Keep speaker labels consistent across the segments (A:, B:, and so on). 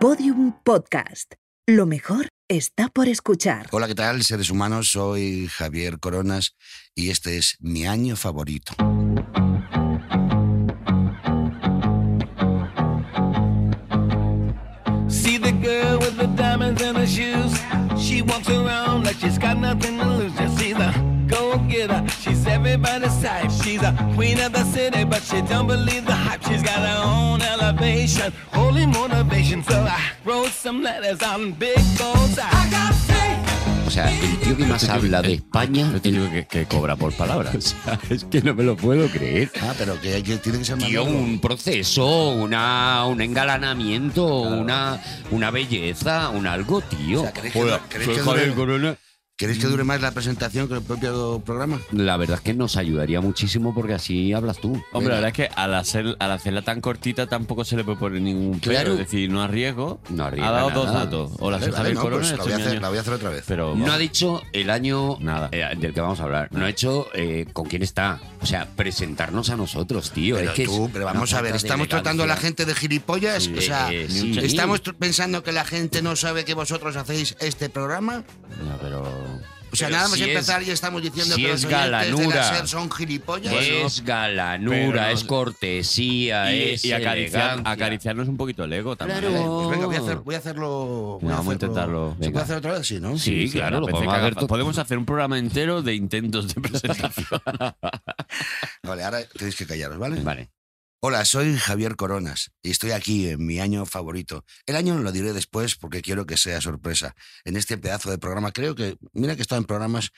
A: Podium Podcast. Lo mejor está por escuchar.
B: Hola, ¿qué tal, seres humanos? Soy Javier Coronas y este es mi año favorito.
C: See the girl with the diamonds in her shoes. She walks around like she's got nothing to lose. Just she's a go getter. She's everybody's type. She's a queen of the city, but she don't believe the hype. She's got her own elevation, holy motivation. So I wrote some letters on big goals. I got faith.
D: O sea, el tío que más habla de España.
E: Yo te digo que, que cobra por palabras.
D: O sea, es que no me lo puedo creer.
B: Ah, pero que, que tiene que ser más
D: Tío,
B: largo.
D: un proceso, una, un engalanamiento, una, una belleza, un algo, tío.
B: O sea, ¿creéis que- creéis que dure-
D: Corona.
B: ¿Queréis que
D: Mm.
B: dure más la presentación que el propio programa?
D: La verdad es que nos ayudaría muchísimo porque así hablas tú.
B: Venga.
E: Hombre, la verdad es que al, hacer, al hacerla tan cortita tampoco se le puede poner ningún pero.
D: Claro.
E: Es decir, no arriesgo.
D: No arriesga
E: Ha dado dos
D: nada.
E: datos. Hola,
B: Vale,
E: soy
B: vale,
E: Javier
B: no,
E: Corona.
B: pues la
E: esto
B: voy, a
E: es mi
B: hacer,
E: este año.
B: la voy a hacer otra vez.
E: Pero
D: No ha
E: vamos.
D: dicho el año
E: Nada.
D: eh, del que vamos a hablar. No ha hecho eh, con quién está. O sea, presentarnos a nosotros, tío.
B: Pero
D: es que
B: tú,
D: es
B: pero
D: una
B: vamos a ver,
D: falta de
B: ¿estamos tratando a la
D: elegancia.
B: gente de gilipollas?
D: Sí,
B: o sea,
D: eh, sí.
B: ¿estamos tr- pensando que la gente no sabe que vosotros hacéis este programa?
E: No, pero.
B: O sea,
E: Pero
B: nada más
E: si es-
B: empezar y estamos diciendo
D: si
B: que los
D: es
B: oyentes de la
D: galanura.
B: SER son gilipollas.
D: es galanura,
E: pero no-
D: es cortesía,
E: Y,
D: es
E: y acariciar,
D: elegancia.
E: acariciarnos un poquito el ego también.
D: Claro.
E: ¿eh?
B: Pues venga, voy a, hacer- voy a hacerlo. voy a
E: No, vamos a
B: hacerlo-
E: intentarlo.
B: ¿Se
D: Venga.
B: puede hacer otra vez? Sí, ¿no?
D: Sí, claro, lo
E: las veces
D: podemos
E: que
D: hacer
E: haga-
D: to-
E: podemos hacer un programa entero de intentos de presentación.
B: Vale, ahora tenéis que callaros, ¿vale?
D: Vale.
B: Hola, soy Javier Coronas y estoy aquí en mi año favorito. El año lo diré después porque quiero que sea sorpresa. En este pedazo de programa, creo que, mira que he estado en programas,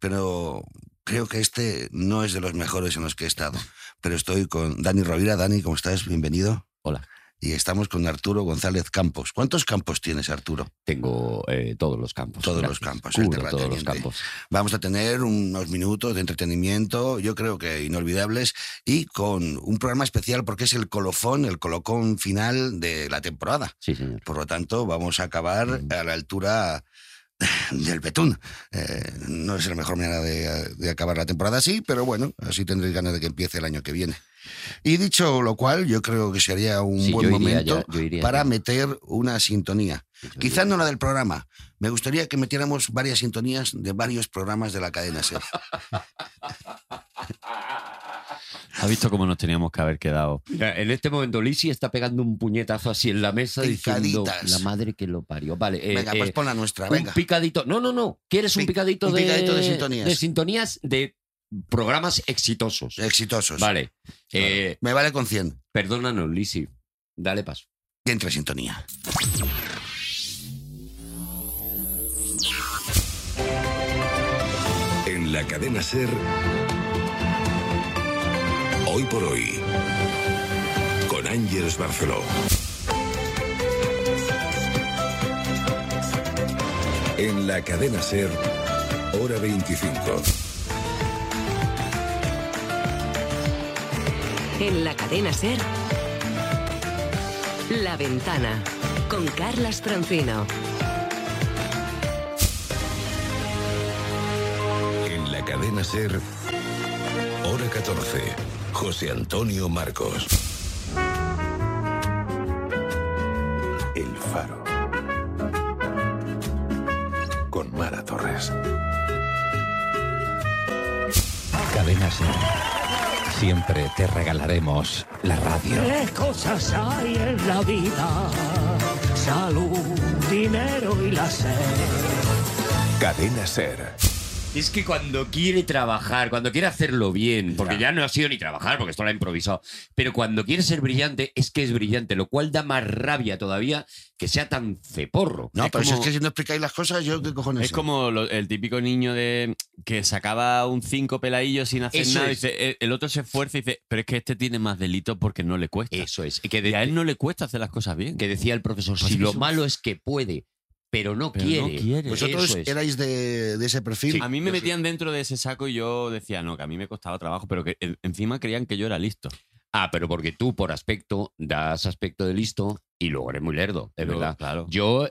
B: pero creo que este no es de los mejores en los que he estado. Pero estoy con Dani Rovira. Dani, ¿cómo estás? Bienvenido.
D: Hola.
B: Y estamos con Arturo González Campos. ¿Cuántos campos tienes, Arturo?
D: Tengo eh, todos los campos.
B: Todos los campos, este el
D: Cubro
B: terrateniente.
D: todos los campos.
B: Vamos a tener unos minutos de entretenimiento, yo creo que inolvidables, y con un programa especial porque es el colofón, el colocón final de la temporada.
D: Sí, señor.
B: Por lo tanto, vamos a acabar
D: Mm.
B: a la altura del betún. Eh, no es la mejor manera de, de acabar la temporada así, pero bueno, así tendréis ganas de que empiece el año que viene. Y dicho lo cual, yo creo que sería un
D: Sí,
B: buen
D: yo iría
B: momento
D: ya, yo iría
B: para
D: ya.
B: meter una sintonía.
D: Yo
B: Quizás no la del programa. Me gustaría que metiéramos varias sintonías de varios programas de la cadena SER.
E: ¿Has visto cómo nos teníamos que haber quedado?
D: Mira, en este momento Lisi está pegando un puñetazo así en la mesa diciendo
B: Picaditas.
D: la madre que lo parió. Vale, eh,
B: Venga,
D: eh,
B: pues pon la nuestra,
D: un
B: venga.
D: picadito. No, no, no. ¿Quieres un
B: Pic-
D: picadito,
B: un
D: de,
B: picadito de sintonías.
D: de sintonías de programas exitosos?
B: Exitosos.
D: Vale. Eh,
B: Me vale con 100.
D: perdónanos, Lisi. Dale paso.
B: Que entre sintonía.
F: En la cadena Ser. Hoy por hoy. Con Ángeles Barceló. En la cadena Ser. Hora 25.
G: En la cadena Ser. La ventana con Carlas Francino.
F: En la cadena Ser. Hora 14. José Antonio Marcos. El Faro. Con Mara Torres.
H: Cadena Ser. Siempre te regalaremos la radio.
I: Tres cosas hay en la vida: salud, dinero y la sed.
F: Cadena Ser.
D: Es que cuando quiere trabajar, cuando quiere hacerlo bien, porque ya no ha sido ni trabajar, porque esto lo ha improvisado, pero cuando quiere ser brillante, es que es brillante, lo cual da más rabia todavía que sea tan ceporro.
B: No,
E: Es
B: pero si
E: como-
B: es que si no explicáis las cosas, yo qué cojones.
E: Es
B: sé?
E: como lo- el típico niño de que sacaba un 5 peladillo sin hacer
D: Eso
E: nada.
D: es.
E: Dice, eh, el, el otro se esfuerza y dice, pero es que este tiene más delito porque no le cuesta.
D: Eso es. Y que, de-
E: Y a él no le cuesta hacer las cosas bien.
D: que decía el profesor,
E: Pues
D: si
E: eso
D: lo
E: es-
D: malo es que puede, pero no
E: Pero no
D: quiere.
E: quiere.
B: ¿Vosotros
D: Eso es.
B: erais de, de ese perfil?
E: A mí
B: Yo
E: me
B: soy-
E: metían dentro de ese saco y yo decía, no, que a mí me costaba trabajo, pero que eh, encima creían que yo era listo.
D: Ah, pero porque tú por aspecto das aspecto de listo Y luego eres muy lerdo, es
E: Luego,
D: verdad.
E: Claro.
D: Yo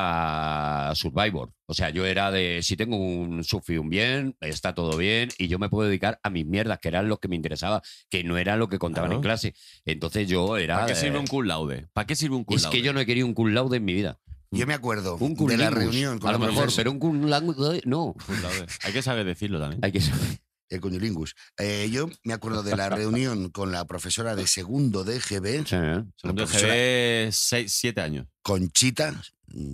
D: era survivor, o sea, yo era de si tengo un sufi un bien, está todo bien y yo me puedo dedicar a mis mierdas, que eran lo que me interesaba, que no era lo que contaban
E: Claro.
D: en clase. Entonces yo era
E: ¿Para qué
D: de-
E: sirve un cum laude? ¿Para qué sirve un cum
D: eh. es
E: laude?
D: que yo no he querido un cum laude en mi vida.
B: Yo me acuerdo
D: Un cum
B: de la
D: laude,
B: reunión con
D: a lo
B: la
D: mejor,
B: profesora,
D: pero un cum laude no.
E: Cum laude. Hay que saber decirlo también.
D: Hay que
B: el cundilingus. Eh, yo me acuerdo de la reunión con la profesora de segundo de GB,
D: ¿eh?
E: Segundo
B: La profesora-
E: GB, 6, 7 años.
B: Conchita.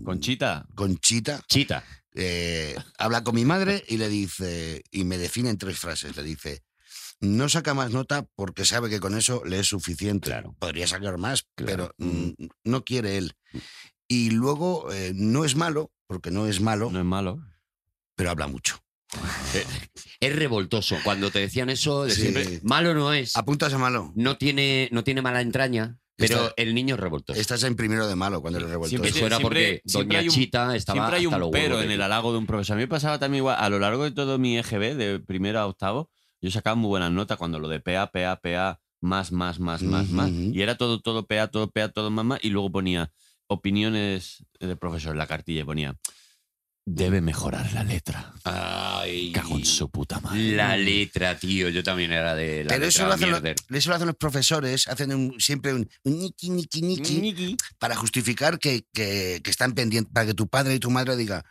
E: Conchita.
B: Conchita.
D: Chita.
B: eh, habla con mi madre y le dice, y me define en tres frases, le dice, no saca más nota porque sabe que con eso le es suficiente.
D: Claro.
B: Podría sacar más,
D: Claro.
B: pero mm, no quiere él. Y luego eh, no es malo, porque no es malo,
E: No es malo.
B: pero habla mucho.
D: Es revoltoso. Cuando te decían eso, de
B: Sí. Ah.
D: siempre, malo no es.
B: Apuntas a malo.
D: No tiene, no tiene mala entraña, pero
B: Está-
D: el niño es revoltoso.
B: Estás en primero de malo cuando le revuelto.
E: Siempre
D: Eso era
E: Siempre-
D: porque
E: siempre
D: Doña
E: hay un-
D: Chita estaba
E: Siempre hay
D: hasta
E: un
D: los
E: pero
D: huevos de
E: en el
D: ti.
E: halago de un profesor. A mí me pasaba también igual. A lo largo de todo mi EGB, de primero a octavo, yo sacaba muy buenas notas cuando lo de PA, PA, PA, más, más, más, más, más.
B: Ujú.
E: Y era todo, todo PA, todo PA, todo más, más. Y luego ponía opiniones del profesor en la cartilla y ponía. Debe mejorar la letra.
D: Ay,
E: Cago en su puta madre.
D: La letra, tío. Yo también era de la
B: Pero
D: letra
B: eso lo, hacen los,
D: mierder.
B: eso lo hacen los profesores, hacen un- siempre un, un niqui, niqui, niqui,
E: Ñiqui.
B: para justificar que, que- que están pendientes, para que tu padre y tu madre diga,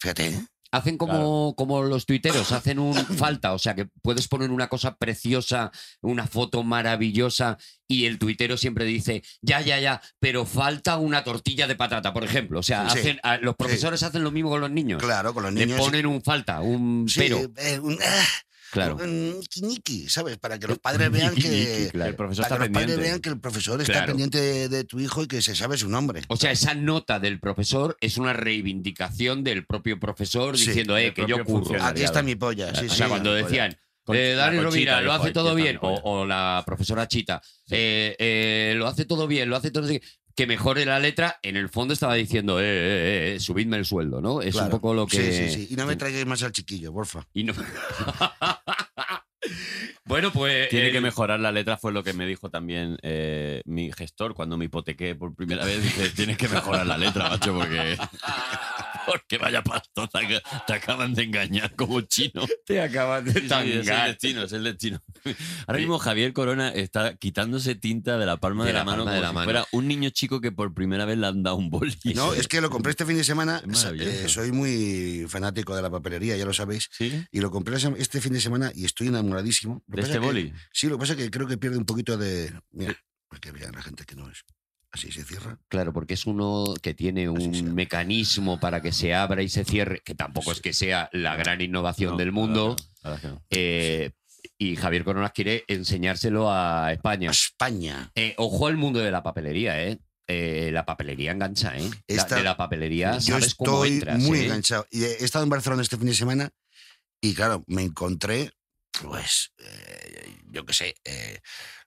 B: fíjate, ¿eh?
D: Hacen como, como los tuiteros, hacen un falta. O sea, que puedes poner una cosa preciosa, una foto maravillosa, y el tuitero siempre dice, ya, ya, ya, pero falta una tortilla de patata, por ejemplo. O sea,
B: Sí.
D: hacen, a- los profesores hacen lo mismo con los niños.
B: claro, con los
D: Le
B: niños...
D: ponen un falta, un
B: Sí,
D: pero.
B: eh, un, ah,
D: Claro.
B: un ñiqui, ñiqui, ¿sabes? Para que los padres vean
D: Ñiqui,
B: que.
D: claro.
E: El profesor
B: Para
E: está
B: que los padres
E: pendiente.
B: vean que el profesor está
D: Claro.
B: pendiente de, de tu hijo y que se sabe su nombre.
D: O sea, esa nota del profesor es una reivindicación del propio profesor
B: Sí.
D: diciendo, eh,
E: Del
D: que yo
E: propio
D: curro.
E: funcionario.
B: Aquí está mi polla. Sí,
D: o
B: sí,
D: sea, cuando
B: mi polla.
D: decían,
E: Con-
D: eh,
E: la
D: Dani
E: Conchita
D: Rovira, lo
E: dijo,
D: hace
E: "Aquí
D: todo
E: está mi
D: bien. O,
E: polla.
D: o la profesora Chita, eh, eh, lo hace todo bien, lo hace todo bien. Que mejore la letra, en el fondo estaba diciendo, eh, eh, eh, subidme el sueldo, ¿no? Es
B: Claro.
D: un poco lo
B: Sí,
D: que.
B: sí, sí. Y no me traigáis más al chiquillo, porfa.
D: Y no- bueno, pues.
E: Tiene
D: el-
E: que mejorar la letra, fue lo que me dijo también eh, mi gestor cuando me hipotequé por primera vez. Dice, tienes que mejorar la letra, macho, porque, porque vaya pasto, te, ac- te acaban de engañar como chino.
D: Te acabas de
E: Sí, sí, es el
D: tangar.
E: destino, es el destino. Ahora mismo Javier Corona está quitándose tinta de la palma de, la, mano
D: palma de
E: como
D: la
E: si
D: mano.
E: fuera un niño chico que por primera vez le han dado un boli.
B: No, es que lo compré este fin de semana.
E: Es maravilloso.
B: Eh, soy muy fanático de la papelería, ya lo sabéis.
E: ¿Sí?
B: Y lo compré ese- este fin de semana y estoy enamoradísimo. Lo que
E: ¿De
B: pasa
E: este
B: que-
E: boli?
B: Sí, lo que pasa es que creo que pierde un poquito de. Mira, para que vean la gente que no es. Así se cierra.
D: Claro, porque es uno que tiene
B: Así sea.
D: un mecanismo para que se abra y se cierre, que tampoco es que sea la gran innovación
E: No,
D: del
E: la verdad
D: mundo.
E: que no, la verdad que no.
D: eh, y Javier Coronas quiere enseñárselo a España.
B: España.
D: Eh, ojo al mundo de la papelería, ¿eh? Eh, la papelería engancha, ¿eh? La-
B: Esta-
D: de la papelería
B: Yo
D: sabes
B: estoy
D: cómo entras.
B: muy
D: ¿eh?
B: enganchado. Y he estado en Barcelona este fin de semana y, claro, me encontré, pues, eh, yo qué sé, eh,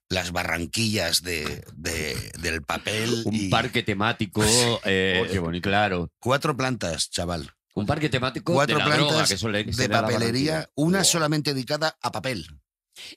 B: las barranquillas de, de- del papel.
D: Un
B: y
D: parque temático. eh,
E: Oh, qué bonito.
D: Claro.
B: Cuatro plantas, chaval.
D: Un parque temático
B: Cuatro
D: de la
B: plantas
D: droga, que suele ser
B: De
D: en la
B: papelería,
D: Barranquilla.
B: una
D: Wow.
B: solamente dedicada a papel.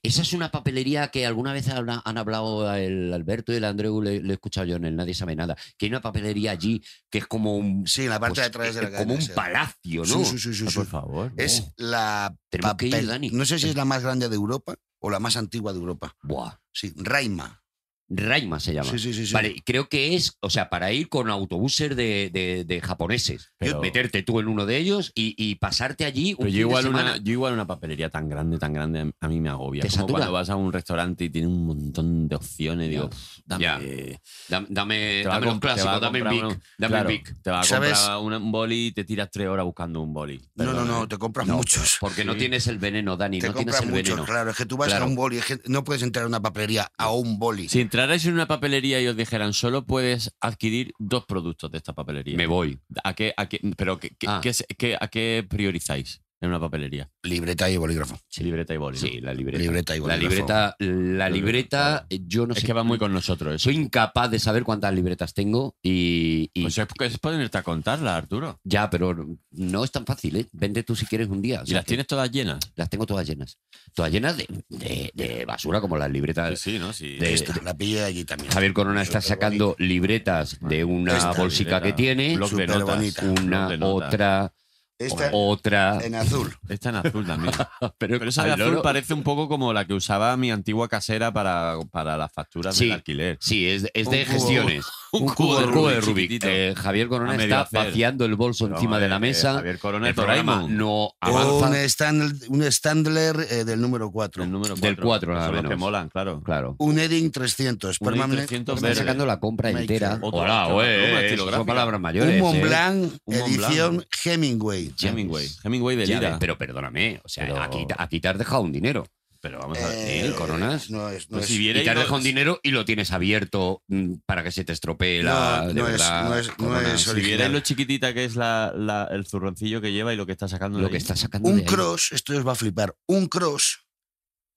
D: Esa es una papelería que alguna vez habla- han hablado el Alberto y el Andreu, le, le he escuchado yo en el Nadie sabe nada, que hay una papelería allí que es como un...
B: Sí, en la parte
D: pues,
B: de atrás de la
D: eh, Como
B: cadena
D: un
B: SER.
D: palacio, ¿no?
B: Sí, sí, sí, sí,
E: Ah,
B: sí.
E: por favor.
B: Es la
D: Tenemos que ir,
B: papel-
D: Dani.
B: No sé si es la más grande de Europa o la más antigua de Europa.
D: Buah.
B: Sí, Raima.
D: Raima se llama.
B: Sí, sí, sí, sí.
D: Vale, creo que es, o sea, para ir con autobuses de, de- de japoneses,
E: Pero-
D: meterte tú en uno de ellos y, y pasarte allí un
E: Pero
D: fin
E: yo
D: de
E: igual, una,
D: semana.
E: yo igual una papelería tan grande, tan grande, a- a mí me agobia.
D: Te
E: Es como
D: satura.
E: cuando vas a un restaurante y tiene un montón de opciones.
D: Ya.
E: Digo, "Pff, dame,
D: Ya.
E: te
D: Dam- Dame,
E: va a
D: dame los
E: comp- te va a
D: clásicos, dame Eh, un
E: comprar
D: Vic,
E: un-
D: dame
E: claro,
D: un Vic.
E: Te va a
B: ¿Sabes?
E: comprar un, un boli y te tiras tres horas buscando un boli. eh.
B: No, no, no,
E: Perdóname.
B: te compras
D: No,
B: muchos.
D: Porque no
E: Sí.
D: tienes el veneno, Dani,
B: Te
D: no tienes
B: compras
D: el
B: muchos,
D: veneno.
B: claro. Es que tú vas
D: Claro.
B: a un boli, es que no puedes entrar a una papelería a un boli.
E: Si entrarais en una papelería y os dijeran, solo puedes adquirir dos productos de esta papelería.
D: Me voy.
E: ¿A qué, a qué- pero qué, qué-
D: Ah.
E: qué se- qué- ¿a qué priorizáis? en una papelería.
B: Libreta y bolígrafo.
E: Libreta y boli.
D: Sí, la libreta.
B: Libreta y
D: la
B: bolígrafo.
D: libreta, la libreta, eh, yo no
E: es
D: sé.
E: que va muy con nosotros. eso.
D: Soy incapaz de saber cuántas libretas tengo y, y-
E: O sea, Pues es- es poder irte a contarla, Arturo.
D: ya, pero no es tan fácil, ¿eh? Vende tú si quieres un día. o
E: ¿Y
D: sea
E: las
D: que
E: tienes todas llenas?
D: las tengo todas llenas. Todas llenas de, de- de basura, como las libretas.
E: sí, ¿no? Sí.
D: de-
B: Esta, la pillé allí también.
D: Javier Corona está sacando libretas de una
B: Esta
D: bolsica que
E: libreta,
D: tiene,
E: bloc de
B: Súper
E: notas,
B: bonita.
E: bloc
D: una,
E: de notas.
D: otra,
B: Esta
D: otra.
B: en azul.
E: Esta en azul también.
D: Pero,
E: Pero esa
D: al
E: de azul
D: loro-
E: parece un poco como la que usaba mi antigua casera para, para las facturas
D: Sí.
E: del alquiler.
D: Sí, es, es
E: Un
D: de
E: cubo-
D: gestiones.
E: un cubo de
D: cubo de
E: Rubik
D: Rubik.
E: chiquitito.
D: Eh, Javier
E: A
D: Corona
E: medio
D: está
E: hacer.
D: vaciando el bolso encima
E: Vamos,
D: de la
E: eh,
D: mesa.
E: Javier Corona,
D: El programa
E: Doraemon.
D: no
B: O
D: avanza.
B: un, stand- un Standler eh, del número 4.
E: El número
D: Del
E: 4.
D: cuatro, nada
E: Son los que
D: menos.
E: molan, claro.
D: Claro.
B: Un Edding 300.
E: Un Edding
B: permanente.
E: 300
D: Está
E: verde.
D: sacando la compra
B: Maker.
D: entera.
E: Otro-
D: Hola,
E: otro-
D: güey,
E: pluma
D: eh,
E: estilográfica.
D: son palabras mayores.
B: Un Mont
D: eh.
B: Blanc
E: Un Mont
B: edición Hemingway.
E: Hemingway. Hemingway de
D: Ya
E: Lira.
D: ves, pero perdóname, o sea,
E: Pero-
D: aquí, aquí te has dejado un dinero. Pero vamos
B: Eh,
D: ¿eh, Coronas?
B: No es, no
E: Pues
B: es-
E: si
D: Y
E: viera
D: te has
E: ido-
D: dejado un dinero y lo tienes abierto mm, para que se te estropee la.
B: No,
D: de
B: no es-
D: verdad,
B: no es- no
D: Corona.
B: es
E: Si
B: original.
E: vierais lo chiquitita que es la, la- el zurroncillo que lleva y lo que está sacando.
D: Lo
E: de
D: que
E: ahí.
D: está sacando.
B: un
D: de ahí.
B: cross, esto os va a flipar. Un cross.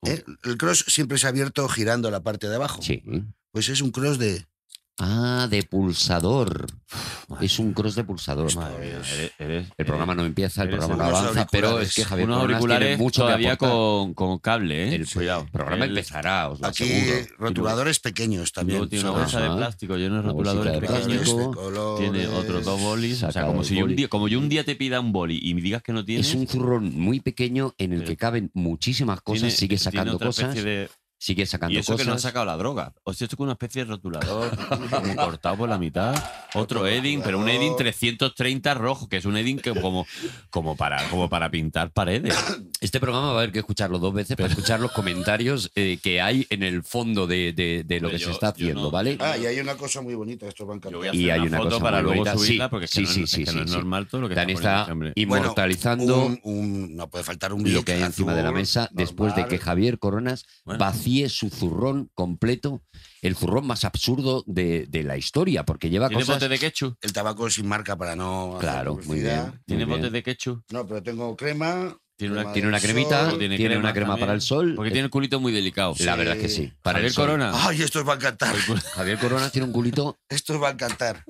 B: ¿eh? El cross siempre se ha abierto girando la parte de abajo.
D: Sí.
B: Pues es un cross de.
D: Ah, de pulsador. Es un cross de pulsador.
E: Madre mía, eres- eres-
D: El programa no empieza, el
E: eres
D: programa no
B: unos
D: avanza, pero
B: auriculares.
D: es que Javier
E: Unos
D: Coronas tiene
E: auriculares
D: mucho que
E: todavía
D: aportar.
E: con, con cable, ¿eh?
D: El
E: Cuidado.
D: programa
E: Él-
D: empezará, os lo
B: Aquí,
D: aseguro.
B: rotuladores pequeños también. Este,
E: Luego tiene una
B: ¿sabes?
E: bolsa de
D: Ajá.
E: plástico lleno de
D: Una bolsita
E: rotuladores
D: de
B: Colores,
E: pequeños.
D: plástico.
B: de colores.
E: Tiene otros dos bolis. O sea,
D: Saca
E: como
D: un
E: si, un
D: boli.
E: día, como yo un día te pida un boli y me digas que no tienes.
D: Es un zurrón muy pequeño en el
E: Pero-
D: que caben muchísimas cosas,
E: tiene-
D: sigue
E: tiene
D: sacando
E: otra especie
D: cosas,
E: de-
D: sigue sacando
E: y eso
D: cosas.
E: que no ha sacado la droga. O sea, esto con una especie de rotulador como cortado por la mitad. Otro Edding, pero un Edding 330 rojo, que es un Edding que como, como, para, como para pintar paredes.
D: Este programa va a haber que escucharlo dos veces para escuchar los comentarios eh, que hay en el fondo de, de- de lo
E: Hombre,
D: que
E: yo-
D: se está
E: yo
D: haciendo,
E: no-
D: ¿vale?
B: Ah, y hay una cosa muy bonita, esto va a encantar.
E: Yo voy a hacer
D: Y hay una
E: foto
D: cosa
E: para
D: muy
E: luego
D: bonita.
E: subirla
D: Sí,
E: porque es que
D: sí,
E: no,
D: sí,
E: es,
D: sí,
E: que no
D: sí,
E: es
D: sí.
E: normal todo lo que
D: Dan
E: está,
D: está
E: poniendo este hombre.
B: Bueno,
D: inmortalizando
B: un- un- no puede faltar un
D: lo que hay
B: billete
D: encima de la
B: azul,
D: mesa después de
B: normal.
D: que Javier Coronas
E: Bueno.
D: vacíe su zurrón completo, el zurrón más absurdo de, de la historia, porque lleva
E: ¿Tiene bote
D: cosas...
E: de ketchup?
B: El tabaco es sin marca para no. hacer
D: Claro, muy
B: publicidad.
D: bien.
E: ¿Tiene
D: muy bien.
E: bote de ketchup?
B: No, pero tengo crema.
E: Tiene una-
B: crema
D: Tiene una
B: del
D: cremita,
B: sol.
E: tiene
D: tiene,
E: crema
D: una crema
E: también.
D: para el sol.
E: Porque tiene el culito muy delicado.
D: La verdad es que
B: Sí.
D: sí. Para
E: Javier
D: el sol. Ah.
E: Corona.
B: Ay, esto os va a encantar.
D: Javier Corona tiene un culito.
B: Esto os va a encantar.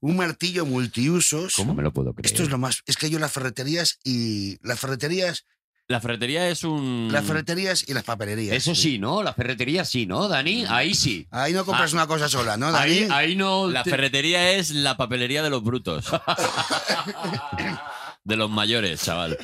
B: Un martillo multiusos.
D: No me lo puedo creer.
B: Esto es lo más. Es que yo las ferreterías y. Las ferreterías.
E: La ferretería es un...
B: Las ferreterías y las papelerías.
D: Mm. Eso sí, ¿no? La ferretería sí, ¿no, Dani? Ahí sí.
B: Ahí no compras una cosa sola, ¿no, Dani?
D: Ah. Ahí, ahí no.
E: La ferretería es la papelería de los brutos. de los mayores, chaval.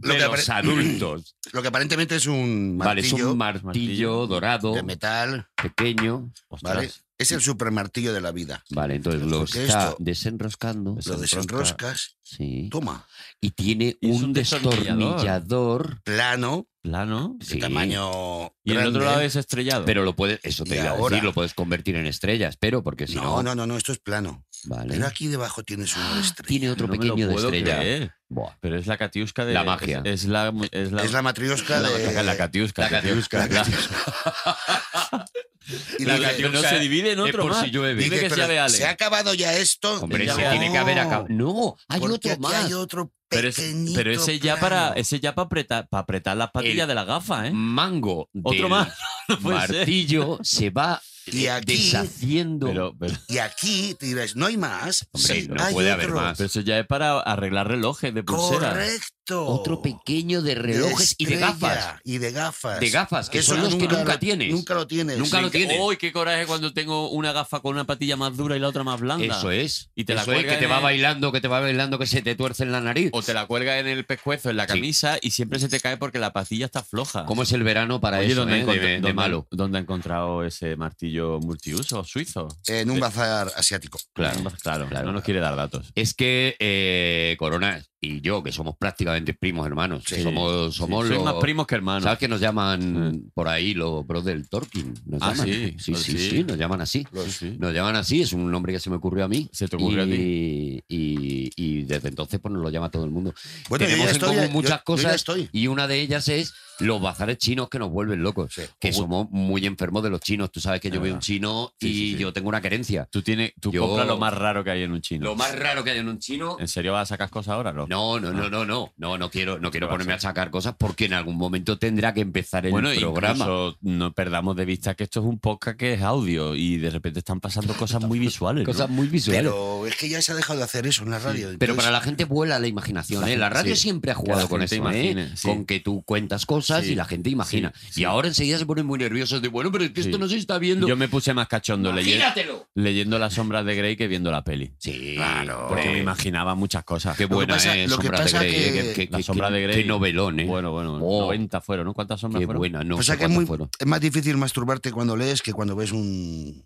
B: Lo
D: de
B: que
D: los
B: apare-
D: adultos.
B: Lo que aparentemente es un
D: Vale, es
B: martillo
D: un martillo,
E: martillo
D: dorado,
B: de metal,
D: pequeño.
E: Ostras.
B: ¿vale? Es el super martillo de la vida.
D: Vale, entonces lo
B: Porque
D: está
B: esto-
D: desenroscando.
B: Lo desenroscas,
D: Sí.
B: toma.
D: Y tiene
E: Es
D: un,
E: un destornillador.
D: destornillador.
B: Plano,
E: Plano.
B: de
D: Sí. ¿eh?
B: tamaño.
E: Y el otro
B: grande.
E: lado es estrellado.
D: Pero lo puedes, eso te
B: Y
D: iba a
B: ahora-
D: decir, lo puedes convertir en estrellas, pero porque si
B: no,
D: no.
B: no, no, no, esto es plano.
D: Vale.
B: Pero aquí debajo tienes
E: Ah,
B: una estrella.
D: Tiene otro
E: No me lo
D: pequeño de
E: puedo
D: estrella.
E: creer.
D: Buah.
E: Pero es la catiusca de...
D: La magia.
E: Es, es la... Es la,
B: Es la matriosca
E: la-
B: de.
E: la catiusca.
D: la
E: catiusca. La,
B: y
E: la
B: de-
E: catiusca no se divide en
D: es
E: otro
D: por
E: más.
D: si llueve.
E: Dime
B: dices,
E: que
B: pero
E: sea de Ale.
B: ¿Se ha acabado ya esto?
D: Hombre,
E: Ya
D: se
E: no.
D: tiene que haber acabado. No, hay
B: Porque
D: otro
B: aquí
D: más.
B: Hay otro
E: Pero, es-
B: pequeñito
E: pero ese ya
B: plano.
E: para ese ya para apretar, para apretar las patillas
D: El-
E: de la gafa, ¿eh?
D: Mango.
E: Otro
D: del
E: más. No puede ser.
D: martillo se va
B: Y aquí-
D: deshaciendo.
E: Pero, pero-
B: Y aquí te dirás, no hay más.
D: Hombre,
B: Sí,
D: no
B: hay
D: puede haber
B: otro.
D: más.
E: pero eso ya es para arreglar relojes de pulsera.
B: Correcto.
E: Oh,
D: otro pequeño de
B: De
D: relojes y de
B: estrella
D: gafas.
B: Y de gafas.
D: De gafas, que son los que nunca
B: lo-
D: tienes.
B: Nunca lo tienes.
D: Nunca lo tienes.
E: ¡Uy, qué coraje cuando tengo una gafa con una patilla más dura y la otra más blanda!
D: Eso es.
E: Y te la
D: Eso es,
E: cuelga
D: que te
E: en
D: va
E: el-
D: bailando, que te va bailando, que se te tuerce en la nariz.
E: O te la cuelga en el pescuezo, en la
D: Sí.
E: camisa, y siempre se te cae porque la patilla está floja.
D: ¿Cómo es el verano para
E: Oye,
D: eso?
E: ¿dónde,
D: eh?
E: ha
D: De-
E: encontra-
D: de,
E: dónde-
D: malo.
E: dónde ha encontrado ese martillo multiuso suizo?
B: En un bazar asiático.
D: Claro.
E: claro,
D: claro.
E: no nos quiere dar datos.
D: Es que eh, Corona y yo, que somos prácticamente primos hermanos,
E: Sí.
D: somos, somos
E: Sí,
D: los-
E: sois más primos que hermanos.
D: ¿Sabes que nos llaman por ahí los bros del Tolkien? Nos
E: Ah,
D: llaman.
E: sí,
D: sí,
E: pues
D: sí,
E: sí.
D: sí, nos llaman así.
E: Sí, sí.
D: Nos llaman así, es un nombre que se me ocurrió a mí.
E: Se te ocurrió a
D: y, y, y desde entonces pues nos lo llama todo el mundo.
B: Bueno, yo
D: Tenemos
B: ya
D: en
B: estoy,
D: común
B: yo-
D: muchas
B: yo ya
D: cosas
B: estoy.
D: y una de ellas es los bazares chinos que nos vuelven locos.
B: Sí.
D: Que somos muy enfermos de los chinos. Tú sabes que yo veo un chino y
E: Sí, sí, sí.
D: yo tengo una querencia.
E: Tú, tienes, tú
D: Yo-
E: compras lo más raro que hay en un chino.
D: Lo más raro que hay en un chino.
E: ¿En serio vas a sacar cosas ahora? No.
D: No, no, no, no, no. No, no quiero, no quiero
E: ¿Qué Ah. va a
D: ponerme a
E: ser?
D: sacar cosas porque en algún momento tendrá que empezar el
E: bueno,
D: programa.
E: incluso no perdamos de vista que esto es un podcast que es audio y de repente están pasando cosas muy visuales. ¿no?
D: Cosas muy visuales. Pero,
B: Pero es que ya se ha dejado de hacer eso en la radio.
D: para
B: entonces-
D: la gente vuela la imaginación.
E: La
D: ¿eh? La
E: gente-
D: radio
E: sí.
D: siempre ha
E: Que la
D: jugado con
E: gente
D: eso,
E: imagine,
D: ¿eh?
E: sí.
D: con que tú cuentas cosas
E: Sí.
D: y la gente imagina.
E: Sí, sí.
D: Y ahora enseguida se ponen muy nerviosos de, bueno, pero es que esto
E: Sí.
D: no se está viendo.
E: Yo me puse más cachondo leyendo,
D: Imagínatelo.
E: leyendo Las sombras de Grey que viendo la peli.
D: Sí,
B: Claro.
E: Porque me
D: porque
E: imaginaba muchas cosas.
D: Qué
B: que
D: buena
B: pasa-
D: es
B: lo que
D: Sombra
B: pasa
D: de Grey.
B: que-
D: eh, qué-
E: La
D: qué-
E: sombra
D: qué-
E: de Grey.
D: Qué novelón, ¿eh?
E: Bueno, bueno,
D: Oh.
E: 90 fueron, ¿no? ¿Cuántas sombras
D: qué
E: fueron?
D: buena. No
B: O
D: sé
B: sea que es, muy-
D: cuántas fueron.
B: es más difícil masturbarte cuando lees que cuando ves un,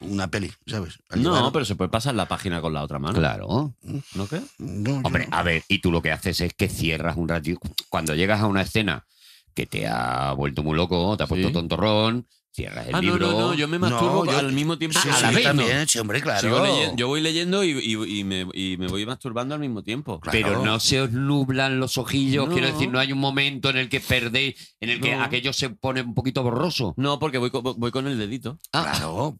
B: una peli, ¿sabes? Al
E: No,
B: llevar-
E: pero se puede pasar la página con la otra mano.
D: Claro.
E: ¿No crees?
B: No, yo
D: Hombre,
B: no.
D: a ver, y tú lo que haces es que cierras un ratito. Cuando llegas a una escena que te ha vuelto muy loco, te ha puesto
E: Sí.
D: tontorrón, cierras el
E: ah,
D: libro.
E: no, no, no, yo me
B: No,
E: masturbo
B: yo-
E: al mismo tiempo.
B: Sí,
E: Ah, a
B: sí,
E: la vez, ¿no?
B: también, sí, hombre, claro.
E: Sigo leyen- yo voy leyendo y, y- y me, y me voy masturbando al mismo tiempo.
D: Pero
B: Claro.
D: no se os nublan los ojillos,
E: No.
D: quiero decir, no hay un momento en el que perdéis, en el que
E: No.
D: aquello se pone un poquito borroso.
E: No, porque voy, co- voy con el dedito.
B: Claro.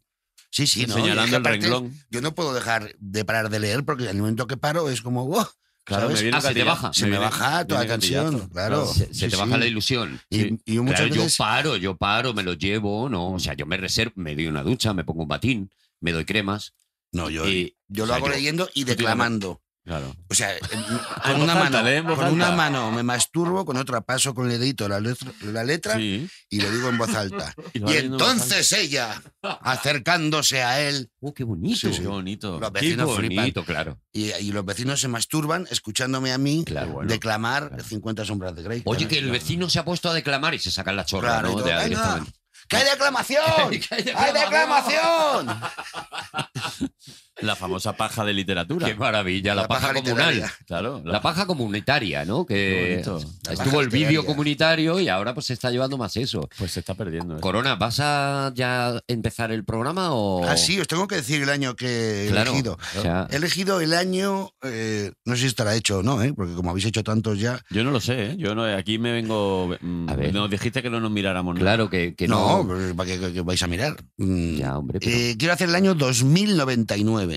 B: Sí, sí, no,
E: Ah. Señalando
B: y es que
E: el
B: aparte,
E: renglón.
B: Yo no puedo dejar de parar de leer porque al momento que paro es como, wow,
E: Claro,
B: ¿sabes?
E: me viene
D: Ah, se te
E: gatillazo.
D: baja.
B: se me
E: viene-
B: baja toda la
E: viene
B: canción,
E: gatillazo.
B: claro.
D: Se, se
B: Sí,
D: te
B: sí.
D: baja la ilusión.
B: Y,
E: Sí.
B: y yo muchas
D: Claro,
B: veces...
D: yo paro, yo paro, me lo llevo, no, o sea, yo me reservo, me doy una ducha, me pongo un batín, me doy cremas.
B: No, yo,
D: y-
B: yo
D: o
B: lo
D: sea,
B: hago
D: yo-
B: leyendo y
E: tienes-
B: declamando.
E: Claro.
B: O sea, eh,
E: En
B: con una
E: voz alta,
B: mano,
E: lee en voz
B: con
E: alta.
B: una mano me masturbo, con otra paso con el dedito la letra, la letra
E: Sí.
B: y lo digo en voz alta.
E: Y
B: y
E: lo va leyendo bastante.
B: entonces ella, acercándose a él,
D: ¡Oh, qué bonito!
B: Sí, sí.
E: Qué bonito.
B: Los
D: Qué
B: vecinos flipan.
D: bonito, claro.
B: y, y los vecinos se masturban escuchándome a mí
D: Claro, bueno,
B: declamar
D: claro.
B: 50 sombras de Grey.
D: Oye, que el vecino se ha puesto a declamar y se sacan la chorra,
B: Claro, y
D: ¿no?
B: todo,
D: De ahí
B: "Venga,
D: directamente.
B: ¡Que hay declamación!
D: Que hay
B: ¡Hay declamación!
E: La famosa paja de literatura.
D: ¡Qué maravilla! La,
B: La
D: paja,
B: paja
D: comunal.
B: literaria.
E: Claro.
D: La eh, paja comunitaria, ¿no?
E: Qué
D: Que
E: bonito.
B: La
D: estuvo
B: paja
D: el vídeo
B: literaria.
D: comunitario y ahora pues se está llevando más eso.
E: Pues se está perdiendo. ¿eh?
D: Corona, ¿vas a ya empezar el programa o...?
B: Ah, sí, os tengo que decir el año que he
D: Claro, Ah.
B: elegido.
D: o sea,
B: He elegido el año, eh, no sé si estará hecho o no, ¿eh? porque como habéis hecho tantos ya.
E: Yo no lo sé, ¿eh? Yo no, aquí me vengo. mm,
D: A ver.
E: Nos dijiste que no nos miráramos nada.
D: claro que, que
B: no,
D: no...
B: pero ¿para qué, qué vais a mirar? Mm.
D: Ya, hombre, pero-
B: Eh, quiero hacer el año 2099.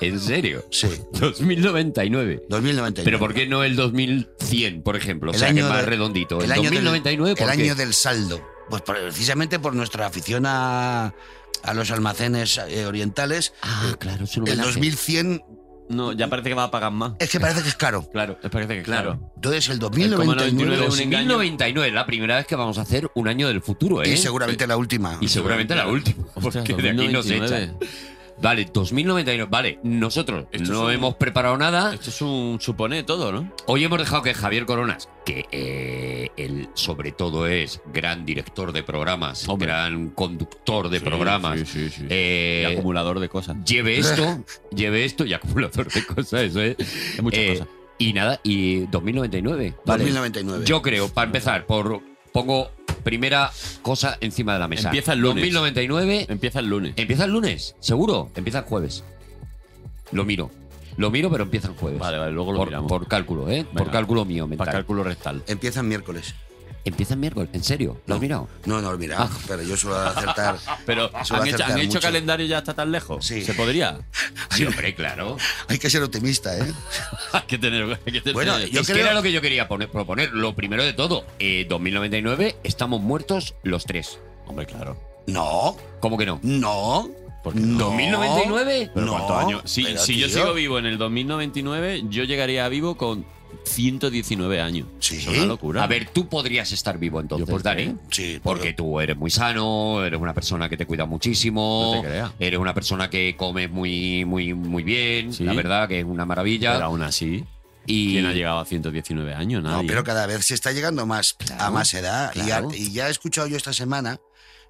D: ¿En serio?
B: Sí,
D: 2099.
B: 2099.
D: ¿Pero por qué no el 2100, por ejemplo? O
B: El
D: sea, que
B: año
D: más
B: de-
D: redondito. El,
B: año del-
D: 2099, ¿por
B: el
D: qué?
B: año del saldo. Pues por- precisamente por nuestra afición a, a los almacenes eh, orientales.
D: Ah, claro, es un
B: El
D: homenaje.
B: 2100
E: No, ya parece que va a pagar más.
B: es que parece que es caro.
E: Claro. Parece que
D: Claro.
E: claro.
B: Entonces el
E: coma
B: 2099
E: 99 es un engaño.
D: 2099, la primera vez que vamos a hacer un año del futuro, ¿eh?
B: y seguramente la última.
D: Y seguramente la última, porque
E: Ostras,
D: de aquí nos
E: 2099.
D: echan. Vale, 2099. Vale, nosotros
E: Esto es
D: no
E: un-
D: hemos preparado nada.
E: Esto es un suponé todo, ¿no?
D: Hoy hemos dejado que Javier Coronas, que eh, él sobre todo es gran director de programas,
E: Hombre.
D: gran conductor de programas,
E: Sí, sí, sí.
D: eh,
E: Y acumulador de cosas.
D: lleve esto, lleve esto y acumulador de cosas, eso es.
E: Hay muchas
D: Eh,
E: cosas.
D: Y nada, y 2099. Vale.
B: 2099.
D: Yo creo, para empezar, por pongo primera cosa encima de la mesa.
E: Empieza el lunes. Em-
D: 2099
E: Empieza el lunes.
D: Empieza el lunes, seguro. Empieza el jueves. Lo miro. Lo miro, pero empieza el jueves.
E: Vale, vale, luego lo
D: por,
E: miramos.
D: por cálculo, ¿eh? Por
E: Venga.
D: cálculo mío mental.
E: Para cálculo rectal.
B: Empiezan miércoles.
D: Empieza el miércoles, ¿en serio? ¿Lo has mirado?
B: No, no, mira, pero yo suelo acertar.
E: Pero
B: Eso va a
E: ¿han hecho,
B: acertar
E: ¿han hecho
B: mucho.
E: calendario ya hasta tan lejos?
B: Sí.
E: ¿Se podría?
D: Sí, hombre, claro.
B: Hay que ser optimista, ¿eh?
E: hay que tener... Hay que tener
B: Bueno,
D: Yo
B: Yo
D: es que
B: creo-
D: era lo que yo quería poner- proponer. Lo primero de todo, eh, 2099, estamos muertos los tres.
E: Hombre, claro.
B: No,
D: ¿Cómo que no?
B: no.
E: ¿Por qué
B: no.
D: ¿2099?
E: ¿Pero
B: no,
E: cuántos años? Si,
B: pero,
E: si yo
B: tío,
E: sigo vivo en el 2099, yo llegaría a vivo con 119 años.
B: Sí.
E: Es una locura.
D: A ver, tú podrías estar vivo entonces,
E: ¿Eh? ¿Yo por qué?
D: Dani.
B: Sí,
D: Porque
B: porque
D: tú eres muy sano, eres una persona que te cuida muchísimo.
E: No te creas.
D: Eres una persona que comes muy, muy, muy bien.
E: Sí.
D: La verdad que es una
E: Pero
D: maravilla.
E: aún así,
D: y
E: ¿quién ha llegado a 119 años?
B: No,
E: Nadie.
B: pero cada vez se está llegando más a más edad. Y ya-
D: claro.
B: Y, ya, he escuchado yo esta semana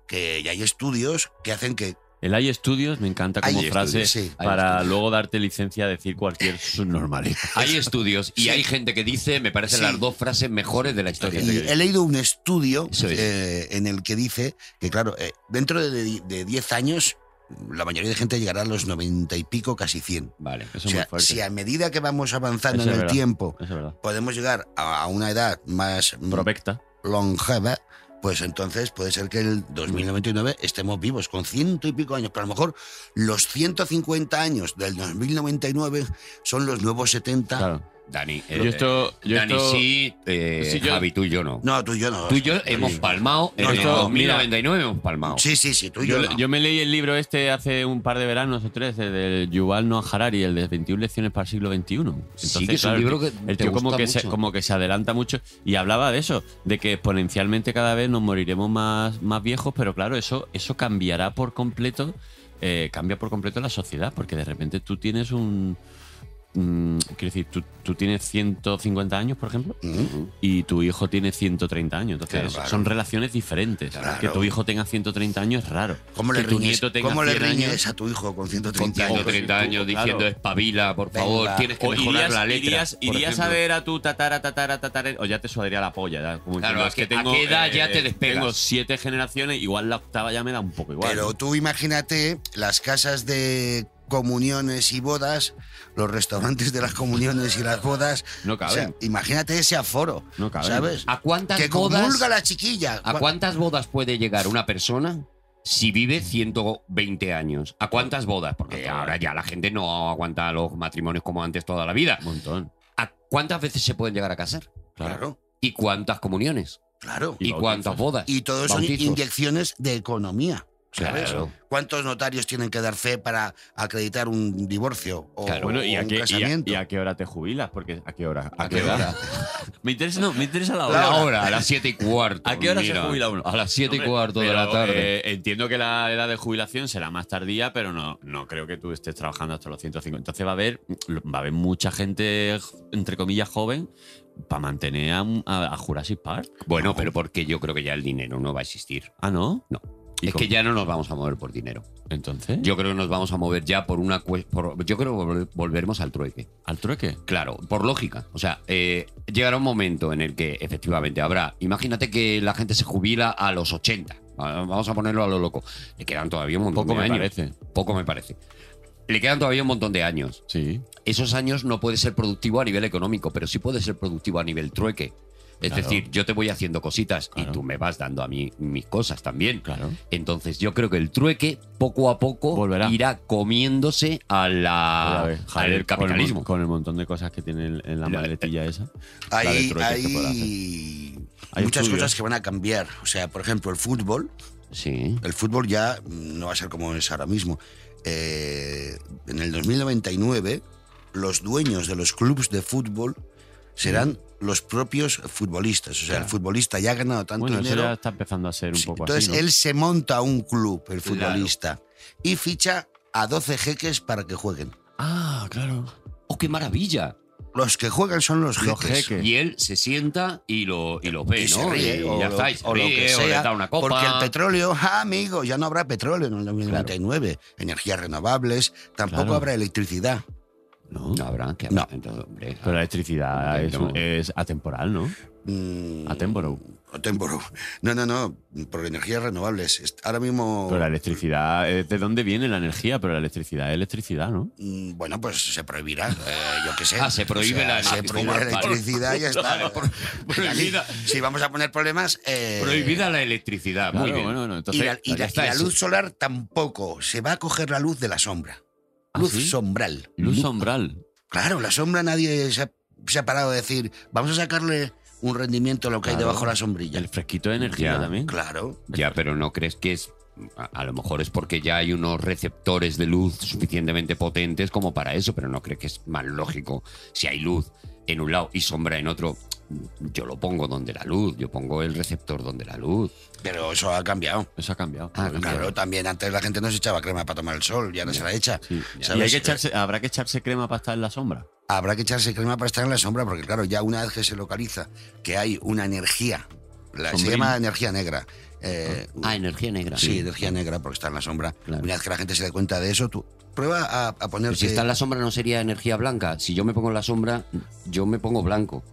B: que ya hay estudios que hacen que.
E: El hay estudios me encanta como
B: Hay
E: frase
B: estudios, sí.
D: Hay
E: para luego darte licencia a decir cualquier subnormalidad.
D: hay estudios y hay gente que dice, me parecen
B: Sí.
D: las dos frases mejores de la historia.
B: y he leído un estudio
D: Eso es.
B: eh, en el que dice que, claro, eh, dentro de de 10 años la mayoría de gente llegará a los 90 y pico, casi 100.
D: Vale, eso
B: O
D: es muy
B: sea,
D: fuerte.
B: si a medida que vamos avanzando
E: Eso es
B: en el
E: verdad.
B: tiempo
E: Eso es verdad.
B: podemos llegar a a una edad más mm,
E: Provecta.
B: longeva, pues entonces puede ser que en el 2099 estemos vivos con ciento y pico años, pero a lo mejor los 150 años del 2099 son los nuevos 70.
E: Claro.
D: Dani, eh,
E: Ah. Yo esto. Yo
D: Dani
E: esto-
D: sí, eh,
E: Sí, yo-
D: Javi, tú y yo no.
B: No, tú y yo no.
D: Tú y yo hemos palmado.
B: No,
D: en el
E: no,
D: 2099 hemos palmado.
B: Sí, sí, sí, tú y yo,
E: Yo, le-
B: no.
E: yo me leí el libro este hace un par de veranos o tres, el del Yuval Noah Harari, el de 21 lecciones para el siglo XXI. Entonces,
D: Sí, que es un libro que
E: el
D: te
E: tío como
D: gusta
E: que, se,
D: mucho.
E: como que se adelanta mucho y hablaba de eso, de que exponencialmente cada vez nos moriremos más, más viejos, pero claro, eso, eso cambiará por completo, eh, cambia por completo la sociedad, porque de repente tú tienes un... mm, quiero decir, tú, tú tienes 150 años, por ejemplo,
B: Ujú.
E: y tu hijo tiene 130 años. Entonces,
B: Claro, claro.
E: son relaciones diferentes.
B: Claro.
E: Que tu hijo tenga 130 años es raro.
B: ¿Cómo
E: que
B: le
E: tu
B: riñes,
E: nieto tenga
B: cómo le
E: 100
B: riñes
E: años.
B: a tu hijo con
D: Con
B: 130
D: tengo
B: años?
D: 30 años
E: Claro.
D: diciendo espabila, por
B: Venga.
D: favor, tienes que
E: O
D: mejorar
E: irías,
D: la letra.
E: irías,
D: por
E: irías a
D: ejemplo.
E: ver a tu tatara, tatara, tatara, o ya te sudaría la polla. ya, como
D: Claro,
E: diciendo,
D: ¿a
E: es eh,
D: qué- a qué edad ya te despegas?
E: Tengo siete generaciones, igual la octava ya me da un poco igual.
B: Pero
E: ¿no?
B: tú imagínate las casas de comuniones y bodas, los restaurantes de las comuniones y las bodas.
E: No
B: O sea,
E: caben.
B: imagínate ese aforo,
E: No caben.
B: ¿sabes?
D: ¿A cuántas
B: Que
D: bodas?
B: comulga la chiquilla.
D: ¿A cuántas bodas puede llegar una persona si vive 120 años? ¿A cuántas bodas? Porque ahora ya la gente no aguanta los matrimonios como antes toda la vida.
E: un montón.
D: ¿A cuántas veces se pueden llegar a casar?
B: Claro,
D: ¿Y cuántas comuniones?
B: claro.
D: ¿Y,
E: Y
D: cuántas bodas?
B: Y todo son
D: bautizos.
B: inyecciones de economía. ¿Sabes?
D: Claro.
B: ¿Cuántos notarios tienen que dar fe para acreditar un divorcio o,
D: Claro,
E: Bueno, ¿y
B: o
E: a,
B: un
E: qué, y, a,
B: casamiento?
E: y a qué hora te jubilas? Porque ¿A qué hora?
B: ¿A qué hora?
E: Me interesa, no, me interesa la hora.
D: La hora, a las 7 y cuarto.
E: ¿A qué hora se jubila uno?
D: A las 7 y
E: Hombre,
D: cuarto de
E: pero,
D: la tarde.
E: eh, entiendo que la edad de jubilación será más tardía, pero no, no creo que tú estés trabajando hasta los 150. Entonces va a haber, va a haber mucha gente, entre comillas, joven para mantener a, a- a Jurassic Park.
D: bueno, pero porque yo creo que ya el dinero no va a existir.
E: Ah, ¿no?
D: No.
E: ¿Y
D: Es que
E: cómo?
D: ya no nos vamos a mover por dinero.
E: Entonces,
D: Yo creo que nos vamos a mover ya por una. cue- por- yo creo que vol- volveremos al trueque.
E: ¿al trueque?
D: Claro, por lógica. O sea, eh, llegará un momento en el que efectivamente habrá. Imagínate que la gente se jubila a los 80. Ah, Vamos a ponerlo a lo loco. Le quedan todavía un montón de
E: Poco me
D: años.
E: parece.
D: Poco me parece. Le quedan todavía un montón de años.
E: Sí.
D: Esos años no puede ser productivo a nivel económico, pero sí puede ser productivo a nivel trueque. Es
E: Claro.
D: decir, yo te voy haciendo cositas
E: Claro.
D: y tú me vas dando a mí mis cosas también.
E: Claro.
D: Entonces yo creo que el trueque poco a poco
E: Volverá.
D: irá comiéndose a la,
E: A ver,
D: al
E: joder, con Ah, el mon-
D: capitalismo.
E: Con el montón de cosas que tiene en- en la
D: La-
B: eh,
E: maletilla esa. La de
B: Hay,
E: trueques que
B: hay
E: pueda hacer. Hay
B: muchas
E: estudios.
B: cosas que van a cambiar. O sea, por ejemplo, el fútbol.
D: Sí.
B: El fútbol ya no va a ser como es ahora mismo. Eh, en el 2099, los dueños de los clubes de fútbol serán
E: Mm.
B: los propios futbolistas. O sea, el futbolista ya ha ganado tanto
E: Bueno, eso
B: dinero.
E: ya está empezando a ser un
B: Sí,
E: poco
B: Entonces
E: así. ¿no?
B: él se monta un club, el
D: Claro.
B: futbolista, y ficha a 12 jeques para que jueguen.
D: Ah, claro. ¡Oh, qué maravilla!
B: Los que juegan son los jeques.
E: Los jeques.
D: Y él se sienta y lo, y lo ve,
B: Y se
D: ¿no?
B: ríe,
D: y
B: o
D: ya
B: lo-
D: está, y se
B: o lo
D: ríe,
B: que
D: o
B: sea,
D: le da una copa.
B: Porque el petróleo, ja, amigo, ya no habrá petróleo en el 2099. Energías renovables, tampoco
E: Claro.
B: habrá electricidad.
E: ¿No?
D: No habrá que
B: No.
D: Entonces, hombre,
E: Pero la electricidad es,
D: Entiendo.
E: es atemporal, ¿no?
B: Mm,
E: Atemporal.
B: atemporal. No, no, no, por energías renovables. Est- Ahora mismo,
E: Pero la electricidad, eh, ¿de dónde viene la energía? Pero la electricidad es electricidad, ¿no?
B: mm, bueno, pues se prohibirá, eh, yo qué sé.
D: Ah, se prohíbe la-
B: Se prohíbe la
D: fumar palo.
B: electricidad y ya está.
D: prohibida,
E: Pues
B: Si vamos a poner problemas... eh,
D: prohibida la electricidad. Muy
E: Claro,
D: bien.
E: Ah, Bueno, bueno,
B: Y
E: entonces,
B: la, y
E: ya
B: la-
E: está,
B: y la
E: es-
B: luz solar tampoco. Se va a coger la luz de la sombra.
E: ¿Ah,
B: Luz
E: sí?
B: sombral.
E: Luz sombral.
B: Claro, la sombra nadie se ha, se ha parado de decir, vamos a sacarle un rendimiento a lo que hay
E: Claro.
B: debajo de la sombrilla.
E: El fresquito de energía
D: Ya,
E: también.
B: Claro.
D: Ya, pero ¿no crees que es.? A, a lo mejor es porque ya hay unos receptores de luz suficientemente potentes como para eso, pero ¿no crees que es más lógico si hay luz en un lado y sombra en otro? Yo lo pongo donde la luz, yo pongo el receptor donde la luz.
B: Pero eso ha cambiado.
E: Eso ha cambiado.
D: Ah,
E: Joder,
B: Claro, también antes la gente no se echaba crema para tomar el sol y ahora se la echa.
E: sí.
B: ¿Sabes?
E: Y hay que echarse, habrá que echarse crema para estar en la sombra.
B: Habrá que echarse crema para estar en la sombra, porque claro, ya una vez que se localiza que hay una energía, la- se
E: Sombril.
B: llama energía negra. eh,
D: Ah, energía negra.
B: Sí, energía negra porque está en la sombra.
D: Claro.
B: Una vez que la gente se dé cuenta de eso, tú prueba a, a ponerte.
D: Pero si está en la sombra no sería energía blanca. Si yo me pongo en la sombra, yo me pongo blanco.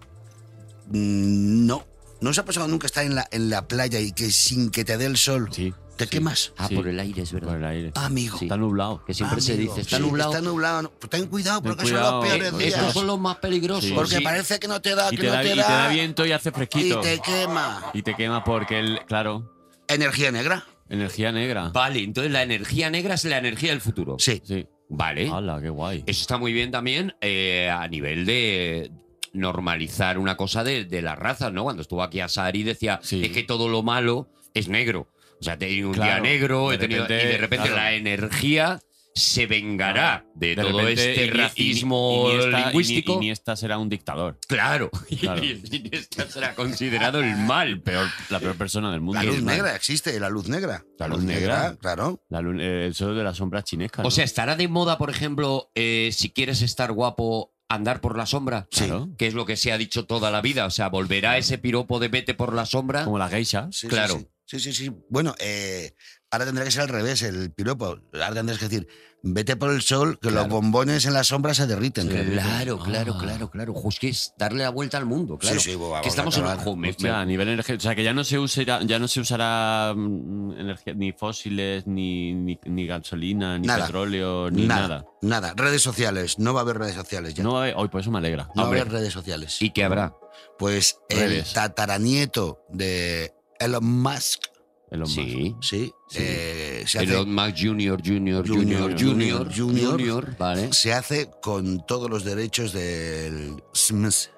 B: Mm, No. ¿No os ha pasado nunca estar en la, en la playa y que sin que te dé el sol
E: Sí.
B: ¿Te quemas?
D: Ah,
E: Sí.
D: por el aire, es verdad.
E: Por el aire.
B: Ah, amigo.
D: Sí.
E: Está nublado.
D: Que siempre se
B: Amigo,
D: dice, está
B: sí,
D: nublado.
B: Está nublado. no, pues ten cuidado,
E: Ten
B: porque
E: cuidado.
B: son los peores
E: Eh,
B: días.
D: Estos son los más peligrosos.
E: Sí.
B: Porque
E: Sí.
B: parece que no te da,
E: Ah, Y
B: que
E: te,
B: no
E: da, Ah.
B: te
E: y te
B: da.
E: da viento y hace fresquito.
B: y te quema.
E: Y te quema porque el, claro,
B: ¿Energía negra?
E: energía negra.
D: Vale, entonces la energía negra es la energía del futuro.
B: Sí.
E: Sí.
B: ¿Eh?
D: Vale.
E: Hala, qué guay.
D: Eso está muy bien también eh, a nivel de normalizar una cosa de, de las razas, ¿no? Cuando estuvo aquí Asari decía,
E: Sí.
D: es que todo lo malo es negro. O sea, he tenido un día
E: Claro,
D: negro,
E: de
D: he tenido,
E: repente,
D: y de repente
E: claro.
D: la energía se vengará de,
E: De
D: todo
E: repente,
D: este
E: Ini-
D: racismo
E: Ini- Iniesta-
D: lingüístico.
E: Ini- Iniesta será un dictador.
D: claro.
E: Claro.
D: Y Iniesta será considerado el mal, peor.
E: La peor persona del mundo.
B: La luz
E: Es mal.
B: negra existe, la luz negra.
E: ¿eh? La luz negra.
B: claro.
E: La lun- eh, el sol de las sombras chinescas.
D: O sea, ¿estará de moda, por ejemplo, eh, si quieres estar guapo, andar por la sombra?
E: Sí. Claro.
D: Que es lo que se ha dicho toda la vida. O sea, volverá ese piropo de vete por la sombra.
E: como las geishas.
B: Sí, sí,
D: Claro.
B: Sí, sí, sí. sí. Bueno, eh, ahora tendría que ser al revés, el piropo. Ahora tendrías que decir, vete por el sol, que los bombones en la sombra se derriten.
D: Claro, claro, claro, claro. Ojo, es que es darle la vuelta al mundo, claro.
B: Sí, sí, vamos
D: que estamos
B: a
D: en un
B: acabar.
D: ojo, me-
E: Hostia, a nivel energético. O sea, que ya no se usará, ya no se usará mm, energía, ni fósiles, ni, ni, ni gasolina, ni
B: Nada.
E: petróleo, ni
B: nada,
E: nada.
B: nada. Redes sociales, no va a haber redes sociales ya.
E: No
B: No,
E: va a haber- Hoy, pues eso me alegra.
B: va a
E: Hombre,
B: haber redes sociales.
D: ¿Y qué habrá?
B: Pues
E: Redes.
B: el tataranieto de Elon Musk,
E: Elon Musk.
D: Sí.
B: sí, eh, se, hace,
D: Elon Musk Junior, Junior, Junior,
B: Junior,
D: Junior,
B: Junior.
D: Junior, vale.
B: se hace con todos los derechos del SMS.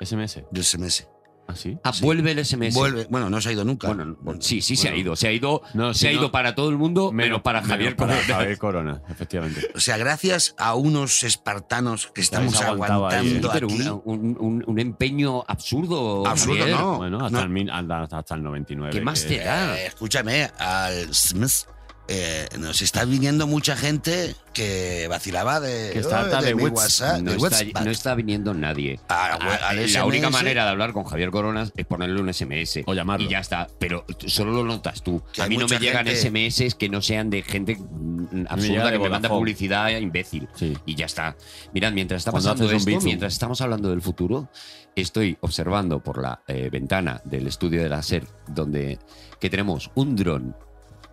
E: SMS.
B: Del SMS.
E: ¿Ah, sí?
D: Ah, vuelve el SMS.
B: Vuelve, bueno, no se ha ido nunca.
D: Bueno, bueno, sí, sí se ha
E: Bueno.
D: ido. Se ha ido,
E: No,
D: se
E: si
D: ha
E: no-
D: ido para todo el mundo, menos, para Javier
E: para
D: Correa.
E: Javier Corona, efectivamente.
B: O sea, gracias a unos espartanos que estamos
E: habéis aguantado ahí,
B: aguantando
D: ¿eh? Pero
B: aquí.
D: una- un, un- un empeño absurdo.
B: Absurdo,
D: Javier.
B: ¿no?
E: bueno, hasta, el, min- hasta, hasta el 99.
D: ¿Qué más
E: que-
D: te da?
B: Eh, escúchame, al SMS. eh, nos está viniendo mucha gente que vacilaba de,
E: Que está
B: "Oh,
E: harta
B: de
E: de
B: mi
E: Whats-
B: WhatsApp,
D: No
B: de
D: está,
B: WhatsApp".
D: no está viniendo nadie.
B: Ah,
D: Ah,
B: al
D: la única
B: SMS.
D: manera de hablar con Javier Coronas es ponerle un SMS.
E: O llamarlo.
D: Y ya está. Pero t- solo lo notas tú.
B: Que
D: a
B: hay
D: mí no me
B: mucha
D: llegan
B: gente-
D: SMS que no sean de gente mm,
E: llega
D: absurda
E: de
D: que me manda
E: Vodafone.
D: publicidad eh, imbécil.
E: Sí.
D: Y ya está. Mirad, mientras está
E: Cuando
D: pasando
E: haces un
D: esto,
E: bizum.
D: mientras estamos hablando del futuro, estoy observando por la eh, ventana del estudio de la SER, donde que tenemos un dron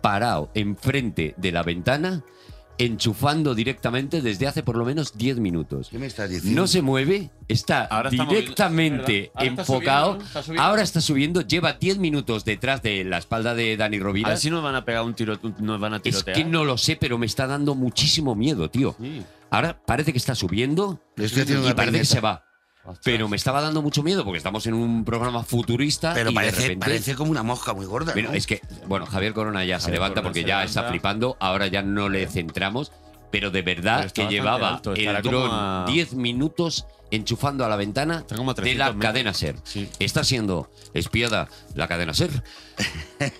D: parado enfrente de la ventana, enchufando directamente desde hace por lo menos 10 minutos
B: ¿Qué me estás diciendo?
D: no se mueve, está
E: Ahora está moviendo,
D: directamente
E: es verdad. Ahora está
D: enfocado.
E: subiendo, ¿no? Está subiendo.
D: Ahora está subiendo, lleva 10 minutos detrás de la espalda de Dani
E: A
D: Rovira.
E: ver si nos van a pegar un tiro, un- nos van a
D: es
E: tirotear.
D: que no lo sé, pero me está dando muchísimo miedo, tío.
E: Sí.
D: Ahora parece que está subiendo
B: Le estoy haciendo
D: y
B: una
D: parece que
B: peineta.
D: se va. Pero me estaba dando mucho miedo porque estamos en un programa futurista.
B: Pero
D: y de
B: parece,
D: repente,
B: parece como una mosca muy gorda.
D: Bueno,
B: ¿no?
D: es que, bueno, Javier Corona ya se
E: Javier
D: levanta
E: Corona
D: porque
E: se
D: ya
E: levanta.
D: está flipando. Ahora ya no le centramos. Pero de
E: Pero
D: verdad
E: está
D: que
E: bastante
D: llevaba
E: alto,
D: el
E: estará como
D: dron
E: a-
D: 10 minutos enchufando a la ventana
E: Está como a
D: de
E: 300
D: la
E: metros.
D: cadena Ser.
E: Sí.
D: Está siendo espiada la cadena Ser.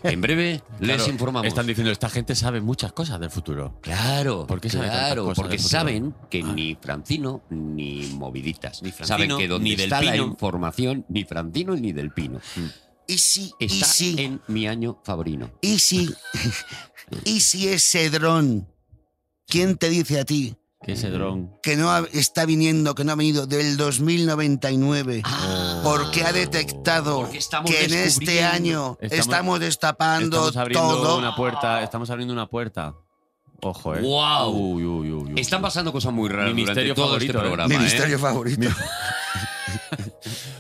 D: En breve les
E: Claro,
D: informamos.
E: Están diciendo, esta gente sabe muchas cosas del futuro.
D: Claro,
E: ¿Por qué sabe tantas
D: claro,
E: cosas
D: porque
E: del futuro?
D: saben que
E: Ah.
D: ni Francino ni Moviditas.
E: Ni Francino,
D: saben que donde
E: ni del
D: está la
E: Pino.
D: información, ni Francino ni Del Pino.
B: ¿Y si, y
D: Está
B: si,
D: en mi año favorito.
B: y si, y si ese dron, ¿quién te dice a ti
E: Que ese dron.
B: que no ha- está viniendo, que no ha venido del 2099? Porque ha detectado
D: Ah. Porque estamos
B: que en este
D: descubriendo.
B: año
E: Estamos-
B: estamos, destapando
E: Estamos abriendo
B: todo.
E: una puerta. Estamos abriendo una puerta. Ojo, eh.
D: Guau.
E: Uy, uy, uy, uy,
D: Están
E: uy.
D: pasando cosas muy raras durante
E: Ministerio
D: todo
E: favorito,
D: este
E: ¿eh?
D: programa.
B: Mi
D: ¿eh?
B: misterio favorito.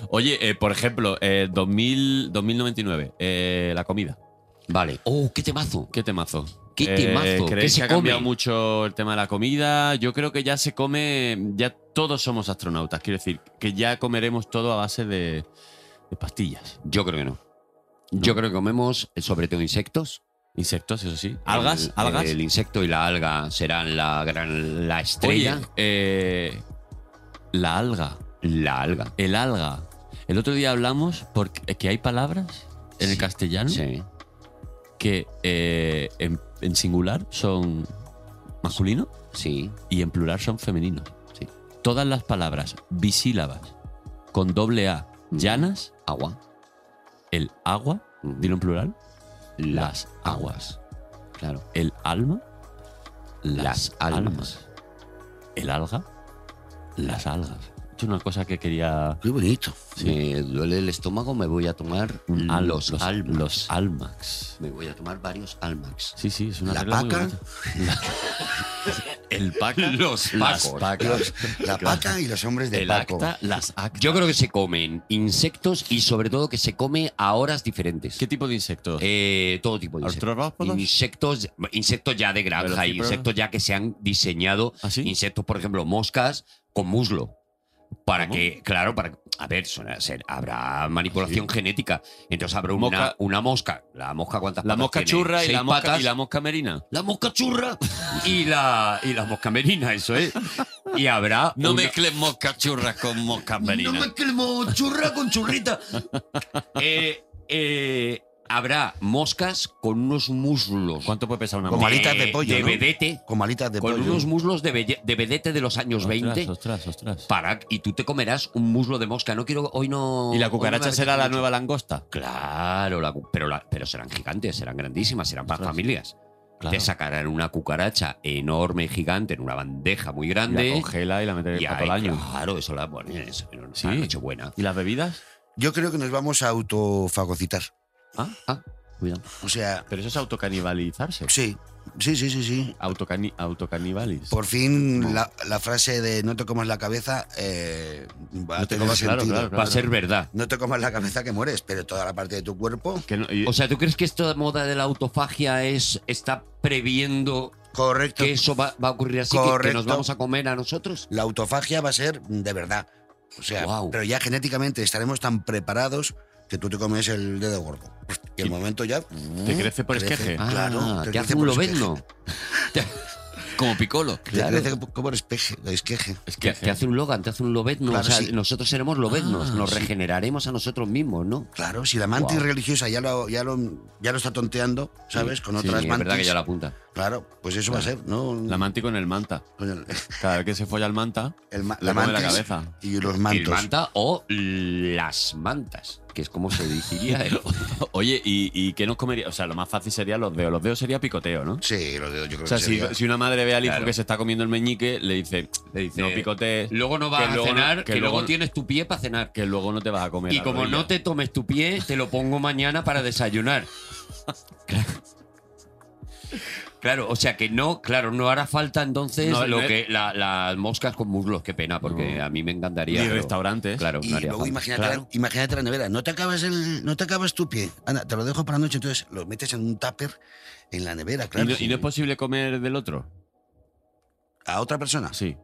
E: Oye, eh, por ejemplo, eh, 2000, 2099, eh, la comida.
D: Vale. Oh, qué temazo.
E: ¿Qué temazo? Eh,
D: ¿Qué temazo? ¿Qué
E: ¿Creéis
D: se
E: que ha cambiado
D: come?
E: mucho el tema de la comida? Yo creo que ya se come, ya todos somos astronautas. Quiero decir, que ya comeremos todo a base de, de pastillas.
D: Yo creo que no. Yo creo que comemos eh, sobre todo insectos.
E: Insectos, eso sí. Algas,
D: El-
E: algas.
D: El insecto y la alga serán la gran la estrella.
E: Oye, eh, la alga,
D: La alga.
E: el alga. El otro día hablamos porque que hay palabras en el castellano
D: Sí.
E: que eh, en, en singular son masculino
D: Sí.
E: y en plural son femeninos.
D: Sí.
E: Todas las palabras bisílabas con doble A,
D: Mm.
E: llanas,
D: Agua.
E: el agua,
D: Mm.
E: dilo en plural,
D: Las
E: las aguas.
D: Claro.
E: El alma,
D: Las
E: las,
D: almas.
E: almas. El alga, las algas. hecho una cosa que quería.
B: Qué bonito.
D: Me duele el estómago, me voy a tomar a Mm, los,
E: los
D: Almax.
E: Los Almax.
D: Me voy a tomar varios Almax.
E: Sí, sí, es una
B: La
E: regla muy
B: paca.
E: bonita. El paca.
D: Los
E: las
D: pacos.
E: pacas.
B: Los- la paca y los hombres de
E: El
B: Paco.
E: acta, las actas.
D: Yo creo que se comen insectos y sobre todo que se come a horas diferentes.
E: ¿Qué tipo de insectos?
D: Eh, todo tipo de insectos.
E: ¿Artrópodos?
D: Insectos, insectos ya de granja,
E: Velocípedos.
D: insectos ya que se han diseñado,
E: ¿Ah, sí?
D: insectos, por ejemplo, moscas con muslo. Para
E: ¿Cómo?
D: que, claro, para a ver, suena- se- habrá manipulación genética. Entonces habrá una
E: ¿Ah, Mosca-
D: una mosca. La mosca cuántas
E: La
D: patas
E: mosca
D: tiene?
E: churra y
D: Seis
E: la mosca,
D: patas.
E: y la mosca merina.
D: La mosca churra y la, y la mosca merina, eso es. Y habrá.
E: No
D: una-
E: mezcles mosca churras con mosca merina.
D: No mezclemos churra con churrita. Eh, eh, habrá moscas con unos muslos.
E: ¿Cuánto puede pesar una
B: Como
E: mosca?
B: Ali- alitas de pollo,
D: De
B: ¿no?
D: vedete.
B: Con malitas de
D: con
B: pollo.
D: unos muslos de, belle- de vedete de los años 20.
E: Ostras, ostras, ostras.
D: Para, y tú te comerás un muslo de mosca. No quiero. Hoy no.
E: ¿Y
D: hoy
E: la
D: no me
E: cucaracha
D: apetece
E: será la
D: mucho.
E: nueva langosta?
D: Claro, la cu- pero, la- pero serán gigantes, serán grandísimas, serán para
E: Ostras.
D: familias.
E: Claro.
D: Te sacarán una cucaracha enorme, gigante, en una bandeja muy
E: Y La
D: grande.
E: congela y la meteré
D: Y
E: para
D: ahí,
E: todo el año.
D: Claro, eso la bueno, eso, pero una
E: Sí.
D: Nochebuena.
E: ¿Y las bebidas?
B: Yo creo que nos vamos a autofagocitar.
E: Ah, ah, cuidado.
B: O sea,
E: Pero eso es autocanibalizarse.
B: sí. Sí, sí, sí, sí.
E: Autocani autocanibalis.
B: Por fin la, la frase de no te comas la cabeza eh, va a
E: No te
B: tener
E: comas, claro,
B: sentido.
E: claro, claro.
D: Va a ser verdad.
B: No te comas la cabeza que mueres, pero toda la parte de tu cuerpo.
E: Que no- y-
D: O sea, ¿tú crees que esta moda de la autofagia es está previendo
B: Correcto.
D: que eso va, va a ocurrir así? que- Que, nos
B: Correcto.
D: vamos a comer a nosotros.
B: La autofagia va a ser de verdad. O sea,
D: Guau.
B: pero ya genéticamente estaremos tan preparados que tú te comes el dedo gordo. Y el momento ya.
E: te crece por
B: crece.
E: esqueje.
B: Ah, Claro,
D: Ah,
B: te
D: te hace
B: crece
D: un
B: por
D: lobezno.
E: Como picolo.
B: Te crece como el espeje, esqueje.
E: Es
D: Te,
E: que
D: te hace un Logan, te hace un lobezno.
B: Claro,
D: o sea,
B: sí.
D: nosotros seremos lobeznos.
E: Ah,
D: nos
E: sí.
D: regeneraremos a nosotros mismos, ¿no?
B: Claro, si la mantis
D: Guau.
B: religiosa ya lo, ya, lo, ya lo está tonteando, ¿sabes? Con
D: Sí,
B: otras
D: es
B: mantis.
D: verdad que ya la apunta.
B: Claro, pues eso va a ser, ¿no?
E: la manti con el manta.
B: Coño, el-
E: Cada vez que se folla el manta,
B: el ma-
E: le
B: la
E: come la
B: mantis
E: cabeza.
B: y los
D: El
B: mantos.
D: manta o las mantas, que es como se diría. ¿eh?
E: Oye, ¿y, y qué nos comería? O sea, lo más fácil sería los dedos. Los dedos sería picoteo, ¿no?
B: Sí, los dedos, yo creo
E: O sea,
B: que
E: si,
B: sería.
E: si una madre ve al hijo
D: Pues Claro.
E: que se está comiendo el meñique, le dice,
D: Le dice,
E: no picotees,
D: Luego no vas
E: Que
D: a
E: luego no-
D: cenar,
E: que
D: que, luego,
E: luego-
D: tienes tu pie para cenar.
E: que luego no te vas a comer.
D: Y
E: la
D: como
E: rodilla".
D: no te tomes tu pie, te lo pongo mañana para desayunar. Claro. Claro, o sea que no, claro, no hará falta entonces
E: No,
D: lo
E: no-
D: que la- las moscas con muslos, qué pena, porque
E: No.
D: a mí me
E: Ni
D: encantaría. pero-
E: restaurantes.
D: Claro,
B: Y
D: no haría
B: luego
D: falta.
B: imagínate,
D: Claro.
B: la, imagínate la nevera, no te acabas el, no te acabas tu pie. Anda, te lo dejo para la noche, entonces lo metes en un tupper en la nevera,
E: ¿Y,
B: claro.
E: no, y no es posible comer del otro?
B: a otra persona.
E: Sí.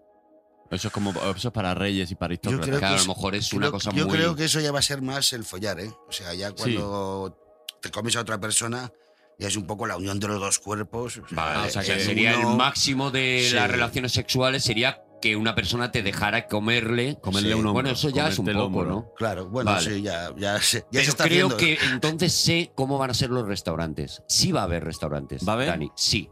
E: Eso es como eso es para reyes y para
B: creo
E: aristócratas.
D: Claro,
B: que
D: a
B: es-
D: lo mejor es
B: Yo
D: una
B: creo-
D: cosa
B: yo
D: muy.
B: creo que eso ya va a ser más el follar, ¿eh? O sea, ya cuando te comes a otra persona, ya es un poco la unión de los dos cuerpos. o sea, eh,
D: Vale,
E: Ah, o sea,
D: o sea,
E: que
D: sería
B: uno-
D: el máximo de
B: Sí.
D: las relaciones sexuales, sería que una persona te dejara comerle.
E: Comerle
B: Sí.
E: un hombro.
D: Bueno, eso ya es un
E: comerte el
D: poco,
E: hombro.
D: ¿no?
B: Claro, bueno,
D: Vale.
B: sí, ya, ya, se, ya se
D: Pero
B: está
D: creo
B: haciendo.
D: que entonces sé cómo van a ser los restaurantes. Sí va a haber restaurantes.
E: ¿Va a haber?
D: Dani, sí.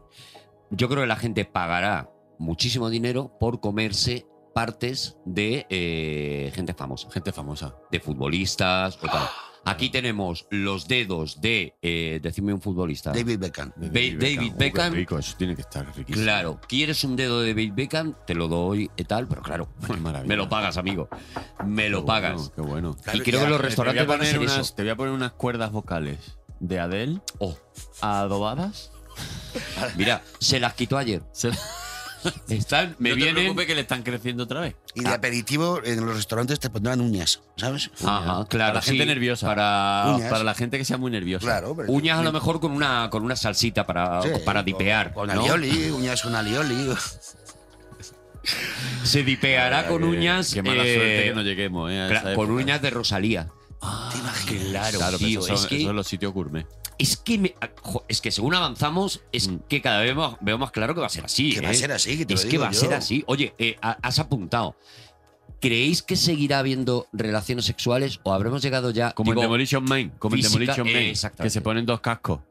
D: Yo creo que la gente pagará muchísimo dinero por comerse partes de eh, gente famosa,
E: Gente famosa.
D: de futbolistas o tal. Aquí tenemos los dedos de, eh, decidme un futbolista.
B: David Beckham.
E: De
D: David Beckham.
E: Uy, qué rico, eso tiene que estar riquísimo.
D: Claro, quieres un dedo de David Beckham, te lo doy y tal, pero claro,
E: Qué maravilla.
D: me lo pagas, amigo. Me
E: Qué
D: lo
E: bueno,
D: pagas.
E: qué bueno.
B: Claro,
D: y creo
B: ya,
D: que los
B: te voy a
D: restaurantes
E: te, voy
D: van
E: a
D: a
E: poner
D: hacer
E: unas,
D: eso.
E: te voy a poner unas cuerdas vocales de Adele
D: Oh,
E: adobadas.
D: mira, se las quitó ayer.
E: Se-
D: Están, me
E: no te
D: vienen.
E: preocupes que le están creciendo otra vez.
B: Y
D: Ah.
B: de aperitivo en los restaurantes te pondrán uñas, ¿sabes?
D: Ajá, claro.
E: Ah, para la gente
D: sí,
E: nerviosa.
D: Para
B: Uñas.
E: Para la gente que sea muy nerviosa.
B: Claro, pero-
D: uñas a lo mejor con una, con una salsita para,
B: Sí,
D: para
B: con-
D: dipear.
B: Con,
D: ¿no?
B: alioli, uñas con alioli.
D: Se dipeará con
E: Qué-
D: uñas.
E: Qué mala
D: eh,
E: suerte que no lleguemos, ¿eh? a
D: cla-
E: esa
D: con
E: época. Ah,
D: uñas de Rosalía. Claro,
E: Claro, pero
D: tío,
E: eso,
D: es
E: son-
D: que-
E: eso es los sitios gourmet.
D: Es que, me- jo, es que según avanzamos, es
E: Mm.
D: que cada vez más- veo más claro que va a ser así.
B: Que va a
D: ¿eh?
B: ser así, que te lo
D: es que
B: digo
D: va a
B: yo.
D: ser así. Oye, eh, ha- has apuntado. ¿Creéis que seguirá habiendo relaciones sexuales o habremos llegado ya
E: Como
D: digo,
E: en Demolition Man. Como
D: física,
E: en Demolition
D: eh,
E: Man.
D: exactamente.
E: que se ponen dos cascos.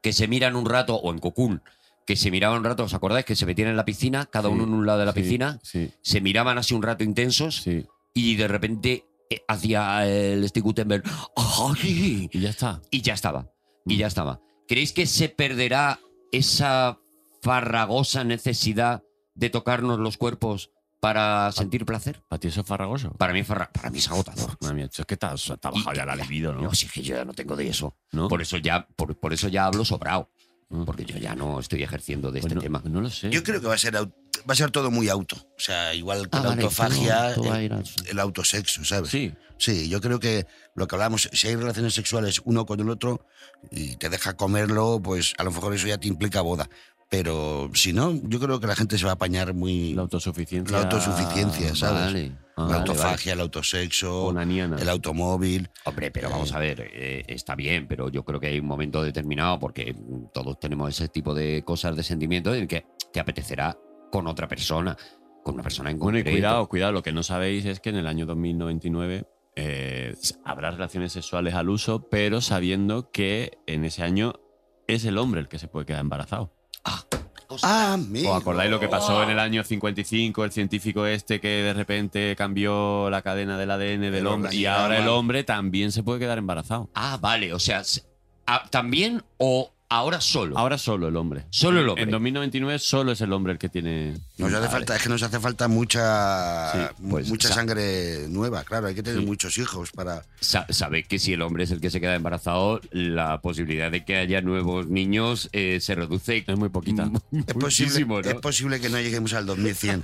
D: que se miran un rato o en Cocoon? Que se miraban un rato, ¿os acordáis? Que se metían en la piscina, cada
E: Sí,
D: uno en un lado de la
E: Sí,
D: piscina,
E: Sí,
D: se miraban así un rato intensos
E: sí.
D: y de repente eh, hacía el Steve Gutenberg ¡Ay!
E: Y ya está.
D: y ya estaba. Y
E: Mm.
D: ya estaba. ¿Creéis que se perderá esa farragosa necesidad de tocarnos los cuerpos para
E: Ah.
D: sentir placer.
E: ¿Para ti eso es farragoso?
D: Para mí, es farra- para mí es agotador.
E: Madre mía, es que te has, te ha bajado ya la libido, ¿no?
D: No, si es que yo ya no tengo de eso.
E: ¿No?
D: Por eso ya, por, por eso ya hablo sobrado.
E: Mm.
D: Porque yo ya no estoy ejerciendo de
E: Pues
D: este
E: no,
D: tema.
E: No lo sé.
B: Yo creo que va a ser au- va a ser todo muy auto. O sea, igual que
D: Ah,
B: la
D: vale,
B: autofagia,
D: tú- tú vas a
B: el,
D: ir a-
B: el autosexo, ¿sabes?
E: Pues Sí.
B: Sí, yo creo que lo que hablamos, si hay relaciones sexuales uno con el otro y te deja comerlo, pues a lo mejor eso ya te implica boda. Pero si no, yo creo que la gente se va a apañar muy...
E: La autosuficiencia.
B: La autosuficiencia, ¿sabes?
D: Vale.
E: Ah,
B: la
E: vale, vale.
B: autofagia, el autosexo,
E: Onaniana.
B: el automóvil.
D: Hombre, pero vamos a ver, eh, está bien, pero yo creo que hay un momento determinado porque mm, todos tenemos ese tipo de cosas, de sentimientos, en que te apetecerá con otra persona, con una persona en
E: Bueno, y
D: concreto.
E: cuidado, cuidado. Lo que no sabéis es que en el año 2099 eh, habrá relaciones sexuales al uso, pero sabiendo que en ese año es el hombre el que se puede quedar embarazado.
B: Ah, mira.
E: ¿Os acordáis lo que pasó en el año 55? El científico este que de repente cambió la cadena del ADN del
B: El
E: hombre y
B: organigrama.
E: ahora el hombre también se puede quedar embarazado.
D: Ah, vale, o sea, s- ah, también o ahora solo.
E: Ahora solo el hombre.
D: Solo el hombre.
E: En 2099 solo es el hombre el que tiene.
B: Nos hace
E: Vale.
B: falta, es que nos hace falta mucha,
E: Sí, pues,
B: mucha
E: sa-
B: sangre nueva, claro, hay que tener
E: Sí.
B: muchos hijos para...
D: Sa- Sabéis que si el hombre es el que se queda embarazado, la posibilidad de que haya nuevos niños eh, se reduce.
E: Es muy poquita.
B: Es posible,
D: Muchísimo, ¿no?
B: es posible que no lleguemos al 2100.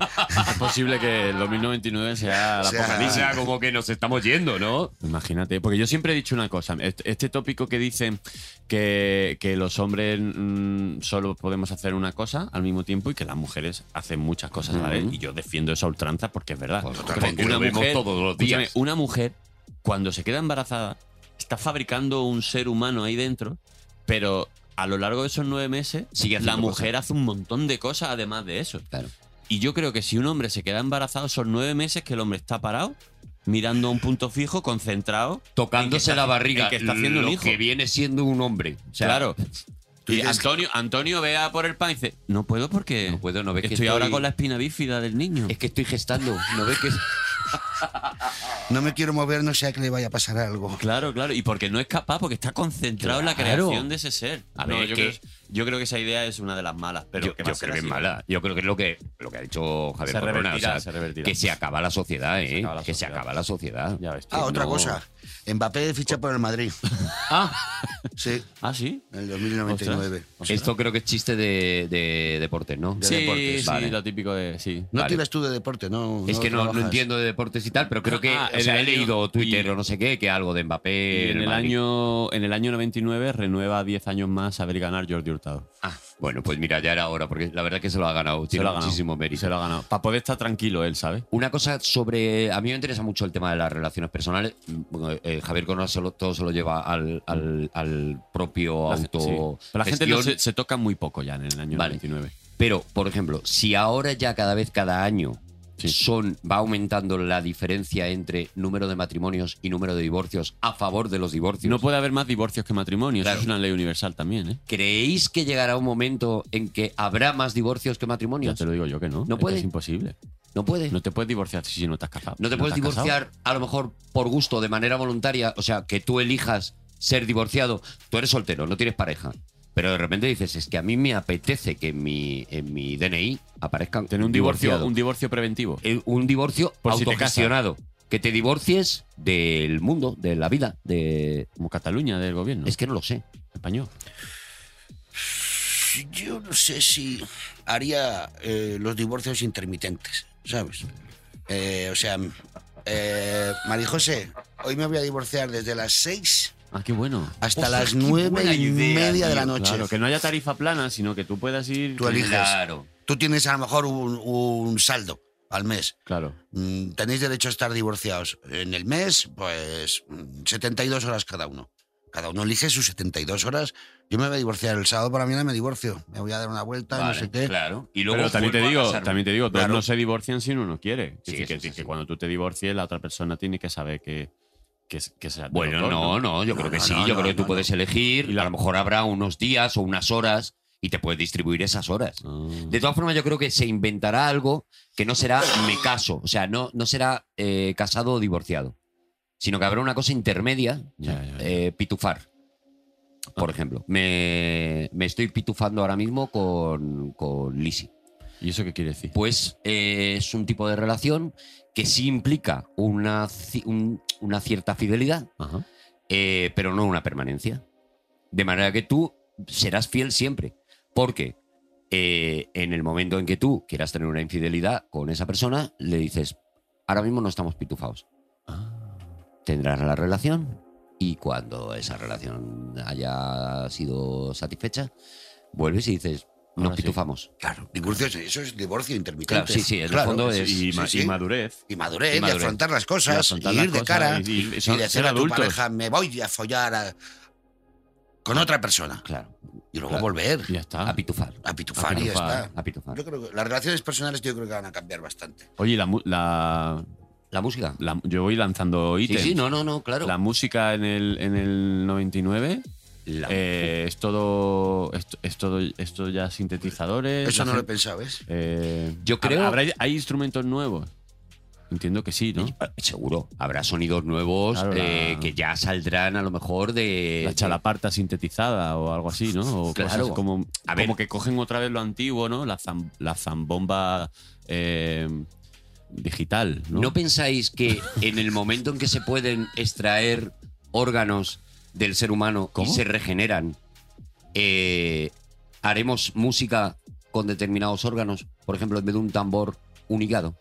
E: es posible que el 2099 sea la
B: Sea-
E: apocalipsis.
D: Dice, ah, como que nos estamos yendo, ¿no?
E: Imagínate, porque yo siempre he dicho una cosa, est- este tópico que dicen que, que los hombres mm, solo podemos hacer una cosa al mismo tiempo y que las mujeres hacen muchas cosas a la vez,
D: Ujú.
E: y yo defiendo esa ultranza porque es verdad.
D: Pues,
E: Porque
D: totalmente, lo vemos todos los días.
E: escúchame, una mujer, cuando se queda embarazada, está fabricando un ser humano ahí dentro, pero a lo largo de esos nueve meses,
D: Sigue haciendo
E: la mujer hace un montón de cosas además de eso.
D: Claro.
E: Y yo creo que si un hombre se queda embarazado, son nueve meses que el hombre está parado, mirando a un punto fijo, concentrado.
D: Tocándose
E: en que está-
D: la barriga.
E: en que está haciendo
D: lo
E: un hijo.
D: que viene siendo un hombre. O sea,
E: claro.
B: tú
E: Y
B: dices-
E: Antonio, Antonio ve a por el pan y dice, no puedo porque
D: No puedo, no ves que
E: estoy,
D: estoy-
E: ahora con la espina bífida del niño.
D: Es que estoy gestando. ¿No ves que.?
B: No me quiero mover, no sea que le vaya a pasar algo.
E: Claro, claro. Y porque no es capaz, porque está concentrado en la
D: Claro.
E: creación de ese ser.
D: A
E: No,
D: ver,
E: yo,
D: que-
E: creo, yo creo que esa idea es una de las malas, pero
D: yo
E: que va
D: yo
E: a ser
D: creo que es
E: así.
D: mala. Yo creo que es lo que, lo que ha dicho Javier
E: Se
D: Corona,
E: revertirá,
D: o sea,
E: se revertirá.
D: Que se acaba la sociedad, ¿eh?
E: acaba la
D: que se
E: sociedad.
D: acaba la sociedad.
E: Ya ves tú.
B: Ah, otra
E: No.
B: cosa. Mbappé ficha por el Madrid.
E: Ah,
B: Sí,
E: ¿ah, sí.
B: en el 2099.
D: Esto creo que es chiste de, de deportes, ¿no?
E: sí,
B: deportes,
E: sí,
D: vale.
E: lo típico de. Sí.
B: No
D: Vale.
B: tiras tú de deporte, no.
D: Es que no, no
B: trabajas.
D: entiendo de deportes y tal, pero creo que
E: Ah,
D: o sea, he
E: el año-
D: leído Twitter
E: y-
D: o no sé qué, que algo de Mbappé.
E: Y en, el
D: Madrid.
E: año, en el año 99 renueva 10 años más saber ganar Jordi Hurtado.
D: Ah, bueno, pues mira, ya era hora, porque la verdad es que se lo ha ganado.
E: Se
D: Tiene
E: lo ha ganado.
D: muchísimo mérito.
E: Se lo ha ganado. Para poder estar tranquilo él, ¿sabes?
D: Una cosa sobre. A mí me interesa mucho el tema de las relaciones personales. Bueno, eh, Javier Corona solo- todo se lo lleva al, al- al propio
E: La gen-
D: auto.
E: sí. Pero la gente no
D: gestión.
E: se, se toca muy poco ya en el año
D: Vale.
E: 99.
D: Pero, por ejemplo, si ahora ya cada vez cada año
E: Sí.
D: son va aumentando la diferencia entre número de matrimonios y número de divorcios a favor de los divorcios.
E: No puede haber más divorcios que matrimonios.
D: Claro.
E: Eso es una ley universal también, ¿eh?
D: ¿Creéis que llegará un momento en que habrá más divorcios que
E: Ya
D: matrimonios?
E: te lo digo yo que no.
D: No
E: Es que
D: puede.
E: Es imposible.
D: No puede.
E: No te puedes divorciar si no estás casado.
D: No te
E: si
D: puedes
E: estás casado.
D: divorciar a lo mejor por gusto, de manera voluntaria, o sea, que tú elijas ser divorciado. Tú eres soltero, no tienes pareja. Pero de repente dices, es que a mí me apetece que en mi, en mi DNI aparezca
E: Tener un divorcio,
D: divorciado.
E: un divorcio preventivo.
D: Eh, un divorcio
E: Por si te
D: autogestionado. que te divorcies del mundo, de la vida, de...
E: Como Cataluña del gobierno
D: Es que no lo sé.
E: español.
B: Yo no sé si haría eh, los divorcios intermitentes, ¿sabes? Eh, o sea, eh, Marijose, hoy me voy a divorciar desde las 6
E: Ah, qué bueno.
B: hasta las 9 y media de la noche.
E: Claro, que no haya tarifa plana, sino que tú puedas ir.
B: Tú eliges.
D: Claro.
B: Tú tienes a lo mejor un, un saldo al mes.
E: Claro.
B: Mm, Tenéis derecho a estar divorciados. En el mes, pues mm, 72 horas cada uno. Cada uno elige sus 72 horas. Yo me voy a divorciar el sábado para mañana me divorcio. Me voy a dar una vuelta, no
D: Vale,
B: sé qué.
D: Claro. Y luego
E: Pero también te
D: vuelvo a
E: digo,
D: casarme.
E: también te digo, dos
B: Claro.
E: no se divorcian si uno no quiere.
D: Sí,
E: Decir que,
D: eso sí,
E: que
D: sí.
E: cuando tú te divorcies, la otra persona tiene que saber que, que, que sea. de los
D: Bueno,
E: dos,
D: no, no, yo
B: No,
D: creo que
B: no,
D: sí.
B: no,
D: yo
B: no,
D: creo que tú
B: no,
D: puedes elegir. Y a lo mejor habrá unos días o unas horas y te puedes distribuir esas horas.
E: Ah.
D: De todas formas, yo creo que se inventará algo que no será me caso. O sea, no, no será eh, casado o divorciado. Sino que habrá una cosa intermedia,
E: Ya, ya, ya.
D: eh, pitufar. Por ejemplo, me, me estoy pitufando ahora mismo con, con Lisi.
E: ¿Y eso qué quiere decir?
D: pues eh, es un tipo de relación que sí implica una, ci- un- una cierta fidelidad,
E: Ajá.
D: eh, pero no una permanencia. De manera que tú serás fiel siempre, porque eh, en el momento en que tú quieras tener una infidelidad con esa persona, le dices, ahora mismo no estamos pitufados.
E: Ah.
D: Tendrás la relación y cuando esa relación haya sido satisfecha, vuelves y dices, nos
E: Ahora sí".
D: pitufamos.
B: Claro, divorcio, eso es divorcio intermitente.
D: Claro, sí, sí, en el
B: Claro,
D: fondo
B: sí,
D: es-
E: y, ma-
B: sí,
E: y
B: sí.
E: madurez.
B: Y madurez,
E: Y madurez.
B: de afrontar las cosas,
E: De afrontar
B: y
E: las
B: ir de
E: cosas,
B: cara,
E: y- y- y
B: y,
E: ser-
B: decir
E: ser
B: a tu
E: adultos.
B: pareja, me voy a follar a- con otra persona.
D: Claro.
B: Y luego
D: Claro.
B: volver
E: Ah. Y ya está.
D: A pitufar.
B: a pitufar y ya
E: pitufar.
B: está.
D: A pitufar.
B: Yo creo que las relaciones personales yo creo que van a cambiar bastante.
E: Oye, la, mu- la,
D: La música.
E: la- yo voy lanzando
D: Sí,
E: ítems.
D: sí, no, no, no, claro.
E: La música en el, en el 99
D: La-
E: eh, es todo es, es todo es todo ya sintetizadores.
B: Eso
E: la
B: no lo he
E: gente-
B: pensado, ¿ves?
E: eh,
D: Yo
E: ¿hab-
D: creo-
E: habrá- ¿Hay instrumentos nuevos? Entiendo que sí, ¿no?
D: Eh, Seguro. Habrá sonidos nuevos
E: Claro,
D: eh,
E: la-
D: que ya saldrán a lo mejor de.
E: La chalaparta sintetizada o algo así, ¿no? O
D: eh, Claro.
E: cosas como,
D: A ver.
E: como que cogen otra vez lo antiguo, ¿no? La, zam- la zambomba eh, digital, ¿no?
D: ¿No? pensáis que en el momento en que se pueden extraer órganos del ser humano
E: ¿Cómo?
D: y se regeneran, eh, haremos música con determinados órganos? Por ejemplo, en vez de un tambor, un hígado.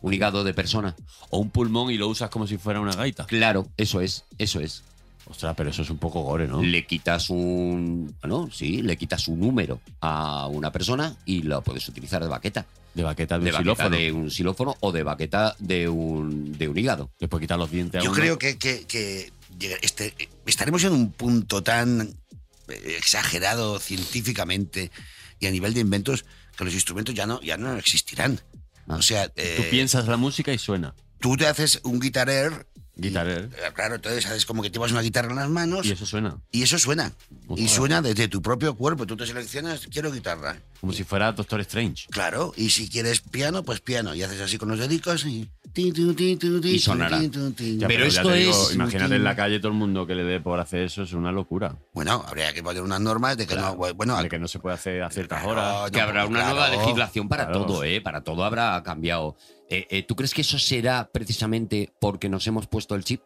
D: Un hígado de persona.
E: o un pulmón y lo usas como si fuera una gaita.
D: Claro, eso es, eso es.
E: Ostras, pero eso es un poco gore, ¿no?
D: le quitas un bueno, sí, le quitas un número a una persona y lo puedes utilizar de baqueta,
E: De baqueta de,
D: de
E: un
D: baqueta
E: xilófono.
D: de un xilófono o de baqueta de un de un hígado.
E: Le puedes quitar los dientes a
B: Yo
E: uno.
B: creo que, que- que llega- este- estaremos en un punto tan eh, exagerado científicamente y a nivel de inventos que los instrumentos ya no, ya no existirán. O sea,
E: Ah. Tú
B: eh,
E: piensas la música y suena.
B: tú te haces un guitarrer,
E: Guitarrer.
B: eh, claro, entonces haces como que llevas una guitarra en las manos
E: Y Pues
B: y,
E: eso suena.
B: eso suena. Y
E: Ostras.
B: suena desde tu propio cuerpo. Tú te seleccionas, quiero guitarra.
E: Como si fuera Doctor Strange.
B: Claro, y si quieres piano, pues piano. Y haces así con los dedicos y... ti, tu, ti, tu, ti,
D: Y sonará.
B: ti, tu, ti.
E: Ya,
D: Pero
E: ya
D: esto
E: te digo,
D: es-
E: Imagínate en la calle todo el mundo que le dé por hacer eso, es una locura.
B: Bueno, habría que poner unas normas de que no... Bueno,
E: De que no se puede hacer a ciertas
B: Claro,
E: horas.
D: Que habrá una
B: Ah, claro.
D: nueva legislación para
E: Claro.
D: todo, ¿eh? Para todo habrá cambiado. Eh, eh, ¿Tú crees que eso será precisamente porque nos hemos puesto el chip?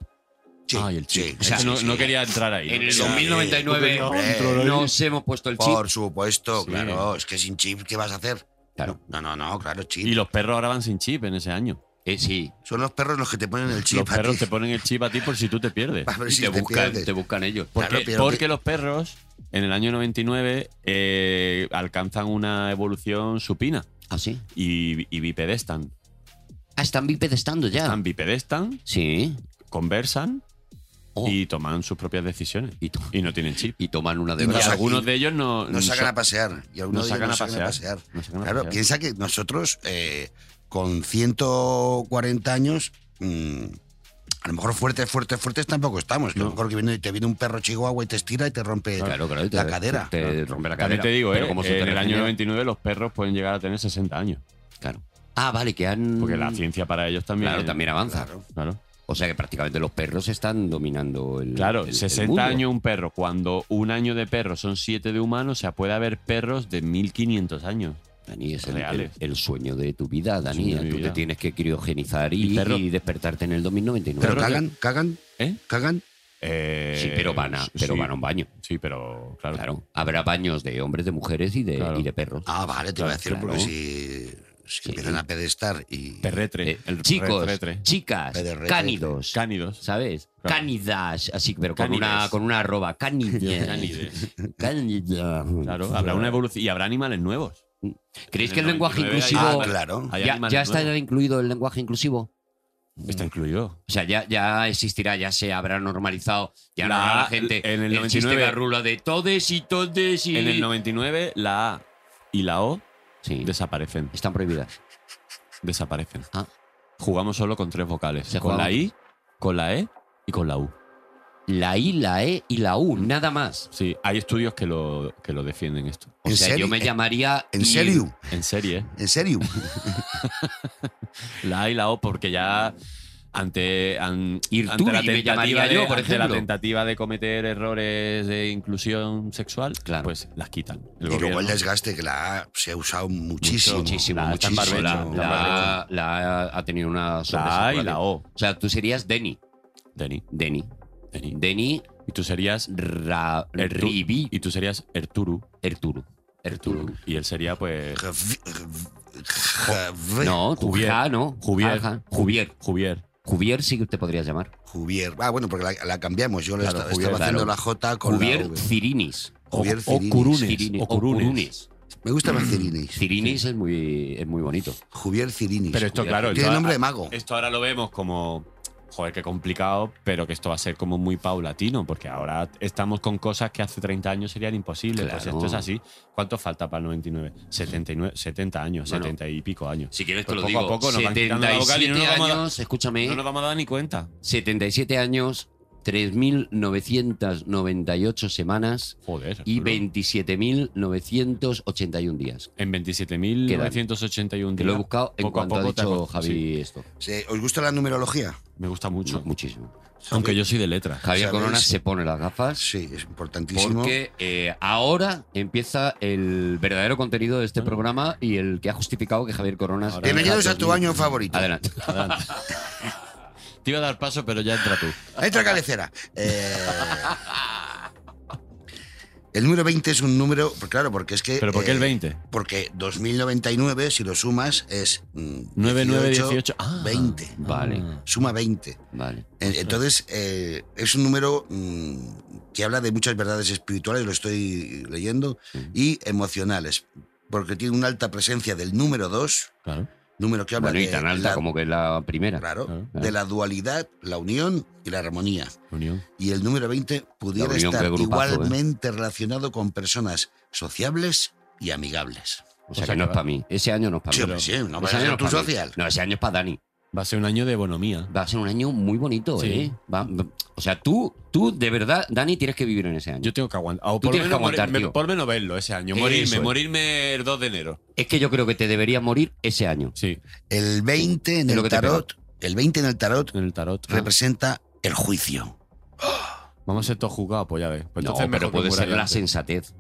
B: sí,
E: Ay, el chip.
B: sí,
E: O sea,
B: sí,
E: no,
B: sí.
E: no eh, quería entrar ahí.
D: En el
B: Sí.
D: 2099
B: Hombre.
D: nos hemos puesto el chip.
B: Por supuesto,
E: Sí.
B: claro. Es que sin chip, ¿qué vas a hacer?
D: Claro.
B: No, no, no, claro, chip.
E: Y los perros ahora van sin chip en ese año.
D: Eh, sí.
B: Son los perros los que te ponen el chip
E: los
B: a
E: perros
B: ti.
E: te ponen el chip a ti por si tú te pierdes.
B: A ver
D: Y
B: si
D: te,
B: te
D: buscan,
B: pierdes.
D: te buscan ellos.
E: Porque,
B: Claro, Ah, pero
E: porque
B: que-
E: los perros en el año 99 eh, alcanzan una evolución supina
D: ¿Ah, sí?
E: y, y bipedestan.
D: Ah, están bipedestando ya.
E: Están bipedestan,
D: Sí.
E: conversan
D: Oh.
E: y toman sus propias decisiones. Y, no tienen chip.
D: Y toman una
B: Y
D: de
E: Y
B: nos-
D: verdad.
E: algunos de ellos no,
B: Nos sacan
E: son-
B: a pasear. Y algunos de ellos
E: nos sacan a
B: nos sacan a
E: pasear.
B: pasear.
E: nos sacan a
B: Claro,
E: pasear.
B: piensa que nosotros eh, con 140 años, mm, a lo mejor fuertes, fuertes, fuertes tampoco estamos. Que A lo
E: No.
B: mejor que viene, te viene un perro chihuahua y te estira y te rompe
D: Claro, claro, te-
B: la cadera.
D: Te rompe la cadera.
E: Eh, También te digo,
D: Pero
E: eh,
D: como se te
E: en el año
D: regenera-
E: 99 los perros pueden llegar a tener 60 años.
D: Claro. Ah, vale, que han.
E: Porque la ciencia para ellos también.
D: Claro, también avanza.
B: Mm. Claro.
E: Claro,
D: O sea que prácticamente los perros están dominando el.
E: Claro,
D: el- el
E: 60
D: mundo.
E: años un perro. Cuando un año de perro son 7 de humanos, o sea, puede haber perros de 1500 años.
D: Dani, es el,
E: Reales.
D: el- el sueño de tu vida, Dani. ¿eh?
E: sueño de
D: Tú
E: mi
D: te
E: vida.
D: tienes que criogenizar
E: Y
D: y,
E: perro-
D: y despertarte en el 2099.
B: Pero
E: Claro que-
B: cagan, cagan,
E: ¿Eh?
B: cagan.
E: Eh,
D: sí, pero van a, pero
E: sí.
D: van a un baño.
E: Sí, pero claro.
D: Claro. Habrá baños de hombres, de mujeres y de,
E: Claro.
D: y de perros.
B: Ah, vale, te iba a decir,
D: Claro.
B: porque si, si
D: Sí.
B: empiezan a pedestar y.
E: Perretre.
D: Eh,
E: el
D: chicos,
E: retre-
D: chicas,
B: Pero retre-
D: cánidos.
E: Cánidos.
D: ¿Sabes?
E: Claro.
D: Cánidas, así, pero con
E: Cánides.
D: una, con una arroba. Cánidas.
E: Cánides.
D: Cánidas.
E: Claro, habrá una evolución. Y habrá animales nuevos.
D: ¿Creéis
E: En
D: que el
E: el
D: lenguaje
E: 99 hay-
D: inclusivo.
B: Ah, claro.
E: Hay
D: ya,
E: animales
D: ya está
E: nuevos.
D: incluido el lenguaje inclusivo. Mm.
E: Está incluido.
D: O sea, ya, ya existirá, ya se habrá normalizado, ya
E: La-
D: la, la gente
E: en el
D: chiste
E: 99.
D: garrulo de todes y todes y...
E: En el 99, la A y la O
D: Sí,
E: desaparecen.
D: están prohibidas.
E: Desaparecen.
D: Ah.
E: Jugamos solo con tres vocales.
D: Se
E: con
D: juega-
E: la I, con la E y con la U.
D: La I, la E y la U, nada más.
E: Sí, hay estudios que lo, que lo defienden esto.
D: O
B: ¿En
D: sea,
B: serio? Eh,
D: yo me llamaría...
B: ¿En
D: I-
B: serio?
E: En serie.
B: ¿En serio?
E: La A y la O, porque ya ante, an-
D: Ir
E: ante
D: tú
E: la
D: y me llamaría
E: tentativa de,
D: yo, por
E: ante la
D: ejemplo.
E: tentativa de cometer errores de inclusión sexual,
D: Claro.
E: pues las quitan.
B: y
E: El gobierno.
B: luego el desgaste que la A se ha usado muchísimo.
D: Muchísimo,
E: La- está en
D: muchísimo. La,
E: barbecho,
D: la- la A ha tenido una
E: la A y
B: ¿eh?
E: la
D: O.
E: O,
D: O sea, tú serías Denny.
E: Deni.
D: Denny.
E: Deni.
D: Denny
E: Y tú serías
D: Ra-
E: Ertu-
D: Ribi
E: y tú serías Erturu,
D: Erturu. Erturu.
E: y él sería pues
D: No, tú
E: Juvier.
D: Ja, no.
E: Juvier.
D: Ajá. Juvier.
E: Juvier.
D: Juvier sí que te podrías llamar.
B: Juvier. Ah, bueno, porque la, la cambiamos. Yo la
E: Claro,
B: esta-
E: Juvier,
B: estaba haciendo
D: claro.
B: la J con la
D: Juvier
B: V.
D: Cirinis.
B: Juvier
E: o
B: Cirinis.
E: Curunes.
D: Cirinis.
E: o
D: O
E: Curunes.
D: Curunes.
B: Me gusta más Cirinis.
D: Cirinis es muy, es muy bonito.
B: Juvier Cirinis.
E: Pero esto, claro,
B: Tiene
E: esto-
B: nombre de mago.
E: Esto ahora lo vemos como, joder, qué complicado, pero que esto va a ser como muy paulatino, porque ahora estamos con cosas que hace 30 años serían imposibles. Pues
D: Claro.
E: esto es así. ¿Cuánto falta para el 99? 79, 70 años,
D: Bueno.
E: 70 y pico años.
D: Si quieres
E: Pues
D: te lo
E: poco a
D: digo.
E: poco nos van quitando la vocal y
D: 77
E: no nos vamos a dar-
D: años, escúchame,
E: No nos vamos a dar ni cuenta.
D: 77 años, 3.998 semanas
E: Joder.
D: y
E: Arturo.
D: 27.981 días.
E: En 27.981
D: Te lo he
E: días.
D: buscado en
E: Poco a
D: cuanto ha
E: poco te
D: dicho
E: acostum-
D: Javi
E: sí.
D: esto.
B: Sí, ¿Os gusta la numerología?
E: Me gusta mucho.
D: Muchísimo.
E: Aunque yo soy de letras.
D: Javier
B: ¿Sabéis?
D: Corona se pone las gafas
B: Sí, es importantísimo.
D: porque eh, ahora empieza el verdadero contenido de este programa y el que ha justificado que Javier Corona...
E: Ah. Ahora- Ah.
B: Bienvenidos a tu año favorito.
D: Adelante.
E: Adelante. Te iba a dar paso, pero ya entra tú.
B: Entra cabecera. Eh, el número 20 es un número, pues claro, porque es que...
E: ¿Pero por qué el
B: eh,
E: 20?
B: Porque 2099, si lo sumas, es...
E: 9, 9,
B: 18,
E: 18. Ah,
B: 20.
D: Vale,
B: Suma 20.
D: vale.
B: Eh, Entonces, eh, es un número mm, que habla de muchas verdades espirituales, lo estoy leyendo, y emocionales, porque tiene una alta presencia del número 2,
E: Claro.
B: número que habla
D: Bueno, y
B: de
D: tan alta
B: la-
D: como que es la primera.
B: claro,
E: Claro,
D: claro.
B: de la dualidad, la unión y la armonía.
E: Unión.
B: Y el número 20 pudiera
D: La unión,
B: estar
D: qué grupazo, ¿eh?
B: igualmente relacionado con personas sociables y amigables.
D: O sea que no es para mí. Ese año no es para
B: Sí,
D: mí.
B: hombre, sí, no vas a
D: año
B: ser
D: Ah, no
B: tú
D: es pa' mí.
B: social.
D: No, ese año es para Dani.
E: Va a ser un año de bonomía.
D: Va a ser un año muy bonito,
E: Sí.
D: ¿eh? Va- va- o sea, tú, tú, de verdad, Dani, tienes que vivir en ese año.
E: Yo tengo que aguantar. O
D: Tú
E: por,
D: tienes
E: menos
D: que aguantar,
E: morir- me-
D: tío.
E: por menos verlo ese año.
D: Eso
E: Morirme,
D: es.
E: morirme el 2 de enero.
D: Es que yo creo que te deberías morir ese año.
E: Sí,
B: El 20 en
D: Es lo
B: el
D: que te pega. Ah.
B: tarot, el 20 en el tarot
E: en el tarot.
B: representa el juicio.
E: Ah. Vamos a ser todos juzgados, pues ya ves. Pues
D: no,
E: entonces mejor
D: pero
E: que
D: puede
E: muera
D: ser la
E: antes.
D: sensatez.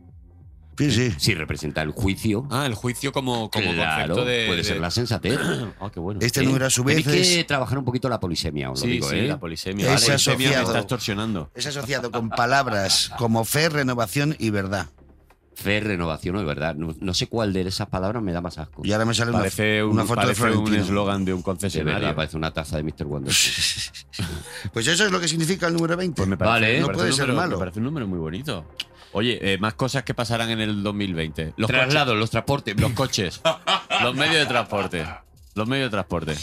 B: Sí, sí.
D: Si representa el juicio,
E: Ah, el juicio como, como
D: claro,
E: concepto de.
D: puede ser
E: de-
D: la sensatez.
E: Ah, qué bueno.
B: Este
D: ¿eh?
B: número a su vez
D: Tenéis que
B: es,
D: trabajar un poquito la polisemia, os lo
E: sí,
D: digo,
E: sí,
D: ¿eh?
E: la polisemia.
B: Es
E: La polisemia me
B: asociado.
E: está extorsionando.
B: es asociado con palabras como fe, renovación y verdad.
D: Fe, renovación, es verdad. No, no sé cuál de esas palabras me da más asco.
B: Y ahora me sale una,
E: Parece un,
B: una foto de
E: parece un
B: Florentino.
E: eslogan de un
D: de
E: concesionario.
D: verdad, parece una taza de Mr. Wonder.
B: Pues eso es lo que significa el número 20.
E: Pues me parece,
D: Vale.
E: me
D: No
E: parece
B: puede
E: un
B: ser
E: número-
B: malo.
E: Me parece un número muy bonito. Oye, eh, más cosas que pasarán en el 2020. Los
D: Traslados, los transportes.
E: Los coches. los medios de transporte. Los medios de transporte.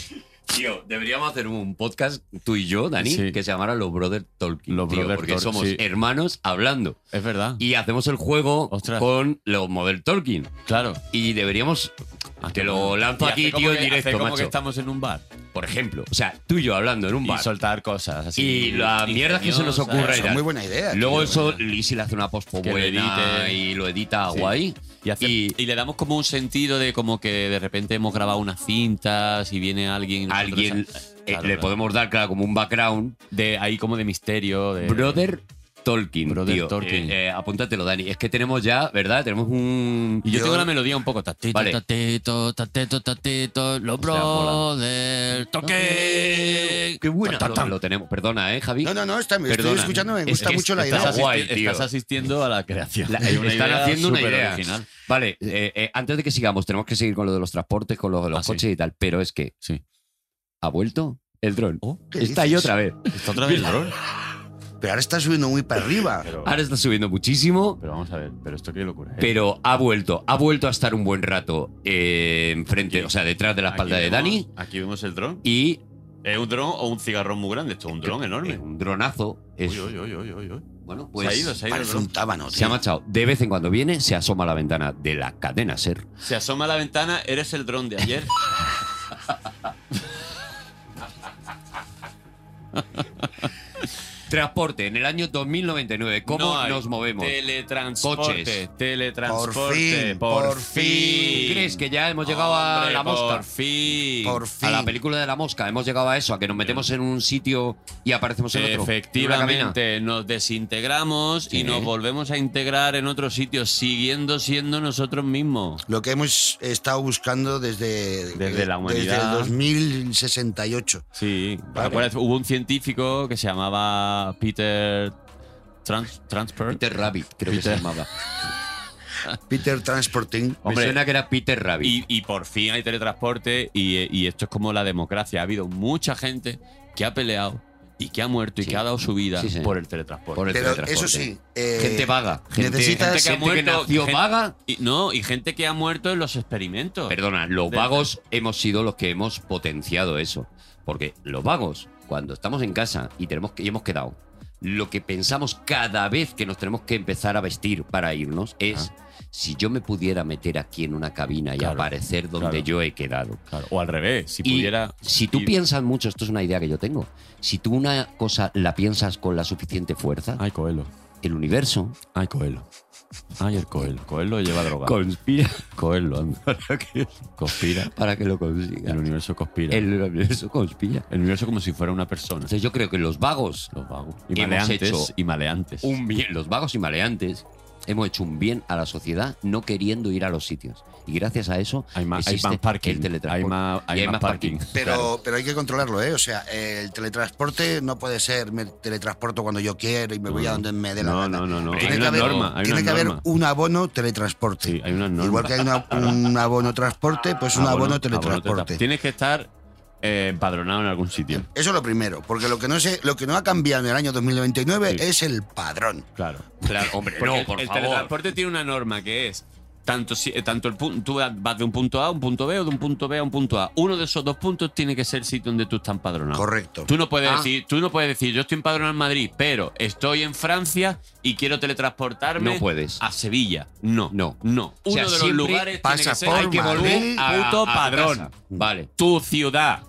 D: Tío, deberíamos hacer un podcast, tú y yo, Dani,
E: Sí.
D: que se llamara Los Brother Talking.
E: Los
D: tío,
E: Brother
D: porque
E: Talk,
D: somos
E: sí.
D: hermanos hablando.
E: Es verdad.
D: Y hacemos el juego
E: Ostras.
D: con los Model Talking.
E: claro.
D: Y deberíamos. Te lo lanzo
E: Ah, Y
D: aquí,
E: hacer como
D: tío,
E: que-
D: en directo,
E: hacer como que
D: macho.
E: estamos en un bar.
D: Por ejemplo, o sea, tú y yo hablando en un
E: Y
D: bar.
E: soltar cosas así.
D: Y la mierda que se nos
E: ingeniosas.
D: ocurra
B: Eso es muy buena idea. tío.
D: Luego eso, Lisi le hace una pospo
E: Que lo
D: buena
E: edite.
D: y lo edita
E: Sí.
D: guay.
E: Y, hacer-
D: Y-
E: y le damos como un sentido de como que de repente hemos grabado unas cintas y viene alguien. y nosotros-
D: Alguien eh,
E: Claro,
D: le
E: claro.
D: podemos dar, claro, como un background.
E: De ahí como de misterio. De,
D: Brother Talking,
E: Eh, Brother
D: tío.
E: Talking.
D: Eh, eh, apúntatelo, Dani. Es que tenemos ya, ¿verdad? Tenemos un.
E: Y yo,
B: Yo-
E: tengo la melodía un poco tatito,
D: Vale.
E: tatito, tatito, tatito, los
D: Hostia, mola.
E: brothers, toque.
D: ¡Qué buena!
E: Ta, ta, ta.
D: Lo, lo tenemos. Perdona, ¿eh, Javi?
B: No, no, no, está, me estoy
D: Perdona.
B: escuchando, me
D: Es
B: gusta
D: que
B: mucho la
E: Estás,
B: idea.
D: está
E: asisti-
D: Guay, tío.
E: estás asistiendo a la creación.
D: La- eh,
E: Hay una
D: están
E: idea
D: haciendo una
E: súper
D: idea.
E: original.
D: Vale, eh, eh, antes de que sigamos, tenemos que seguir con lo de los transportes, con lo de los
E: Ah, sí.
D: coches y tal. Pero es que.
E: Sí. Oh,
D: ¿Ha vuelto el dron?
B: ¿Qué
D: está ahí
B: dices?
D: otra vez.
E: Está otra vez el dron.
B: Pero ahora está subiendo muy para arriba.
E: Pero,
D: Ahora está subiendo muchísimo,
E: pero vamos a ver, pero esto qué locura. ¿eh?
D: pero ha vuelto. Ha vuelto a estar un buen rato eh, enfrente,
E: Aquí.
D: o sea, detrás de la
E: Aquí
D: espalda de
E: vemos-
D: Dani.
E: Aquí vemos el dron.
D: Y.
E: Es un dron o un cigarrón muy grande. Esto es un dron
D: eh,
E: enorme.
D: Un dronazo. Es,
E: Uy, uy, uy, uy, uy, uy.
D: Bueno,
E: se ha
D: pues.
E: ido, se ha ido. el
B: Parece un
E: dron.
B: tábano,
D: Se
B: tío.
D: ha machado. De vez en cuando viene, se asoma a la ventana de la cadena ser.
E: Se asoma a la ventana, eres el dron de ayer.
D: Transporte, en el año 2099. ¿Cómo
E: No hay.
D: nos movemos?
E: Teletransporte.
D: Coches.
E: Teletransporte.
B: Por fin,
E: Por
B: por
E: fin.
B: fin.
D: ¿Crees que ya hemos llegado a
E: Hombre,
D: la mosca?
E: Por fin.
B: Por fin.
D: A la película de la mosca, hemos llegado a eso, a que nos metemos en un sitio y aparecemos en otro. en una cabina.
E: Efectivamente, nos desintegramos
D: Sí.
E: y nos volvemos a integrar en otro sitio, siguiendo siendo nosotros mismos.
B: Lo que hemos estado buscando desde,
E: Desde la
B: desde el
E: humanidad.
B: 2068.
E: Sí.
B: Vale.
E: ¿Recuerdas? Hubo un científico que se llamaba Peter Trans Transport.
D: Peter Rabbit, creo que se
E: Peter.
D: llamaba.
B: Peter Transporting.
E: Hombre,
D: Me suena que era Peter Rabbit.
E: Y, y por fin hay teletransporte y, y esto es como la democracia. Ha habido mucha gente que ha peleado y que ha muerto y
D: Sí.
E: que ha dado su vida
D: Sí, señor.
E: por el teletransporte.
D: Por el
B: Pero
D: teletransporte.
B: eso sí, eh,
D: gente vaga. Gente,
B: necesitas-
D: gente que, ha
E: gente que
D: muerto,
E: nació
D: gente-
E: vaga. Y, no, y gente que ha muerto en los experimentos.
D: Perdona, los
E: De-
D: vagos hemos sido los que hemos potenciado eso. Porque los vagos, cuando estamos en casa y, tenemos que, y hemos quedado, lo que pensamos cada vez que nos tenemos que empezar a vestir para irnos es, si yo me pudiera meter aquí en una cabina y
E: Claro,
D: aparecer donde
E: claro.
D: yo he quedado.
E: Claro, o al revés, si
D: Y
E: pudiera.
D: si tú
E: ir-
D: piensas mucho, esto es una idea que yo tengo, si tú una cosa la piensas con la suficiente fuerza,
E: Ay, Coelho.
D: el universo
E: Ay, Coelho. Ay, el Coelho. Coelho lleva droga.
D: conspira
E: Coelho, anda. Conspira.
D: para que lo
E: El
D: consiga.
E: universo conspira. El,
D: El universo conspira.
E: universo como si fuera una persona.
D: Entonces yo creo que los vagos
E: Los vagos. Y
D: Hemos
E: maleantes.
D: hecho
E: y maleantes.
D: un bien, los vagos y maleantes, hemos hecho un bien a la sociedad no queriendo ir a los sitios. Y gracias a eso
E: Hay más, hay
D: existe
E: más parking.
D: el teletransporte.
E: Hay más,
D: Y
E: hay más parking.
B: Pero,
E: Claro.
B: pero hay que controlarlo, ¿eh? O sea, el teletransporte no puede ser me teletransporto cuando yo quiero y me voy a donde me dé la
E: Mm. No,
B: gana.
E: no, no, no.
D: Hay
B: Tiene que,
D: una
B: haber,
E: norma, hay
B: tiene
E: una
B: que haber
E: norma.
B: un abono teletransporte.
E: Sí, hay una norma.
B: Igual que hay una- un abono transporte, pues un abono,
E: teletra-
B: teletransporte.
E: Tienes que estar eh, empadronado en algún sitio.
B: Eso es lo primero, porque lo que no se, lo que no ha cambiado en el año 2029
E: Sí.
B: es el padrón.
E: Claro.
D: Claro, hombre,
E: Porque
D: no, por
E: el
D: favor.
E: teletransporte tiene una norma que es tanto si- eh, tanto el pun- tú vas de un punto A a un punto B o de un punto B a un punto A. Uno de esos dos puntos tiene que ser el sitio donde tú estás empadronado.
B: Correcto.
E: Tú no puedes
D: Ah.
E: decir, tú no puedes decir, yo estoy empadronado en Madrid, pero estoy en Francia y quiero teletransportarme
D: No puedes.
E: a Sevilla. No.
D: No.
E: No. Uno
D: O sea,
E: de los
D: siempre
E: lugares
B: pasa
E: tiene que ser
B: por
E: hay que volver
B: Madrid,
E: a puto
D: a tu
E: padrón.
D: casa. Vale.
E: Tu ciudad.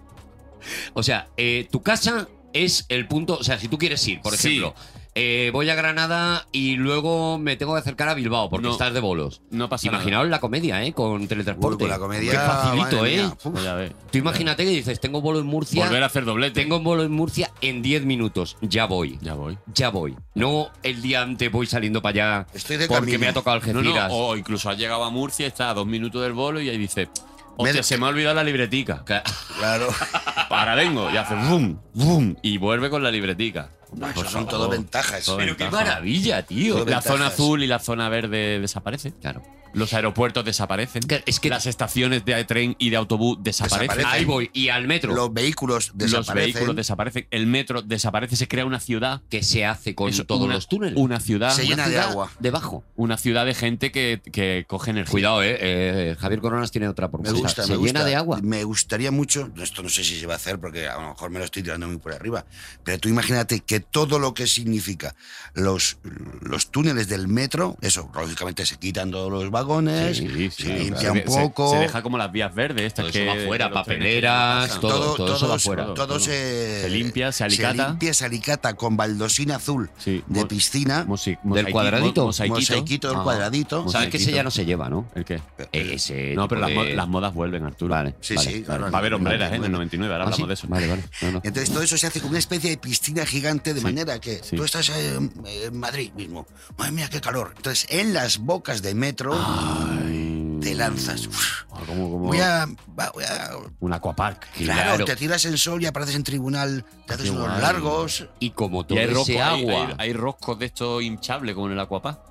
D: O sea, eh, tu casa es el punto. O sea, si tú quieres ir, por
E: Sí.
D: ejemplo, eh, voy a Granada y luego me tengo que acercar a Bilbao porque
E: No.
D: estás de bolos.
E: No pasa
D: Imaginaos la comedia, ¿eh? Con
B: Uy,
D: teletransporte.
B: con la comedia.
D: Qué facilito,
B: madre
D: ¿eh?
B: mía. Uf.
E: nada. Ya ves.
D: Tú imagínate que dices, tengo bolo en Murcia.
E: Volver a hacer doblete.
D: Tengo bolo en Murcia en 10 minutos. Ya voy.
E: Ya voy.
D: ya voy. No el día antes voy saliendo para allá
B: Estoy de
D: porque
B: camino.
D: me ha tocado
E: No, no,
D: Algeciras.
E: o incluso has llegado a Murcia, está a dos minutos del bolo y ahí dice, hostia,
B: Me-
E: se me ha olvidado la libretica. Que-
B: Claro.
E: Ahora vengo y hace boom, boom y vuelve con la libretica.
B: Macho,
E: Por
B: son
E: favor.
B: todo ventajas.
E: Todo
D: Pero qué
E: ventaja.
D: maravilla, tío.
B: Todo
E: La
B: ventajas.
E: zona azul y la zona verde desaparece.
D: Claro.
E: Los aeropuertos desaparecen.
D: Que- Es que
E: Las estaciones de tren y de autobús desaparecen.
B: Desaparecen.
D: ahí voy y al metro.
B: Los vehículos
E: Los
B: desaparecen.
E: vehículos desaparecen. El metro desaparece. Se crea una ciudad.
D: que se hace con
E: Eso,
D: todos
E: una-
D: los túneles.
E: Una ciudad.
B: Se
D: Una
B: llena de
D: ciudad
B: agua.
D: Debajo.
E: Una ciudad de gente que, que coge energía.
D: Cuidado, eh, eh, Javier Coronas tiene otra
B: Me
D: propuesta.
B: gusta,
D: se
B: me
D: llena
B: gusta.
D: de agua.
B: Me gustaría mucho, esto no sé si se va a hacer porque a lo mejor me lo estoy tirando muy por arriba, pero tú imagínate que todo lo que significa los, los túneles del metro, eso, lógicamente se quitan todos los vagones, se limpia un
E: Se- se-
B: poco,
E: Se, deja como las vías verdes, estas
D: Todo
E: que.
D: eso va
E: de
D: afuera,
E: los trenes.
D: papeleras, todo, todo, eso va
B: todo,
D: afuera.
B: todo
E: todo.
B: se,
E: Se limpia, se alicata.
B: limpia, se alicata con baldosina azul
E: Sí,
B: de
E: mo-
B: piscina,
E: mosi-
D: Del cuadradito.
E: mo-
B: mosaiquito,
E: Mosaiquito.
B: del
E: Ah.
B: cuadradito.
E: Mo-
D: ¿Sabes que ese ya no se lleva, no? Eh,
E: ¿El qué?
B: Eh,
D: Ese
E: eh, No, pero
D: tipo
E: las, mo-
D: de-
E: las modas vuelven, Arturo.
D: Vale,
B: Sí,
D: vale,
B: sí,
D: vale.
B: claro.
E: Va a haber hombreras, ¿eh? En el
B: Bueno.
E: 99, ahora
D: Ah,
E: hablamos
D: sí,
E: de eso.
D: Vale, vale. No, no.
B: Entonces todo eso se hace con una especie de piscina gigante de manera que
E: sí.
B: tú estás eh, en, en Madrid mismo. Madre mía, qué calor. Entonces en las bocas de metro te lanzas. Uf,
E: Ah, como, como
B: voy a, va- voy a-
E: un aquapark.
B: claro,
D: Claro.
B: te tiras el sol y apareces en tribunal, te haces
E: Qué
B: unos
E: guay.
B: largos.
D: Y como todo
E: Y hay,
D: ese
E: roscos, hay-
D: agua.
E: hay- hay roscos de estos hinchables como en el aquapark.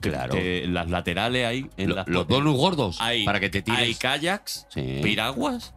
D: Claro.
E: Que en las laterales hay. En
D: Lo-
E: las
D: los
E: patas.
D: donuts gordos
E: Hay-
D: para que te tires.
E: Hay kayaks,
D: Sí.
E: piraguas,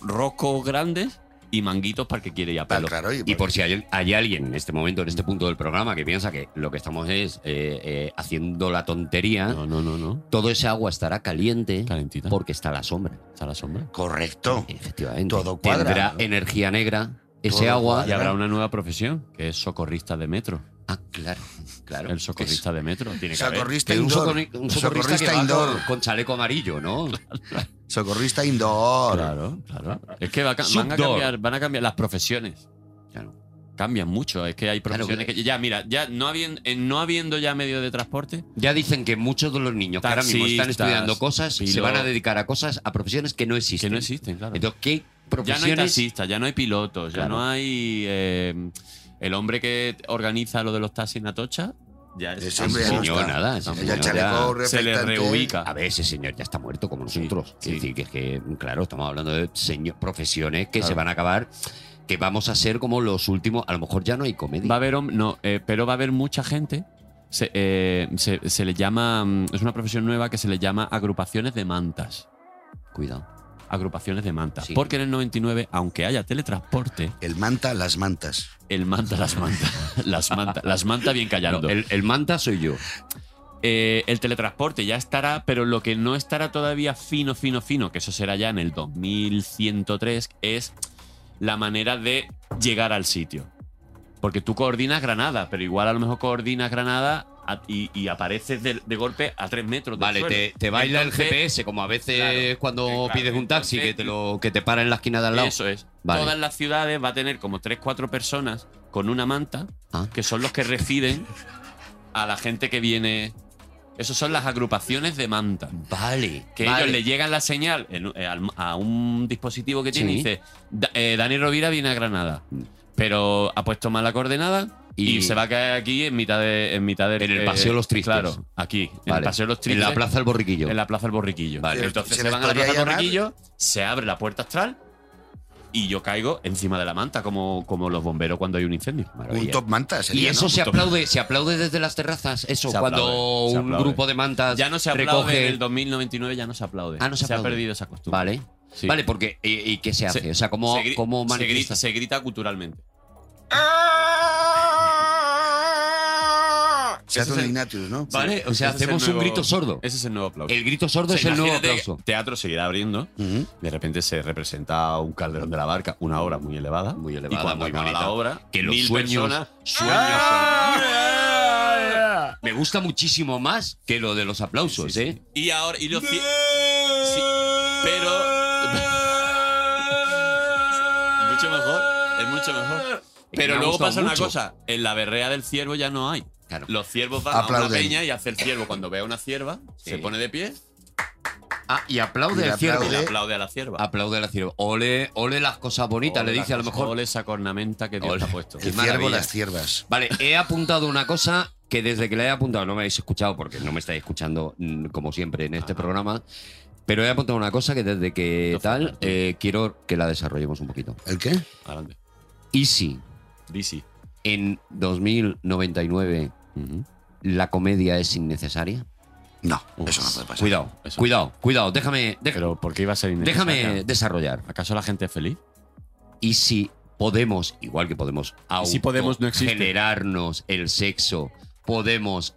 E: roscos grandes y manguitos para el que quiere ir a
B: Tal,
E: pelo.
B: claro, y,
D: Y por si hay, hay alguien en este momento, en este punto del programa, que piensa que lo que estamos es eh, eh, haciendo la tontería,
E: No, no, no, no.
D: todo ese agua estará caliente
E: Calentita.
D: porque está a la sombra.
E: Está la sombra.
B: Correcto.
D: Efectivamente.
B: Todo cuadra,
D: Tendrá
B: ¿no?
D: energía negra ese
B: Todo
D: agua.
E: Y habrá una nueva profesión, que es socorrista de metro.
D: Ah, claro, claro.
E: El socorrista de metro. Tiene que haber.
B: Socorrista
D: Que un,
B: indoor.
D: socorri- un socorrista, que va
B: indoor.
D: Con, con chaleco amarillo, ¿no?
B: Socorrista indoor.
E: Claro, claro. Es que va a ca- van, a
D: Subdoor.
E: cambiar, van a cambiar las profesiones.
D: Claro.
E: cambian mucho. Es que hay
D: Claro,
E: profesiones que ya, mira, ya no habiendo, no habiendo ya medio de transporte,
D: Ya dicen que muchos de los niños que ahora mismo están
E: Taxistas,
D: estudiando cosas se
E: pilotos.
D: van a dedicar a cosas, a profesiones que no
E: que
D: existen.
E: no existen, claro.
D: Entonces, ¿qué
E: ya no hay
D: profesiones?
E: taxistas, ya no hay pilotos, ya
D: Claro.
E: no hay. eh, el hombre que organiza lo de los taxis en Atocha, ya es
B: Ese hombre ya no
D: señor,
B: está.
D: nada,
B: Ya
D: señor,
B: el chaleco
E: se le
B: reflectante.
E: reubica.
D: a ver, ese señor ya está muerto como
E: Sí,
D: nosotros.
E: sí.
D: Es decir, que es que, claro, estamos hablando de señor- profesiones que
E: Claro.
D: se van a acabar, que vamos a ser como los últimos. A lo mejor ya no hay comedia.
E: Va a haber, hom- no, eh, pero va a haber mucha gente. Se, eh, se- se le llama. mm, Es una profesión nueva que se le llama agrupaciones de mantas.
D: Cuidado.
E: Agrupaciones de mantas.
D: Sí.
E: Porque en el 99, aunque haya teletransporte,
B: El manta, las mantas.
E: el manta las mantas. las mantas las manta bien callando.
D: el, el manta soy yo.
E: Eh, el teletransporte ya estará, pero lo que no estará todavía fino, fino, fino, que eso será ya en el 2103, es la manera de llegar al sitio. Porque tú coordinas Granada, pero igual a lo mejor coordinas Granada a- y, y apareces de, de golpe a tres metros del
D: Vale,
E: suelo.
D: te, te baila
E: Entonces,
D: el E GPS, como a veces
E: claro,
D: cuando
E: eh, claro,
D: pides un taxi
E: entonces-
D: que te lo que te para en la esquina de al lado.
E: Eso es.
D: Vale.
E: Todas las ciudades va a tener como tres, cuatro personas con una manta,
D: Ah.
E: que son los que reciben a la gente que viene. Esas son las agrupaciones de manta.
D: Vale.
E: Que
D: vale.
E: ellos le llegan la señal en un- eh, al- a un dispositivo que tiene
D: Sí. Mm.
E: y dice, "Da- eh, Dani Rovira viene a Granada, pero ha puesto mal la coordenada y,
D: Y-
E: se va a caer aquí en mitad de... En, mitad del-
D: En el
E: eh,
D: Paseo de los Tristes.
E: Claro, aquí, en el
D: Vale.
E: Paseo de los
D: En
E: Tristes.
D: la plaza del borriquillo.
E: en la Plaza del Borriquillo.
D: Vale.
E: Entonces
B: Se
E: se,
B: les
E: van a la
B: podría
E: Plaza del
B: llamar-
E: Borriquillo, se abre la puerta astral y yo caigo encima de la manta como, como los bomberos cuando hay un incendio.
B: Un top manta sería,
D: Y eso
B: ¿no?
D: se
E: Justo-
D: aplaude, se aplaude desde las terrazas, eso,
E: Se
D: cuando
E: aplaude, se
D: un
E: aplaude.
D: grupo de mantas
E: Ya no se aplaude
D: recoge-
E: en el 2099, ya no se aplaude.
D: Ah, no se
E: ha
D: aplaude.
E: perdido esa costumbre.
D: Vale.
E: Sí.
D: Vale, porque ¿y, y qué se hace? o sea, ¿cómo,
E: se, gri-
D: cómo
E: se grita,
D: manifiesta?
E: se grita culturalmente.
B: Se hace
E: Ese
B: un
E: es el-
B: Ignatius, ¿no?
D: Vale, o sea,
E: Ese es el
D: hacemos un
E: nuevo-
D: grito sordo.
E: Ese es el nuevo aplauso.
D: El grito sordo
E: O
D: es
E: sea,
D: el nuevo
E: imagínate
D: aplauso.
E: que Teatro seguirá abriendo.
B: Ujú.
E: De repente se representa un calderón de la barca, una obra muy elevada.
D: Muy elevada,
E: y cuando
D: muy
E: acaba
D: bonita.
E: la obra,
D: Que los
E: mil
D: sueños-
E: personas-
D: sueños
C: Ah.
D: Me gusta muchísimo más que lo de los aplausos,
E: Sí, sí,
D: ¿eh?
E: sí. Y ahora, y los cien- sí, pero. mucho mejor, es mucho mejor. Pero
D: me ha
E: luego
D: gustado
E: pasa una
D: mucho.
E: cosa: en la berrea del ciervo ya no hay.
D: Claro.
E: Los ciervos van a una
B: Aplauden.
E: peña y hace el ciervo. Cuando ve a una cierva,
D: Sí.
E: se pone de pie
D: Ah, y aplaude
B: Y
D: al ciervo.
E: y le
B: aplaude.
E: aplaude a la cierva.
D: Aplaude al ciervo. Ole, ole las cosas bonitas, le dice a lo mejor.
E: Ole esa cornamenta que Dios
D: Ole.
E: te ha puesto.
B: El ciervo, las ciervas.
D: Vale, he apuntado una cosa que desde que la he apuntado no me habéis escuchado porque no me estáis escuchando mm, como siempre en este programa. Pero he apuntado una cosa que desde que
E: No fue
D: tal
E: para ti.
D: eh, quiero que la desarrollemos un poquito.
B: ¿El qué?
E: Adelante.
D: Y si
E: DC.
D: en 2099 la comedia es innecesaria.
B: No, eso no puede pasar.
D: Cuidado,
E: eso.
D: cuidado, cuidado. Déjame, deja-
E: Pero ¿por qué iba a ser innecesaria?
D: déjame desarrollar.
E: ¿Acaso la gente es feliz?
D: Y si podemos, igual que podemos
E: ¿Y si Podemos no existe?
D: generarnos el sexo, podemos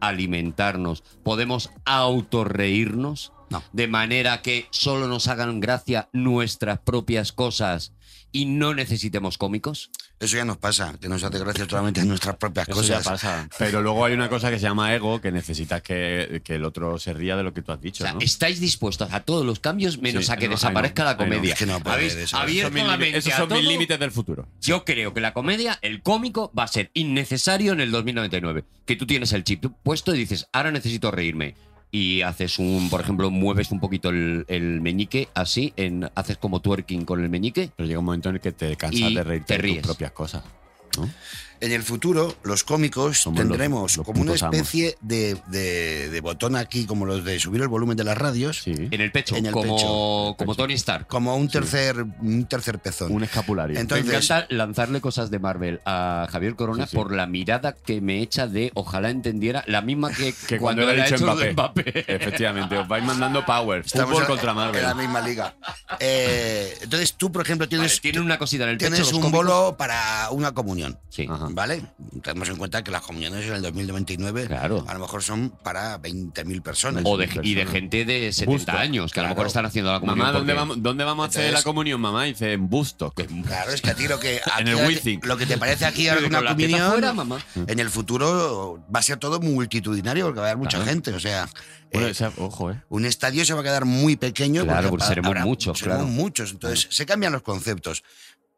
D: autoalimentarnos, podemos autorreírnos,
B: No.
D: de manera que solo nos hagan gracia nuestras propias cosas y no necesitemos cómicos.
B: Eso ya nos pasa, que nos hace gracia solamente en nuestras propias
E: Eso ya
B: cosas.
E: pasa. Pero luego hay una cosa que se llama ego, que necesitas que, que el otro se ría de lo que tú has dicho,
D: O sea,
E: ¿no?
D: estáis dispuestos a todos los cambios menos
E: Sí,
D: a que
E: no, ay,
D: desaparezca
E: no,
D: la
E: ay, no.
D: comedia.
B: Es que no puede
D: Habéis
B: haber eso.
D: abierto
E: Esos son mis
D: la
E: límites-
D: mente
E: esos
D: a
E: son mis
D: todo.
E: límites del futuro.
D: Yo creo que la comedia, el cómico, va a ser innecesario en el 2099. Que tú tienes el chip puesto y dices, ahora necesito reírme. Y haces un, por ejemplo, mueves un poquito el, el meñique así, en, haces como twerking con el meñique.
E: Pero llega un momento en el que te cansas
D: Y
E: de reírte
D: te
E: de tus
D: ríes.
E: propias cosas.
B: En el futuro, los cómicos
E: Somos los-
B: tendremos
E: los
B: como una
E: putos amos.
B: especie de, de- de botón aquí, como los de subir el volumen de las radios,
E: Sí.
D: En el pecho,
B: En el
D: como,
B: pecho.
D: como Tony Stark.
B: como un tercer, un tercer pezón.
E: Un escapulario.
B: Entonces-
D: me encanta lanzarle cosas de Marvel a Javier Corona
E: Sí, sí.
D: por la mirada que me echa de ojalá entendiera la misma que,
E: que cuando, lo
D: la
E: ha
D: ha
E: hecho
D: de
E: Mbappé.
D: Mbappé.
E: Efectivamente, os vais mandando power.
B: Estamos
E: Fútbol
B: en-
E: contra Marvel.
B: En la misma liga. Eh, entonces tú, por ejemplo,
D: Vale,
B: tienes,
D: tienen una cosita en el pecho.
B: tienes
D: los
B: un
D: cómicos.
B: bolo para una comunión.
D: Sí.
E: Ajá.
B: ¿Vale? Tenemos en cuenta que las comuniones en el 2099
D: Claro.
B: a lo mejor son para 20.000 personas.
D: O de- y de gente de 70
E: Busto.
D: años, que a lo mejor
B: Claro.
D: están haciendo la comunión.
E: Mamá, ¿dónde
D: porque-
E: vamos, ¿dónde vamos a hacer
B: Entonces-
E: la comunión, mamá? Y dice, en Bustock.
B: Claro, es que a ti lo que, a
E: En
B: ti
E: el
B: lo que-
E: Wizzing.
B: lo que te parece aquí ahora
D: Con
B: una
D: la teta
B: comunión,
D: fuera, mamá.
B: en el futuro va a ser todo multitudinario porque va a haber mucha
E: Claro.
B: gente. O sea,
E: Bueno,
B: eh,
E: o sea, ojo, ¿eh?
B: un estadio se va a quedar muy pequeño.
D: Pues Claro, porque
B: pa-
D: seremos muchos,
B: seremos
D: claro.
B: muchos. Entonces se cambian los conceptos.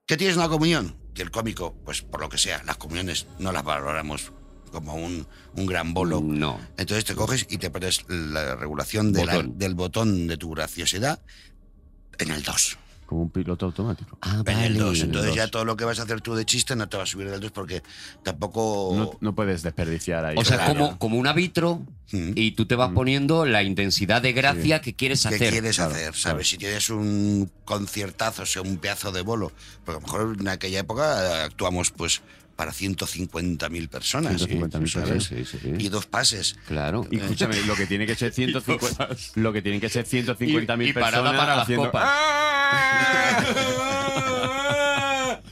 B: ¿Qué tienes una comunión? que el cómico, pues por lo que sea, las comuniones no las valoramos como un, un gran bolo.
D: No.
B: Entonces te coges y te pones la regulación de la-
D: Botón.
B: del botón de tu graciosidad en el 2.
E: Como un piloto automático.
D: Ah,
B: En el 2.
E: en el
B: Entonces ya
E: dos.
B: todo lo que vas a hacer tú de chiste no te va a subir del 2 porque tampoco...
E: No, no puedes desperdiciar ahí.
D: O sea,
E: Claro.
D: como, como un arbitro
B: Mm.
D: y tú te vas poniendo la intensidad de gracia que quieres
B: ¿Qué
D: hacer.
B: quieres hacer? ¿Sabes? Si tienes un conciertazo, o sea, un pedazo de bolo, porque a lo mejor en aquella época eh, actuamos pues para 150.000 personas. ¿eh?
E: 150.000
B: ¿sabes?
E: personas,
D: sí, sí.
B: Y dos pases.
D: Claro.
E: Y escúchame, lo que tiene que ser 150 lo que tienen que ser 150
D: Y-
E: mil
D: y parada
E: personas
D: para las
E: haciendo
D: copas.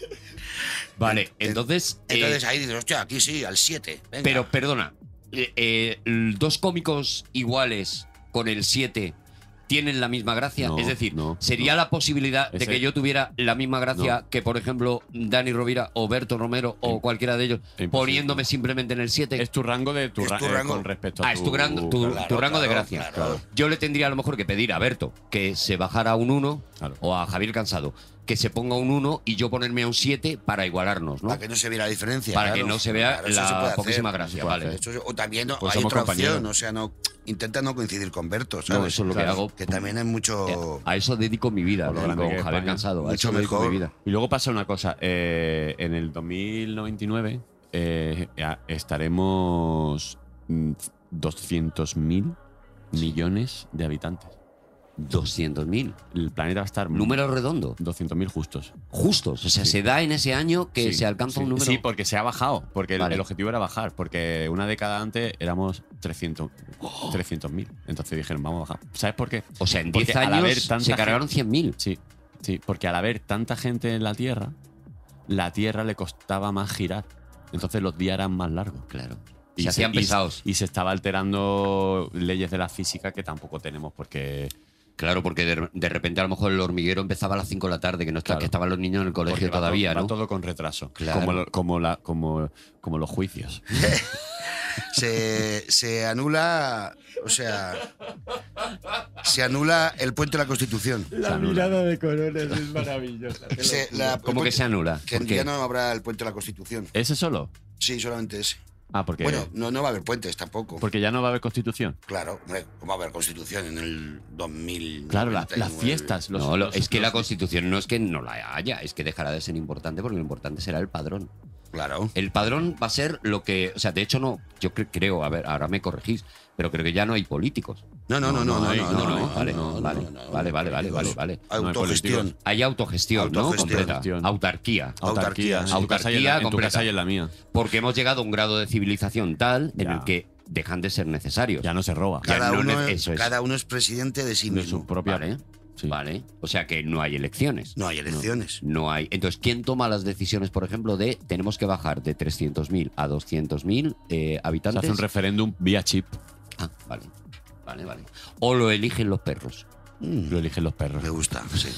D: Vale, entonces. eh,
B: Entonces ahí dices, hostia, aquí sí, al 7. venga.
D: pero perdona, eh, eh, dos cómicos iguales con el 7 tienen la misma gracia.
E: No,
D: es decir,
E: no,
D: sería
E: no.
D: la posibilidad de
E: Ese-
D: que yo tuviera la misma gracia que, por ejemplo, Dani Rovira o Berto Romero o
E: Im-
D: cualquiera de ellos,
E: imposible.
D: poniéndome simplemente en el 7.
E: Es tu rango de tu,
B: Es
E: ra-
B: tu
E: eh,
B: rango.
E: con respecto a
D: Ah, es tu, gran- tu- tu
B: claro,
D: rango de
B: claro,
D: gracia.
B: claro.
D: Yo le tendría a lo mejor que pedir a Berto que se bajara a un 1
E: Claro.
D: o a Javier Cansado que se ponga un 1 y yo ponerme a un 7 para igualarnos, ¿no?
E: Ah,
B: Para que no se vea la diferencia.
D: Para
B: claro.
D: que no se vea
B: Claro, eso se puede
D: la
B: hacer.
D: poquísima gracia,
E: puede
D: vale.
E: hacer.
B: Eso es- o también no,
E: Pues
B: hay
E: somos
B: otra
E: compañeros.
B: opción, o sea, no intenta no coincidir con Berto, ¿sabes?
D: No, eso es lo que
E: Claro.
D: hago.
B: Que también es mucho...
D: Eh, A eso dedico mi vida,
E: Por lo
D: ¿no?
E: grande
D: con
E: que es
D: Javier
E: España.
D: Cansado. A
B: Mucho
D: eso dedico mi
B: mejor.
D: vida.
E: Y luego pasa una cosa. eh, en el 2099 eh, ya estaremos mm, 200.000 millones de habitantes.
D: 200.000.
E: El planeta va a estar
D: Número redondo.
E: 200.000 justos.
D: Justos. O sea,
E: Sí.
D: se da en ese año que
E: Sí,
D: se alcanza
E: sí.
D: un número.
E: Sí, porque se ha bajado. Porque el-
D: Vale.
E: el objetivo era bajar. Porque una década antes éramos 300 300.000. Entonces dijeron, vamos a bajar. ¿Sabes por qué?
D: o sea, en
E: porque
D: 10
E: al haber
D: años
E: tanta
D: se cargaron 100.000.
E: Sí, sí, porque al haber tanta gente en la Tierra, la Tierra le costaba más girar. Entonces los días eran más largos.
D: Claro. Y se hacían
E: y-
D: pesados.
E: Y, se estaba alterando leyes de la física que tampoco tenemos porque.
D: Claro, porque de, de repente a lo mejor el hormiguero empezaba a las 5 de la tarde, que no está,
E: Claro.
D: que estaban los niños en el
E: porque
D: colegio
E: va todo-
D: todavía,
E: va
D: ¿no?
E: todo con retraso.
D: Claro.
E: Como, lo- como, la, como, como los juicios.
B: se, se anula, o sea, se anula el puente de la Constitución.
E: Se anula.
I: de colores es maravillosa.
B: Se- la-
D: Como que se anula.
B: Que
D: ¿Por qué?
B: ya no habrá el puente de la Constitución.
E: ¿Ese solo?
B: Sí, solamente ese.
E: Ah, porque.
B: Bueno, no, no va a haber puentes tampoco.
E: porque ya no va a haber constitución.
B: Claro, hombre, ¿cómo va a haber Constitución en el 2000?
E: Claro, la- las fiestas. Los,
D: No, lo-
E: los-
D: es que
E: los-
D: la constitución no es que no la haya, es que dejará de ser importante porque lo importante será el padrón.
B: Claro.
D: El padrón va a ser lo que. O sea, de hecho, no. Yo cre- creo, a ver, ahora me corregís, pero creo que ya no hay políticos.
B: No, no, no, no, no,
E: hay-
B: no,
D: No,
B: no,
D: no,
B: no,
D: vale,
B: no, no,
D: vale,
B: no, no,
D: vale,
B: no,
D: vale, vale,
B: no,
D: vale,
B: no.
D: vale.
B: Autogestión.
D: Hay autogestión,
B: Autogestión.
D: ¿no? Completa. Autarquía.
B: Autarquía.
E: En tu casa y en la- en tu
D: Autarquía
E: casa y en la mía.
D: Porque hemos llegado a un grado de civilización tal en
E: Ya.
D: el que dejan de ser necesarios.
E: Ya no se roba.
D: Ya
B: Cada
D: no
B: uno,
D: ne- eso es.
B: cada uno es presidente de sí
E: De su
B: mismo.
E: propia.
D: Vale,
E: Sí.
D: vale. O sea que no hay elecciones.
B: No hay elecciones.
D: No hay. Entonces, ¿quién toma las decisiones, por ejemplo, de tenemos que bajar de 300.000 a 200.000 eh,
E: Se
D: habitantes?
E: hace un referéndum vía chip.
D: Ah, vale. Vale, vale. O lo eligen los perros.
E: Lo eligen los perros.
B: Me gusta, sí.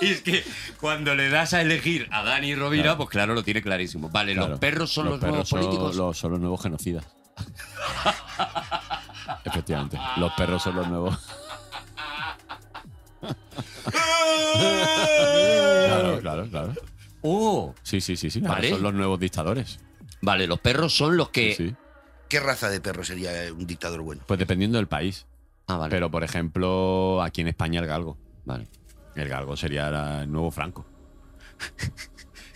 D: Y es que cuando le das a elegir a Dani Rovira, pues claro, lo tiene clarísimo. Vale,
E: Claro.
D: los perros son los,
E: perros
D: nuevos
E: son
D: políticos.
E: los- son los nuevos genocidas. Efectivamente. Los perros son los nuevos. claro, claro, claro.
D: ¡Oh!
E: Sí, sí, sí, sí.
D: Vale. Eh,
E: Ahora Son los nuevos dictadores.
D: Vale, los perros son los que.
E: Sí, sí.
B: ¿Qué raza de perro sería un dictador bueno?
E: Pues dependiendo del país.
D: Ah, vale.
E: Pero, por ejemplo, aquí en España el galgo.
D: vale.
E: El galgo sería la- el nuevo Franco.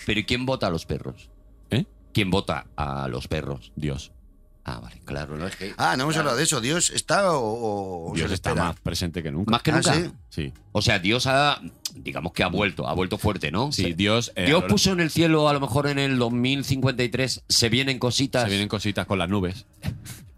D: Pero ¿y quién vota a los perros?
E: ¿Eh?
D: ¿Quién vota a los perros?
E: Dios.
D: Ah, vale, claro, no es que.
B: Ah, no hemos hablado de eso. ¿Dios está o- o, o Pues se
E: Dios
B: le
E: está
B: espera?
E: más presente que nunca.
D: Más que
B: Ah,
D: nunca.
B: ¿sí?
E: Sí.
D: O sea, Dios ha. Digamos que ha vuelto, ha vuelto fuerte, ¿no?
E: Sí, Dios. eh,
D: Dios
E: ahora-
D: puso en el cielo, a lo mejor en el 2053, se vienen cositas
E: Se vienen cositas con las nubes.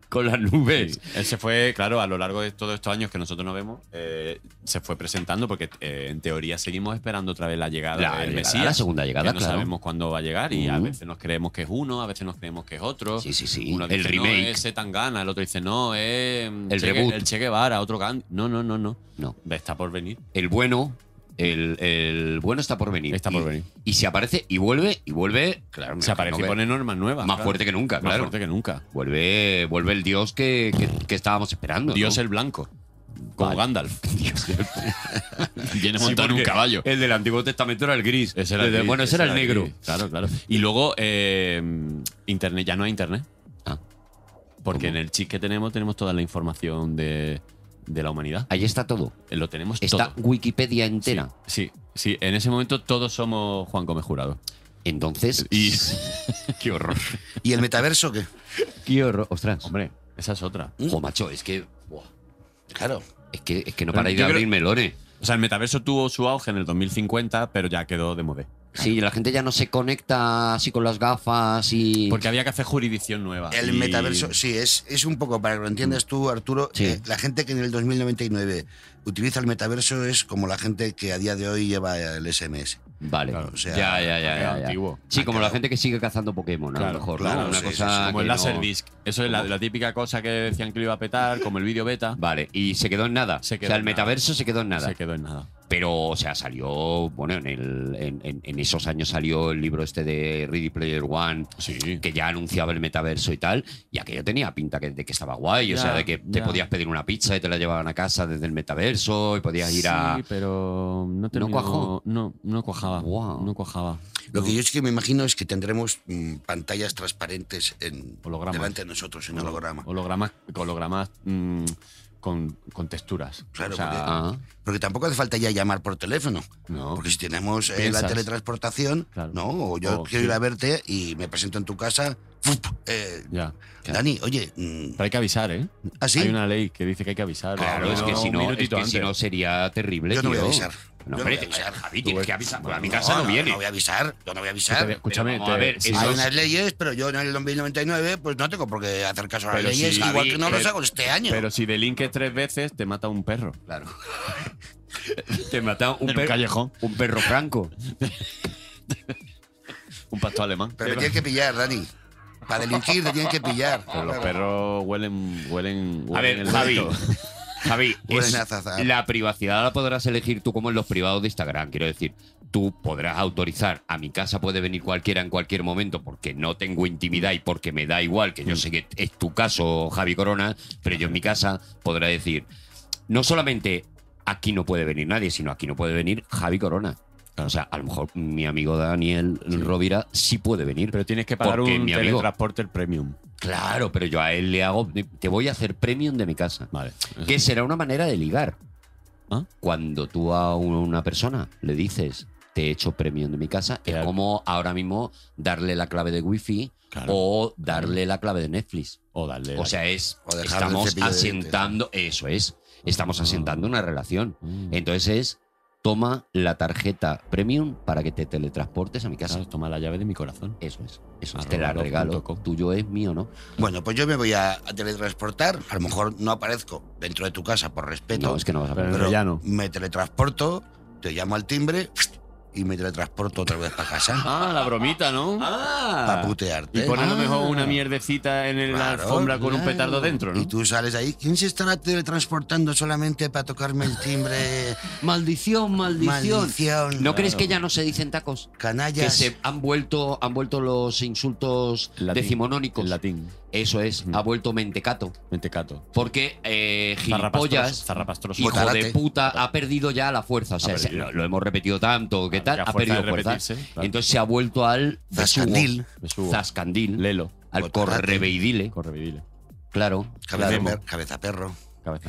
D: con las nubes.
E: Sí. Él se fue, claro, a lo largo de todos estos años que nosotros no vemos, eh, se fue presentando porque eh, en teoría seguimos esperando otra vez la llegada
D: La
E: del
D: llegada,
E: Mesías.
D: la segunda llegada,
E: que no
D: claro.
E: sabemos cuándo va a llegar y a
D: Ujú.
E: veces nos creemos que es uno, a veces nos creemos que es otro.
D: Sí, sí, sí.
E: Uno
D: El
E: dice, no,
D: remake.
E: es Setangana, el otro dice, no, es mm,
D: El
E: che,
D: reboot.
E: el Che Guevara, otro Gandhi. No, no, no, no.
D: No.
E: Está por venir.
D: El bueno. El, el bueno está por venir.
E: Está por
D: Y-
E: venir.
D: Y se aparece y vuelve y vuelve. Claro,
E: se aparece y
D: no ve-
E: pone normas nuevas.
D: Más
E: claro.
D: fuerte que nunca,
E: Más
D: claro.
E: fuerte que nunca.
D: Vuelve, vuelve el Dios que, que- que estábamos esperando.
E: Dios
D: ¿no?
E: el blanco. Como
D: Vale.
E: Gandalf. Viene
D: Sí,
E: montado en un
D: porque
E: caballo.
D: El del Antiguo Testamento era el gris.
E: Ese era
D: El de-
E: gris,
D: bueno, ese era el
E: gris.
D: negro.
E: Claro, claro. Y luego, eh, internet, ya no hay internet.
D: Ah.
E: Porque
D: ¿Cómo?
E: en el chip que tenemos, tenemos toda la información de, de la humanidad.
D: Ahí está todo.
E: Lo tenemos
D: Está
E: todo.
D: Wikipedia entera.
E: Sí, sí, en ese momento todos somos Juan Gómez Jurado.
D: Entonces.
E: Y. Qué horror.
B: ¿Y el metaverso qué?
D: Qué horror. Ostras.
E: Hombre, esa es otra.
D: Jo, macho, es que. buah,
B: Claro.
D: es que, es que no
E: Pero
D: paráis de
E: yo creo-
D: abrir melones.
E: O sea, el metaverso tuvo su auge en el 2050, pero ya quedó de modé.
D: Sí, la gente ya no se conecta así con las gafas y.
E: Porque había que hacer jurisdicción nueva.
B: El
E: Ah, y-
B: metaverso, sí, es, es un poco, para que lo entiendas tú, Arturo,
D: Sí.
B: eh, la gente que en el 2099 utiliza el metaverso es como la gente que a día de hoy lleva el SMS.
D: Vale.
B: Claro, o sea,
D: ya, ya, ya,
E: porque
D: ya,
E: es
D: ya.
E: antiguo.
D: Sí,
B: Ah,
D: como la
B: claro.
D: gente que sigue cazando Pokémon, a lo
E: Claro,
D: mejor,
B: claro,
D: ¿no? Una
B: sí, sí,
D: cosa.
B: sí,
E: Como el
D: Ah, que no-
E: Laserdisc. Eso es la, la típica cosa que decían que lo iba a petar, como el vídeo beta.
D: Vale, y se quedó en nada.
E: Se quedó
D: o sea, el
E: en nada.
D: metaverso se quedó en nada.
E: Se quedó en nada.
D: Pero, o sea, salió, bueno, en, el, en, en- en esos años salió el libro este de Ready Player One,
E: Sí.
D: que ya anunciaba el metaverso y tal, y aquello tenía pinta que- de que estaba guay, o
E: Ya,
D: sea, de que te
E: ya.
D: podías pedir una pizza y te la llevaban a casa desde el metaverso y podías ir a...
E: Sí, pero no terminó-
D: cuajó?
E: No, no cuajaba.
D: Guau.
E: No cuajaba.
B: Lo
E: No.
B: que yo es que me imagino es que tendremos mm, pantallas transparentes en,
E: Hologramas.
B: delante de nosotros en holograma.
E: Hologramas, hologramas mm, con, con texturas.
B: Claro,
E: O sea,
B: porque-
D: Ah,
B: Porque tampoco hace falta ya llamar por teléfono.
E: No.
B: Porque si tenemos eh, la
E: Piensas.
B: teletransportación,
E: Claro.
B: ¿no? O yo
E: O,
B: quiero
E: sí.
B: ir a verte y me presento en tu casa. ¡fup! Eh,
E: Ya.
B: Dani, oye, mm,
E: Pero hay que avisar, ¿eh?
B: ¿ah, sí?
E: Hay una ley que dice que hay que avisar.
D: Claro, es que,
E: No,
D: si
E: un
D: no, es
E: minutito
D: que si no
E: antes.
D: sería terrible.
B: Yo no voy a
D: tío.
B: avisar. Yo
D: No,
B: no
D: hombre,
B: voy a avisar.
D: Javi, tienes que avisar. a mi
E: no,
D: casa no, viene.
B: No voy a avisar, yo no voy a
E: Te-
B: avisar.
E: Escúchame,
D: vamos a
E: te-
D: ver,
E: si
D: eso
B: Hay
E: no-
D: es-
B: unas leyes, pero yo en el 2099 pues no tengo por qué hacer caso a las
E: Pero
B: leyes,
E: sí,
B: igual
E: Javi,
B: que no los
E: eh,
B: hago este año.
E: Pero si delinques tres veces, te mata un perro.
D: Claro. Te mata un,
E: En
D: perro-
E: un callejón,
D: un perro franco.
E: un pasto alemán.
B: Pero me tienen que pillar, Dani. Para delinquir te tienen que pillar.
E: Pero los perros huelen, huelen,
D: A
E: huelen
D: ver,
E: el
D: Javi.
E: resto.
D: Javi,
B: Huelen
D: es-
B: a azahar.
D: la privacidad la podrás elegir tú como en los privados de Instagram. Quiero decir, tú podrás autorizar. A mi casa puede venir cualquiera en cualquier momento porque no tengo intimidad y porque me da igual, que yo sé que es tu caso, Javi Corona, pero yo en mi casa podrá decir, no solamente aquí no puede venir nadie, sino aquí no puede venir Javi Corona. O sea, a lo mejor mi amigo Daniel Rovira sí puede venir.
E: Pero tienes que pagar
D: Porque
E: un
D: mi amigo-
E: teletransporter premium.
D: Claro, pero yo a él le hago. Te voy a hacer premium de mi casa.
E: Vale.
D: Que será una manera de ligar.
E: ¿Ah?
D: Cuando tú a una persona le dices, te he hecho premium de mi casa,
E: Claro.
D: es como ahora mismo darle la clave de wifi
E: Claro.
D: o darle la clave de Netflix.
E: O darle.
D: O sea, es.
B: O dejarle el
D: Estamos
B: cepillo de dientes.
D: asentando. Eso es. Estamos
E: Ah.
D: asentando una relación.
E: Mm.
D: Entonces es. Toma la tarjeta premium para que te teletransportes a mi casa.
E: Claro, toma la llave de mi corazón.
D: Eso es. Eso es.
E: Arroba
D: Te la
E: rock
D: regalo.
E: punto com.
D: Tuyo es mío, ¿no?
B: Bueno, pues yo me voy a, a teletransportar. A lo mejor no aparezco dentro de tu casa por respeto,
D: No, es que no vas a
E: Pero-
D: poder.
B: pero
E: rellano.
B: me teletransporto, te llamo al timbre y me teletransporto otra vez para casa.
E: Ah, la bromita, ¿no? Ah.
B: Para putearte.
E: Y poner a lo
D: Ah.
E: mejor una mierdecita en el- la
B: Claro,
E: alfombra con un
D: claro.
E: petardo dentro, ¿no?
B: Y tú sales ahí. ¿Quién se estará teletransportando solamente para tocarme el timbre?
D: Maldición, maldición.
B: Maldición.
D: ¿No crees que ya no se dicen tacos? Que
B: Canallas.
D: se han vuelto, han vuelto los insultos
E: Latín.
D: decimonónicos.
E: En latín. Mm.
D: Eso es,
E: Ujú.
D: ha vuelto mentecato.
E: Mentecato.
D: Porque eh,
E: Zarrapastros-
D: gilipollas,
E: Zarrapastroso.
D: hijo de
B: Botarate.
D: puta, ha perdido ya la fuerza. O sea,
E: Ha
D: se-
E: perdido.
D: lo, lo hemos repetido tanto, ¿qué
E: Claro,
D: tal?
E: que a
D: Ha
E: fuerza
D: perdido
E: de
D: fuerza.
E: repetirse, claro.
D: Entonces se ha vuelto al besugo,
B: Zascandil.
E: Me subo.
D: zascandil,
E: Lelo.
D: al
B: Botarate.
D: correveidile,
E: Correvidile.
D: claro.
B: Cabeza,
D: claro.
B: per- cabeza perro.
E: Cabeza.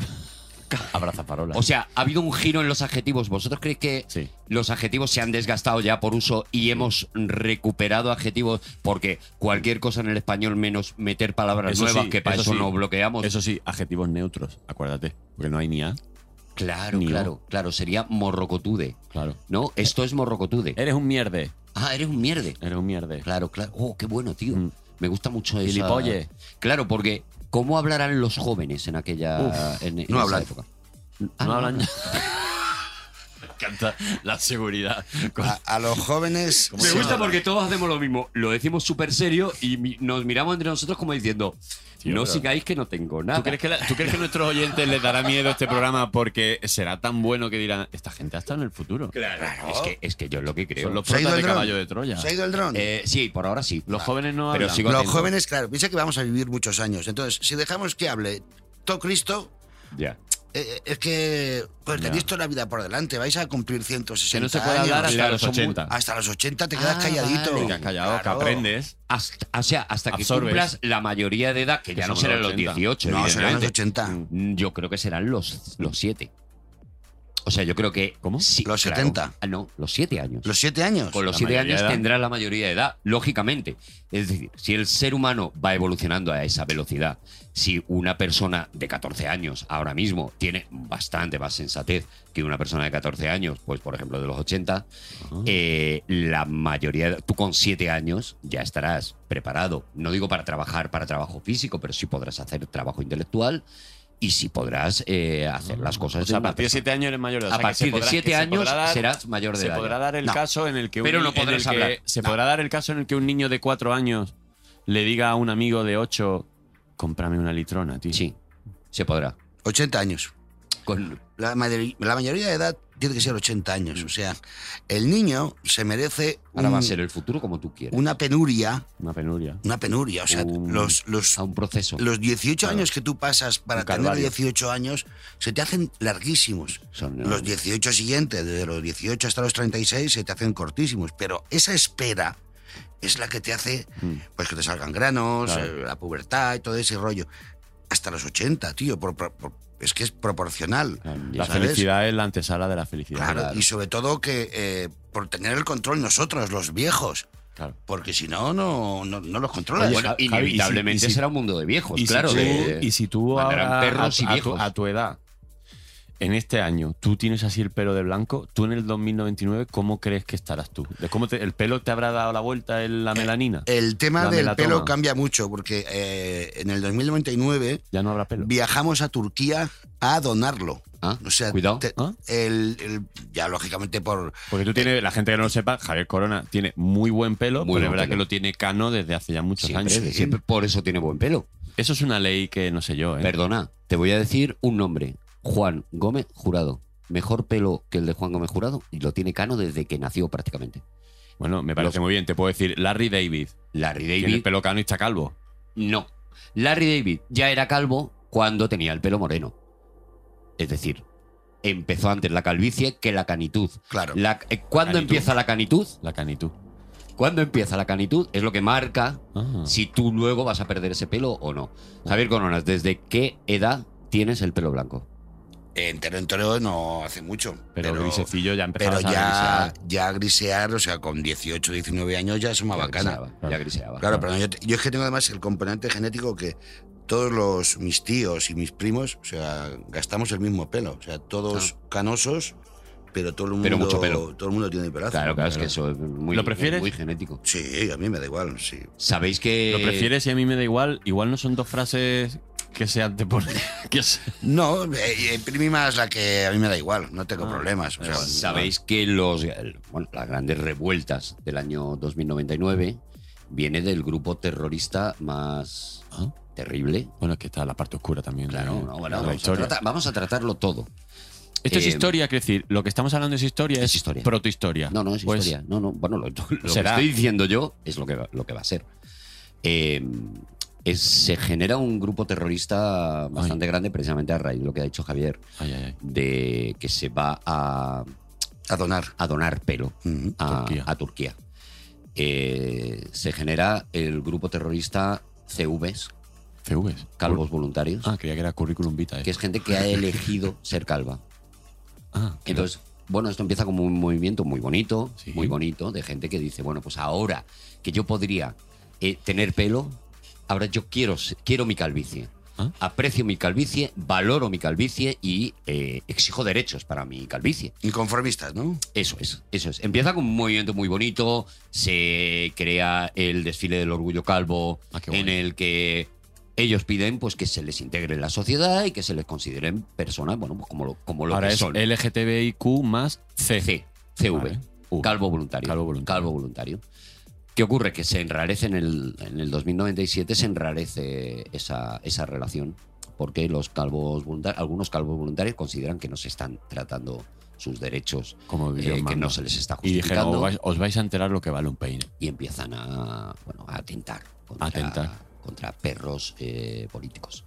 E: Abraza farola.
D: O sea, ha habido un giro en los adjetivos. ¿Vosotros creéis que
E: Sí.
D: los adjetivos se han desgastado ya por uso y hemos recuperado adjetivos? Porque cualquier cosa en el español menos meter palabras
E: Eso
D: nuevas,
E: sí,
D: que para
E: eso
D: eso,
E: sí.
D: nos bloqueamos.
E: Eso sí, adjetivos neutros, acuérdate. Porque no hay ni A.
D: Claro,
E: Ni
D: claro, claro. Sería morrocotude.
E: Claro.
D: No, esto es morrocotude.
E: Eres un mierde.
D: Ah, eres un mierde.
E: Eres un mierde.
D: Claro, claro. Oh, qué bueno, tío.
E: Mm.
D: Me gusta mucho eso.
E: Gilipolle.
D: Claro, porque ¿cómo hablarán los jóvenes en aquella en- en
B: no
D: esa
B: hablan.
D: época? Ah,
E: No hablan. Me encanta la seguridad. Con-
B: A, a los jóvenes.
E: ¿Cómo
D: Me
E: Sí,
D: gusta
E: no.
D: porque todos hacemos lo mismo. Lo decimos súper serio y mi- nos miramos entre nosotros como diciendo:
E: Tío,
D: No
E: pero-
D: sigáis que no tengo nada.
E: ¿Tú crees, que la- tú crees que a nuestros oyentes les dará miedo este programa porque será tan bueno que dirán, esta gente ha estado en el futuro?
D: Claro, Es que, es que yo es lo que creo.
E: Son los
B: ¿Se ha ido
E: protas
B: el
E: de
B: dron?
E: caballo de Troya.
B: ¿Se ha ido el dron? Ah.
D: Eh, sí, por ahora sí.
E: Los jóvenes no
D: Pero
E: hablan.
D: sigo-
B: Los
D: atento.
B: jóvenes, claro, piensa que vamos a vivir muchos años. Entonces, si dejamos que hable todo Cristo,
D: Ya.
B: eh, es que pues, tenéis toda la vida por delante, vais a cumplir 160
E: Que no se puede
B: años.
E: hablar hasta
D: Claro,
E: los
D: son muy-
E: 80.
B: Hasta los 80 te quedas
E: Ah,
B: calladito.
E: vale. Te quedas callado, que
B: Claro.
E: aprendes.
D: Hasta- o sea, hasta que
E: Absorbes.
D: cumplas la mayoría de edad, que ya
E: Que
D: no
E: son
D: serán
E: los
D: los
E: 80.
D: 18,
B: No, serán los
D: evidentemente.
B: 80.
D: Mm, Yo creo que serán los, los 7. O sea, yo creo que. ¿Cómo? Sí,
B: Los 70.
D: Ah, no, los 7 años.
B: ¿Los 7 años?
D: Con los
E: La
D: 7
E: mayoría
D: años
E: de edad.
D: tendrás la mayoría de edad, lógicamente. Es decir, si el ser humano va evolucionando a esa velocidad, si una persona de 14 años ahora mismo tiene bastante más sensatez que una persona de 14 años, pues por ejemplo de los 80, eh, la mayoría, de- tú con 7 años ya estarás preparado, no digo para trabajar, para trabajo físico, pero sí podrás hacer trabajo intelectual y sí podrás eh, hacer las cosas
E: Ah, a
D: una
E: partir de 7 años eres mayor de edad.
D: a
E: O sea, que se
D: partir de
E: podrá- que
D: 7
E: se
D: años
E: podrá dar-
D: serás mayor de
E: Se
D: edad.
E: podrá
D: ya.
E: dar el
D: No.
E: caso en el que un-
D: Pero no
E: en el
D: podrás
E: que-
D: hablar.
E: se podrá dar el caso en el que un niño de 4 años le diga a un amigo de 8 cómprame una litrona, tío.
D: Sí, se podrá.
B: 80 años.
D: Con,
B: La, madri- la mayoría de edad tiene que ser 80 años. O sea, el niño se merece
D: Ahora va a
B: un-
D: ser el futuro como tú quieres.
B: una penuria.
E: Una penuria.
B: Una penuria. O sea,
E: Un-
B: los, los,
D: a un proceso.
B: los 18
D: Claro.
B: años que tú pasas para
E: Un
B: tener
E: calvario.
B: 18 años se te hacen larguísimos.
D: Son-
B: Los 18 siguientes, desde los 18 hasta los 36, se te hacen cortísimos. Pero esa espera es la que te hace pues que te salgan granos,
E: Mm. Claro.
B: eh, la pubertad y todo ese rollo. Hasta los 80, tío. por- por- por- es que es proporcional.
E: La
B: ¿sabes?
E: felicidad es la antesala de la felicidad.
B: Claro, y sobre todo que eh, por tener el control nosotros, los viejos.
E: Claro.
B: Porque si no, no, no, no los controlas.
E: Oye,
D: Bueno,
E: Javi,
D: inevitablemente
E: y si- y si-
D: será un mundo de viejos,
E: y,
D: pues claro.
E: si tú,
D: de-
E: y si tú
D: mandarán
E: ahora,
D: perros
E: a,
D: y
E: a tu,
D: viejos.
E: a tu edad, en este año, tú tienes así el pelo de blanco, tú en el 2099, ¿cómo crees que estarás tú? ¿De cómo te- ¿El pelo te habrá dado la vuelta en
D: Eh,
E: la melanina?
B: el tema
E: La
B: del
E: melatona.
B: pelo cambia mucho porque eh, en el 2099
E: ya no habrá pelo.
B: viajamos a Turquía a donarlo.
D: Ah,
B: O sea,
D: cuidado.
B: te-
E: Ah.
B: el- el- ya lógicamente por...
E: Porque tú tienes, la gente que no lo sepa, Javier Corona tiene muy buen pelo,
D: Muy
E: pero es
D: buen
E: verdad
D: pelo.
E: que lo tiene cano desde hace ya muchos
D: siempre,
E: años.
D: siempre por eso tiene buen pelo.
E: Eso es una ley que no sé yo, ¿eh?
D: Perdona, te voy a decir un nombre. Juan Gómez Jurado. Mejor pelo que el de Juan Gómez Jurado y lo tiene cano desde que nació prácticamente.
E: bueno, me parece muy bien. Te puedo decir Larry David.
D: Larry
E: Tiene el
D: David,
E: pelo cano y está calvo.
D: no. Larry David ya era calvo cuando tenía el pelo moreno. Es decir, empezó antes la calvicie que la canitud.
B: Claro.
D: La- eh, ¿Cuándo
E: Canitud.
D: empieza la canitud?
E: La canitud.
D: ¿Cuándo empieza la canitud? Es lo que marca
E: Ah.
D: si tú luego vas a perder ese pelo o no. Javier Coronas, ¿desde qué edad tienes el pelo blanco?
B: Entero, entero no hace mucho.
E: Pero, grisecillo ya
B: pero
E: empezaba a
B: ya,
E: grisear.
B: ya grisear, o sea, con 18, 19 años ya es una
D: ya
B: bacana.
D: griseaba, ya griseaba.
B: Claro, pero no, yo, te- yo es que tengo además el componente genético que todos los mis tíos y mis primos, o sea, gastamos el mismo pelo, o sea, todos canosos, pero todo el mundo
D: Pero mucho pelo.
B: todo el mundo tiene pelazo.
D: Claro, claro, es que eso es muy,
E: ¿Lo prefieres?
D: muy genético.
B: Sí, a mí me da igual, sí.
D: Sabéis que.
E: Lo prefieres y a mí me da igual. Igual no son dos frases que se anteponen. que se-
B: No, eh, eh, prima es la que a mí me da igual, no tengo
E: Ah,
B: problemas, o sea,
D: pues Sabéis que los, el- bueno, las grandes revueltas del año 2099 viene del grupo terrorista más
E: Ah.
D: terrible.
E: Bueno, es que está la parte oscura también.
D: Claro,
E: de-
D: no, bueno,
E: de la
D: vamos, a
E: historia.
D: tratar- vamos a tratarlo todo.
E: Esto es
D: Eh,
E: historia, quiero decir, lo que estamos hablando es historia, es,
D: historia.
E: protohistoria.
D: No, no, es
E: Pues,
D: historia. No, no, bueno, lo, lo que
E: Será.
D: estoy diciendo yo es lo que, va- lo que va a ser. Eh, es- se genera un grupo terrorista bastante grande precisamente a raíz de lo que ha dicho Javier,
E: Ay, ay, ay.
D: de que se va a,
B: a donar.
D: a donar pelo
B: Ujú.
D: a
E: Turquía.
D: Turquía. A Turquía. Eh, se genera el grupo terrorista CVs,
E: CVs.
D: Calvos Voluntarios,
E: Ah, creía que era currículum vitae.
D: que es gente que ha elegido ser calva.
E: Ah, claro.
D: Entonces, bueno, esto empieza como un movimiento muy bonito,
E: Sí.
D: muy bonito, de gente que dice, bueno, pues ahora que yo podría eh, tener pelo, ahora yo quiero, se- quiero mi calvicie.
E: Ah.
D: Aprecio mi calvicie, valoro mi calvicie y eh, exijo derechos para mi calvicie.
B: Inconformistas, ¿no?
D: Eso es, eso es. Empieza con un movimiento muy bonito, se crea el desfile del orgullo calvo,
E: Ah, qué guay.
D: en el que ellos piden pues que se les integre en la sociedad y que se les consideren personas, bueno, pues como lo, como lo
E: Ahora
D: que
E: es
D: son.
E: LGTBIQ más C.
D: C, CV.
E: Vale. U.
D: Calvo voluntario.
E: Calvo voluntario.
D: Calvo voluntario. ¿Qué ocurre? Que se enrarece en el, en el 2097, se enrarece esa, esa relación, porque los calvos voluntar- algunos calvos voluntarios consideran que no se están tratando sus derechos,
E: Como
D: eh,
E: Dios
D: que
E: manda.
D: no se les está
E: Y dije,
D: justificando,
E: os vais, os vais a enterar lo que vale un peine.
D: y empiezan a, bueno, a atentar contra,
E: Atentar.
D: contra perros eh, políticos.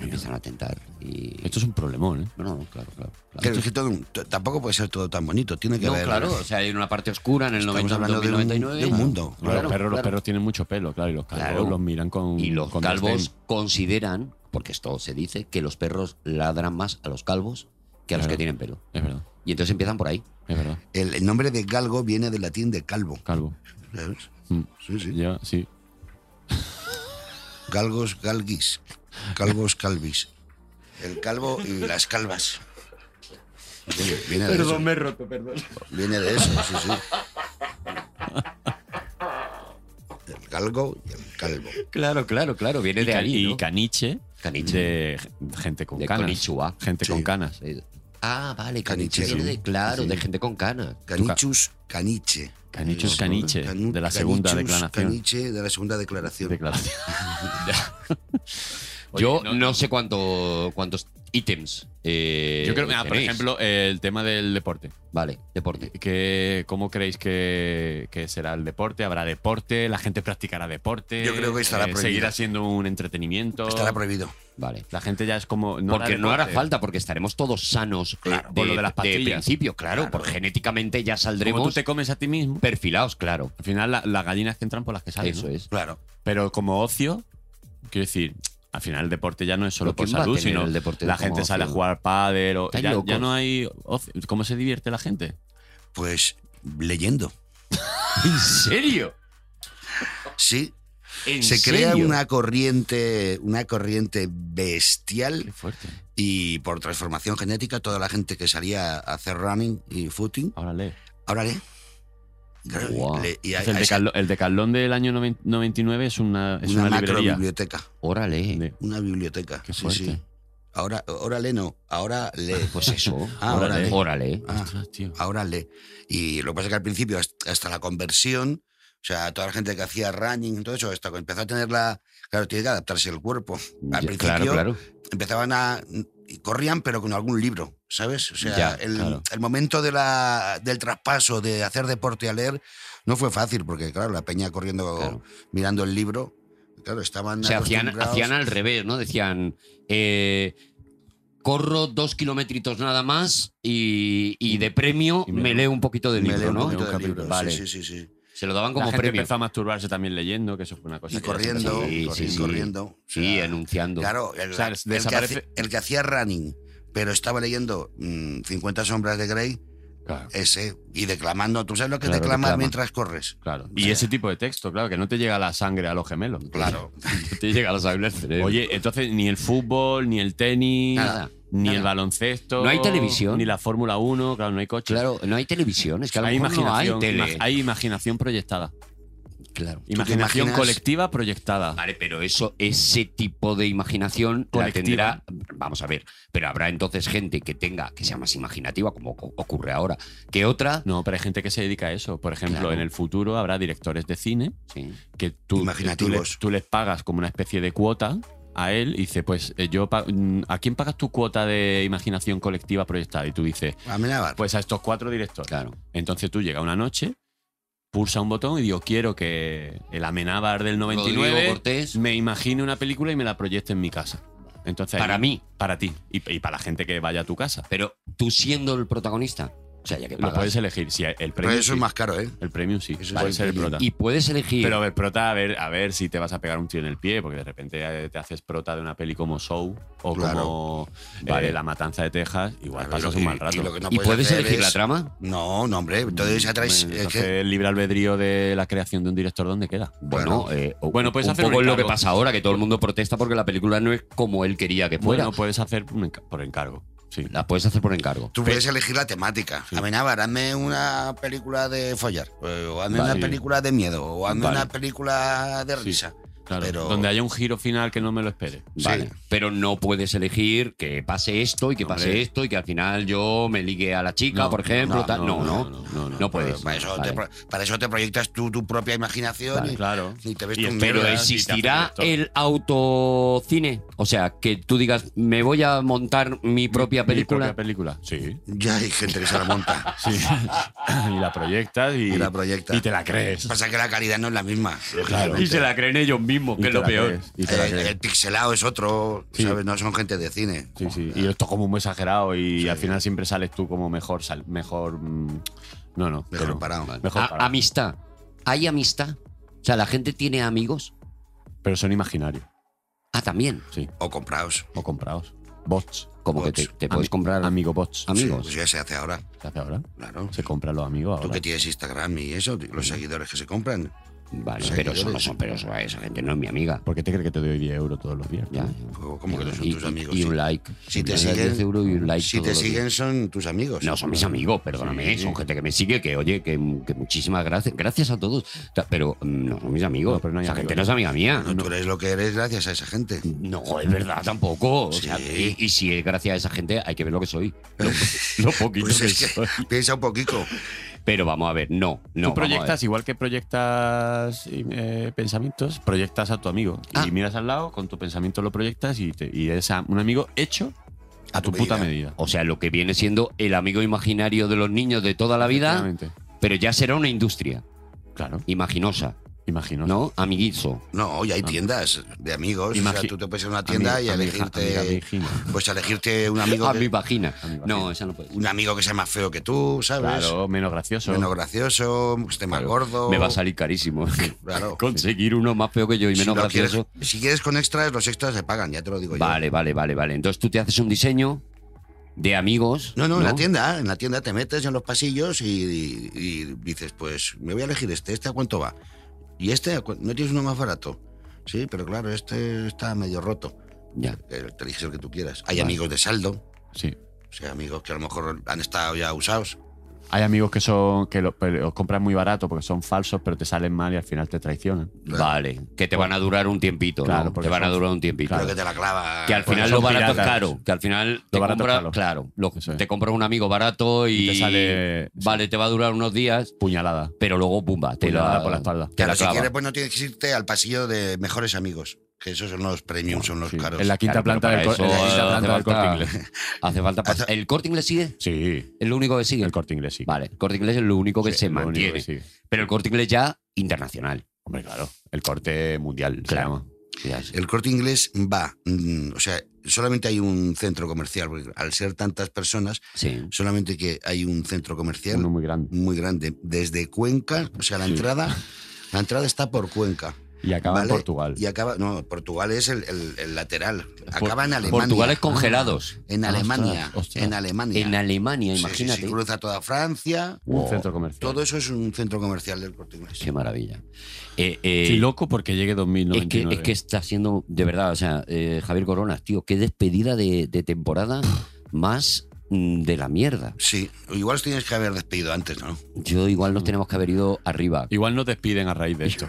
D: empiezan a tentar. Y...
E: Esto es un problemón, ¿eh?
D: No, no, claro, claro.
E: Ah,
D: claro.
B: Pero es que todo- t- tampoco puede ser todo tan bonito. Tiene que
D: No,
B: haber.
D: claro, o sea, hay una parte oscura en el
B: Estamos
D: 90,
B: hablando de un-
D: 2099.
B: de un mundo.
E: Los,
D: Claro,
E: perros, los
D: claro.
E: perros tienen mucho pelo, claro, y los calvos
D: Claro.
E: los miran con.
D: Y los
E: Mm, con
D: calvos
E: desdén.
D: consideran, porque esto se dice, que los perros ladran más a los calvos que a los
E: Claro.
D: que tienen pelo.
E: Es verdad,
D: Y entonces empiezan por ahí.
E: es verdad.
B: El, el nombre de galgo viene del latín de calvo.
E: Calvo.
B: ¿sabes?
E: Mm.
B: Sí, sí.
E: Ya, sí.
B: Galgos, galguis. Calvos, calvis. El calvo y las calvas. Viene, viene de eso.
E: he roto, perdón.
B: Viene de eso, sí, sí. El galgo y el calvo.
D: Claro, claro, claro. Viene
E: Y,
D: de
E: ca-
D: ahí.
E: y
D: ¿no?
E: caniche,
D: Caniche.
E: de g- gente con
D: De
E: canas.
D: conichua.
E: Gente
B: Sí.
E: con canas.
D: Eh, Ah, vale, caniche.
B: Caniche.
D: viene de- claro,
E: Sí.
D: de gente con canas.
B: Canichus, caniche.
E: Canichus,
B: Eh,
E: caniche,
B: canu-
E: de la segunda
B: canichus,
E: declaración.
B: Caniche de la segunda declaración.
E: Declaración. Oye,
D: Yo
E: no-
D: no, sé cuánto, cuántos ítems. eh,
E: Yo creo, mira, por
D: tenéis.
E: ejemplo, eh, el tema del deporte.
D: Vale, deporte.
E: ¿Qué- ¿Cómo creéis que, que será el deporte? ¿Habrá deporte? ¿La gente practicará deporte? Eh,
B: Yo creo que estará prohibido.
E: ¿Seguirá siendo un entretenimiento?
B: Estará prohibido.
D: Vale.
E: La gente ya es como. No
D: porque no hará
E: deporte.
D: falta, porque estaremos todos sanos eh,
E: Claro, por lo de las pastillas.
D: principio, claro, por genéticamente ya
E: Como tú
D: saldremos
E: te comes a ti mismo.
D: perfilados, claro.
E: Al final, la- las gallinas que entran por las que salen.
D: Eso
E: ¿no?
D: es.
B: Claro.
E: Pero como ocio, quiero decir, al final el deporte ya no es solo
D: ¿Pero
E: por
D: quién va a
E: salud,
D: tener
E: sino
D: el deporte
E: la
D: como
E: gente sale a
D: ocio?
E: jugar pádel o
D: Están
E: ya,
D: locos.
E: ya no hay ocio. ¿Cómo se divierte la gente?
B: Pues leyendo.
D: ¿En serio?
B: Sí.
D: ¿En
B: Se crea
D: serio?
B: una corriente, una corriente bestial
E: fuerte.
B: y por transformación genética toda la gente que salía a hacer running y footing,
E: Ahora lee.
B: ahora lee. Claro,
D: Guau.
B: le- y a-
E: El,
B: a esa-
E: decalón, el decalón del año noven- 99 es una, es
B: una,
E: una
B: macro
E: librería.
B: biblioteca,
D: Órale.
E: De-
B: una biblioteca.
E: Qué
B: sí,
E: fuerte.
B: sí. Ahora, ahora lee no, ahora lee.
D: Pues eso.
B: Ah,
D: órale.
B: órale.
D: Órale.
B: Ah,
E: Ostras, tío.
B: ahora lee. Y lo que pasa es que al principio, hast- hasta la conversión, o sea, toda la gente que hacía running, todo eso, hasta que empezó a tener la... Claro, tiene que adaptarse el cuerpo. Al
D: Ya,
B: principio
D: claro, claro.
B: empezaban a... y Corrían, pero con algún libro, ¿sabes? O sea,
D: Ya,
B: el,
D: claro.
B: el momento de la, del traspaso de hacer deporte a leer no fue fácil, porque, claro, la peña corriendo,
D: Claro.
B: mirando el libro, claro, estaban.
D: O sea, hacían,
B: acostumbrados.
D: hacían al revés, ¿no? Decían, eh, corro dos kilometritos nada más y, y de premio
E: Y me
D: me,
E: leo-
D: leo un poquito de
B: Me
D: libro,
B: leo un
D: ¿no?
B: poquito de
E: Un
B: libro,
D: Vale.
B: Sí, sí, sí. sí.
D: Se lo daban
E: la
D: como
E: gente
D: premio.
E: empezó a masturbarse también leyendo, que eso fue una cosa.
B: Y
E: que ya se
B: corriendo,
E: hacía.
D: Sí, sí, sí.
B: corriendo. o
D: Sí,
B: sea,
D: anunciando.
B: Claro, el,
E: O sea,
B: el que
E: desaparece-
B: hace- el que hacía running, pero estaba leyendo mm, 50 sombras de Grey,
E: Claro,
B: ese, y declamando. ¿Tú sabes lo que es
E: Claro,
B: declamar
E: declama.
B: mientras corres?
E: claro. Y ese tipo de texto, claro, que no te llega la sangre a los gemelos.
B: Claro.
E: No te llega la sangre al cerebro. Oye, entonces ni el fútbol, ni el tenis,
D: Nada,
E: ni
D: nada.
E: el baloncesto.
D: No hay televisión.
E: Ni la Fórmula 1, claro, no hay coches.
D: Claro, no hay televisión, es que a lo
E: hay
D: mejor no hay
E: imaginación,
D: tele.
E: ima- hay imaginación proyectada.
D: Claro.
E: Imaginación
B: imaginas?
E: colectiva proyectada.
D: Vale, pero eso, ese tipo de imaginación la
E: Colectiva.
D: tendrá. Vamos a ver, pero habrá entonces gente que tenga, que sea más imaginativa, como co- ocurre ahora, que otra.
E: No, pero hay gente que se dedica a eso. Por ejemplo,
D: Claro.
E: en el futuro habrá directores de cine
D: Sí.
E: que tú, tú,
B: Imaginativos.
E: les, tú les pagas como una especie de cuota a él y dice, pues eh, yo pa- mm, ¿a quién pagas tu cuota de imaginación colectiva proyectada? Y tú dices,
B: A mí nada.
E: pues a estos cuatro directores.
D: Claro.
E: Entonces tú llega una noche, pulsa un botón y digo, quiero que el Amenábar del
D: Rodrigo
E: 99
D: Cortés,
E: me imagine una película y me la proyecte en mi casa. Entonces,
D: para
E: ahí-
D: mí,
E: Para ti. Y, y para la gente que vaya a tu casa.
D: pero tú siendo el protagonista. O sea, ya que
E: Lo
D: pagas,
E: puedes elegir. Si el
B: Pero
E: premium
B: eso
E: sí.
B: es más caro, ¿eh?
E: El premium sí.
B: Eso
E: puede
B: es
E: ser el
B: premium.
E: prota.
D: Y puedes elegir.
E: Pero a ver, prota, a ver, a ver si te vas a pegar un tío en el pie, porque de repente eh, te haces prota de una peli como Show o
B: Claro.
E: como eh,
D: Vale.
E: La Matanza de Texas. Igual
B: Claro,
E: pasas
B: y-
E: un mal
B: y
E: rato.
B: lo que no
D: ¿Y
B: puedes
D: puedes
B: hacer
D: elegir
B: es-
D: la trama?
B: No, no, hombre. Entonces ya traes.
E: Bueno,
B: es
E: Mm, entonces,
B: que-
E: el libre albedrío de la creación de un director, ¿dónde queda?
D: Bueno, eh, o-
E: Bueno, puedes
D: un
E: hacer un
D: poco es lo que
E: encargo.
D: pasa ahora, que todo el mundo protesta porque la película no es como él quería que fuera.
E: Bueno, puedes hacer un enca- por encargo. Sí.
D: la puedes hacer por encargo.
B: Tú
E: pues
B: puedes elegir la temática. Amenábar, hazme una película de follar. eh, O hazme
E: Vale.
B: una película de miedo. O hazme
E: Vale.
B: una película de
E: Sí,
B: risa.
E: claro.
B: pero-
E: Donde haya un giro final que no me lo espere.
B: Sí.
D: Vale. Pero no puedes elegir que pase esto y que
E: Hombre.
D: pase esto y que al final yo me ligue a la chica,
E: No,
D: por ejemplo.
B: no, pues,
D: tal. No, no, no,
E: no, no.
D: puedes.
B: Para eso,
D: Vale.
B: te, pro- para eso te proyectas tú tu propia imaginación
D: Vale,
B: y,
E: Claro.
B: y te ves
E: Y
B: con
E: espero
D: Pero
E: ¿verdad?
D: existirá
E: Sí, te hace
D: el autocine. O sea, que tú digas, me voy a montar mi propia
E: Mi
D: película.
E: propia película. Sí.
B: Ya hay gente que se la monta.
E: Sí. y la proyectas y,
B: Y la proyectas. Pues,
E: y te la crees.
B: Pasa que la calidad no es la misma.
E: Claro. Y se la creen ellos mismo,
D: Y
E: que
D: te
E: es lo
D: la
E: peor.
D: crees,
E: Y te la
B: El,
E: crees.
B: el pixelado es otro,
E: Sí.
B: ¿sabes? No son gente de cine.
E: Sí, sí. Y esto como muy exagerado y al final siempre sales tú como mejor, sal- mejor, mm, no, no, que
B: Mejor
E: no.
B: parado.
E: mejor
D: A-
E: parado.
D: amistad. ¿Hay amistad? O sea, ¿la gente tiene amigos?
E: Pero son imaginarios,
D: Ah, también.
E: sí,
B: O comprados.
E: o comprados, bots,
D: Como que te,
B: Bots.
D: te puedes
E: Ami-
D: comprar
E: amigo bots.
D: Ami- Amigos.
B: Sí, pues ya se hace ahora,
E: ¿Se hace ahora?
B: claro.
E: Se compran los amigos
B: Tú
E: ahora.
B: que tienes Instagram y eso, los seguidores que se compran.
D: Vale,
B: Sí,
D: pero
B: yo
D: eso
B: lo
D: no
B: sé.
D: son, pero eso- esa gente no es mi amiga.
E: ¿Por qué te crees que te doy 10 euros todos los días?
D: Ya,
E: tío?
D: ya.
B: Como- pues, como que no son
D: Y-
B: tus
D: y-
B: amigos,
D: Y,
B: sí.
D: un like.
B: Si te
D: Me das 10
B: siguen-
D: euros y un like
B: Si
D: todos
B: te
D: los días.
B: siguen son tus amigos.
D: No, son mis amigos, perdóname.
E: Sí.
D: Son gente que me sigue, que oye, que, que muchísimas gracias. Gracias a todos. O sea, pero mm, no son mis amigos.
E: No, pero no hay
D: Esa
E: amigos.
D: gente no es amiga mía.
B: No, Pues tú eres lo que eres gracias a esa gente.
D: No, es verdad, tampoco. O sea,
B: Sí.
D: y, y si es gracias a esa gente, hay que ver lo que soy. Lo, lo poquito
B: Pues
D: que
B: es
D: soy.
B: que piensa un poquito.
D: Pero vamos a ver, no, no.
E: Tú
D: vamos a ver.
E: proyectas, igual que proyectas eh, pensamientos, proyectas a tu amigo.
D: Ah.
E: Y miras al lado, con tu pensamiento lo proyectas y, te- y es a- un amigo hecho a tu,
B: tu
E: puta
B: medida.
E: medida.
D: O sea, lo que viene siendo el amigo imaginario de los niños de toda la vida,
E: Efectivamente.
D: pero ya será una industria
E: Claro,
D: imaginosa,
E: imagino.
D: ¿no? Amiguizo.
B: No, y hay tiendas de amigos. O
E: Imagi-
B: sea, tú te puedes ir a una tienda y
E: Amiga- amiga-
B: elegirte.
E: amiga virgina.
B: pues elegirte un amigo.
D: A
B: que-
D: mi vagina.
E: A mi vagina.
D: No, esa no puede.
B: un amigo que sea más feo que tú, ¿sabes?
E: Claro, menos gracioso.
B: Menos gracioso, que esté más gordo.
D: Me va a salir carísimo.
B: Claro.
D: Conseguir uno más feo que yo y
B: Si
D: menos
B: no quieres-
D: gracioso.
B: si quieres con extras, los extras se pagan, ya te lo digo
D: Vale, vale, vale, vale. Entonces tú te haces un diseño de amigos.
B: yo. No, no, en la tienda, en la tienda te metes en los pasillos y, y- y dices, pues me voy a elegir este, este a cuánto va. Y este, a cu- ¿no tienes uno más barato? Sí, pero claro, este está medio roto.
D: Ya.
B: Eh, Te eliges el que tú quieras. Hay
D: Vale.
B: amigos de saldo,
E: Sí.
B: o sea, amigos que a lo mejor han estado ya usados.
E: Hay amigos que son que los, los compran muy barato porque son falsos, pero te salen mal y al final te traicionan.
D: Vale. Que te van a durar un tiempito.
E: Claro,
D: ¿no?
E: porque
D: Te van a
E: son-
D: durar un tiempito.
B: Creo que te la clava.
D: Que al
B: Porque
D: final
E: son
D: lo barato
E: piratas.
D: es caro. Que al final te
E: barato es
D: compra,
E: caro.
D: claro, lo-
E: Eso es.
D: te compra un amigo barato y,
E: Y te sale-
D: vale, te va a durar unos días,
E: Puñalada.
D: pero luego pumba, te lo
E: Puñalada por la espalda.
D: Te
B: Claro,
D: la
B: si
D: clava.
B: quieres, pues no tienes que irte al pasillo de mejores amigos, que esos son los premium, son los
E: Sí.
B: caros.
E: En la quinta
D: Claro,
E: planta del,
D: pero
E: cor-
D: para
E: en la
D: eso
E: quinta
D: hace
E: planta del corte
D: falta-
E: inglés.
D: Hace falta pas-
B: Hace-
D: el corte inglés sigue,
E: Sí,
D: es lo único que sigue.
E: el corte inglés sí.
D: Vale, el corte inglés es lo único que
E: Sí,
D: se
E: lo único que
D: mantiene.
E: sí.
D: Pero el corte inglés ya internacional.
E: Hombre, claro. El corte mundial
D: Claro.
E: se llama.
D: Ya sé.
B: El corte inglés va, mm, o sea, solamente hay un centro comercial, porque al ser tantas personas,
D: Sí.
B: solamente que hay un centro comercial
E: Uno muy grande.
B: muy grande, desde Cuenca, o sea, la entrada, la entrada está por Cuenca.
E: Y acaba en
B: ¿vale?
E: Portugal.
B: Y acaba, no, Portugal es el, el- el lateral, acaba en Alemania. Ah,
D: Portugal es congelados. Ah,
B: En Alemania,
E: Ostras, ostras.
B: en Alemania.
D: En Alemania,
B: Sí, sí, sí,
D: imagínate.
B: cruza toda Francia.
E: Un
D: Wow.
E: centro comercial.
B: Todo eso es un centro comercial del corte inglés.
D: Qué maravilla. Eh, eh,
E: Estoy loco porque llegue
D: es, que,
E: 2099.
D: es que está siendo, de verdad, o sea, eh, Javier Coronas, tío, qué despedida de, de temporada más mm, de la mierda.
B: Sí, igual os tienes que haber despedido antes, ¿no?
D: Yo igual nos tenemos que haber ido arriba.
E: Igual nos despiden a raíz de esto.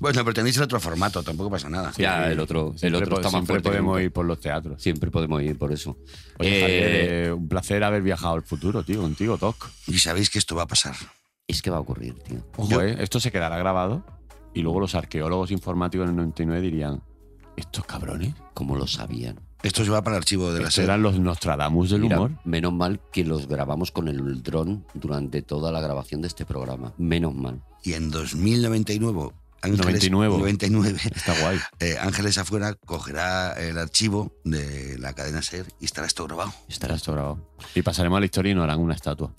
B: Bueno, pero tenéis el otro formato, tampoco pasa nada.
D: Ya, el otro- el
E: Siempre
D: otro
E: po-
D: está más
E: siempre
D: fuerte que
E: podemos
D: nunca.
E: ir por los teatros.
D: Siempre podemos ir por eso.
E: Oye,
D: Eh,
E: Javier, eh, un placer haber viajado al futuro, tío, contigo, Doc.
B: Y sabéis que esto va a pasar.
D: es que va a ocurrir, tío.
E: Ojo, eh, esto se quedará grabado y luego los arqueólogos informáticos en el 99 dirían, estos cabrones
D: Como lo sabían.
B: Esto se va para el archivo de la
E: estos
B: SER.
E: eran los Nostradamus del
D: Mira,
E: humor.
D: menos mal que los grabamos con el dron durante toda la grabación de este programa. Menos mal.
B: Y en 2099, Ángeles,
E: 99.
B: 99,
E: Está guay.
B: eh, Ángeles Afuera cogerá el archivo de la cadena SER y estará esto grabado. Ah,
E: Estará esto grabado. Y pasaremos a la historia y nos harán una estatua.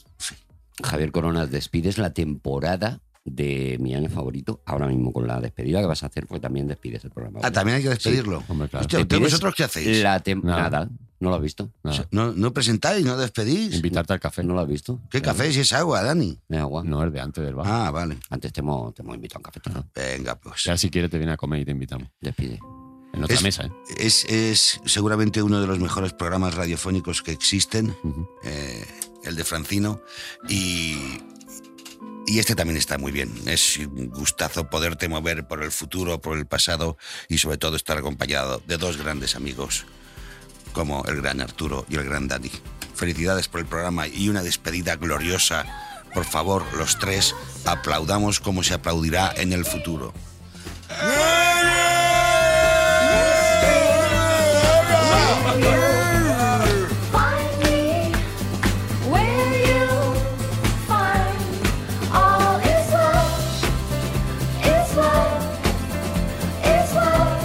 D: Javier Coronas, despides la temporada de mi año favorito. Ahora mismo con la despedida que vas a hacer, pues también despides el programa.
B: Ah, también hay que despedirlo.
E: Hombre, claro.
B: Hostia, ¿ustedes
D: Despides
B: vosotros qué hacéis?
D: La tem-
E: Nada.
D: nada. ¿No lo has visto?
B: O
E: Nada.
B: sea, ¿No, no presentáis, no despedís?
E: Invitarte al café.
D: ¿No lo has visto?
B: ¿Qué café si es agua, Dani?
D: De agua.
E: No, es de antes del bar.
B: Ah, vale.
D: Antes te hemos, te hemos invitado a un café.
B: Venga, pues.
E: Ya si quieres te viene a comer y te invitamos.
D: Despide.
E: En otra
B: Es-
E: mesa, ¿eh?
B: Es, es seguramente uno de los mejores programas radiofónicos que existen,
E: Ujú.
B: eh, el de Francino, y, y este también está muy bien. Es un gustazo poderte mover por el futuro, por el pasado y sobre todo estar acompañado de dos grandes amigos como el gran Arturo y el gran Dani. Felicidades por el programa y una despedida gloriosa. Por favor, los tres, aplaudamos como se aplaudirá en el futuro.
J: Find me where you find all is love, is love,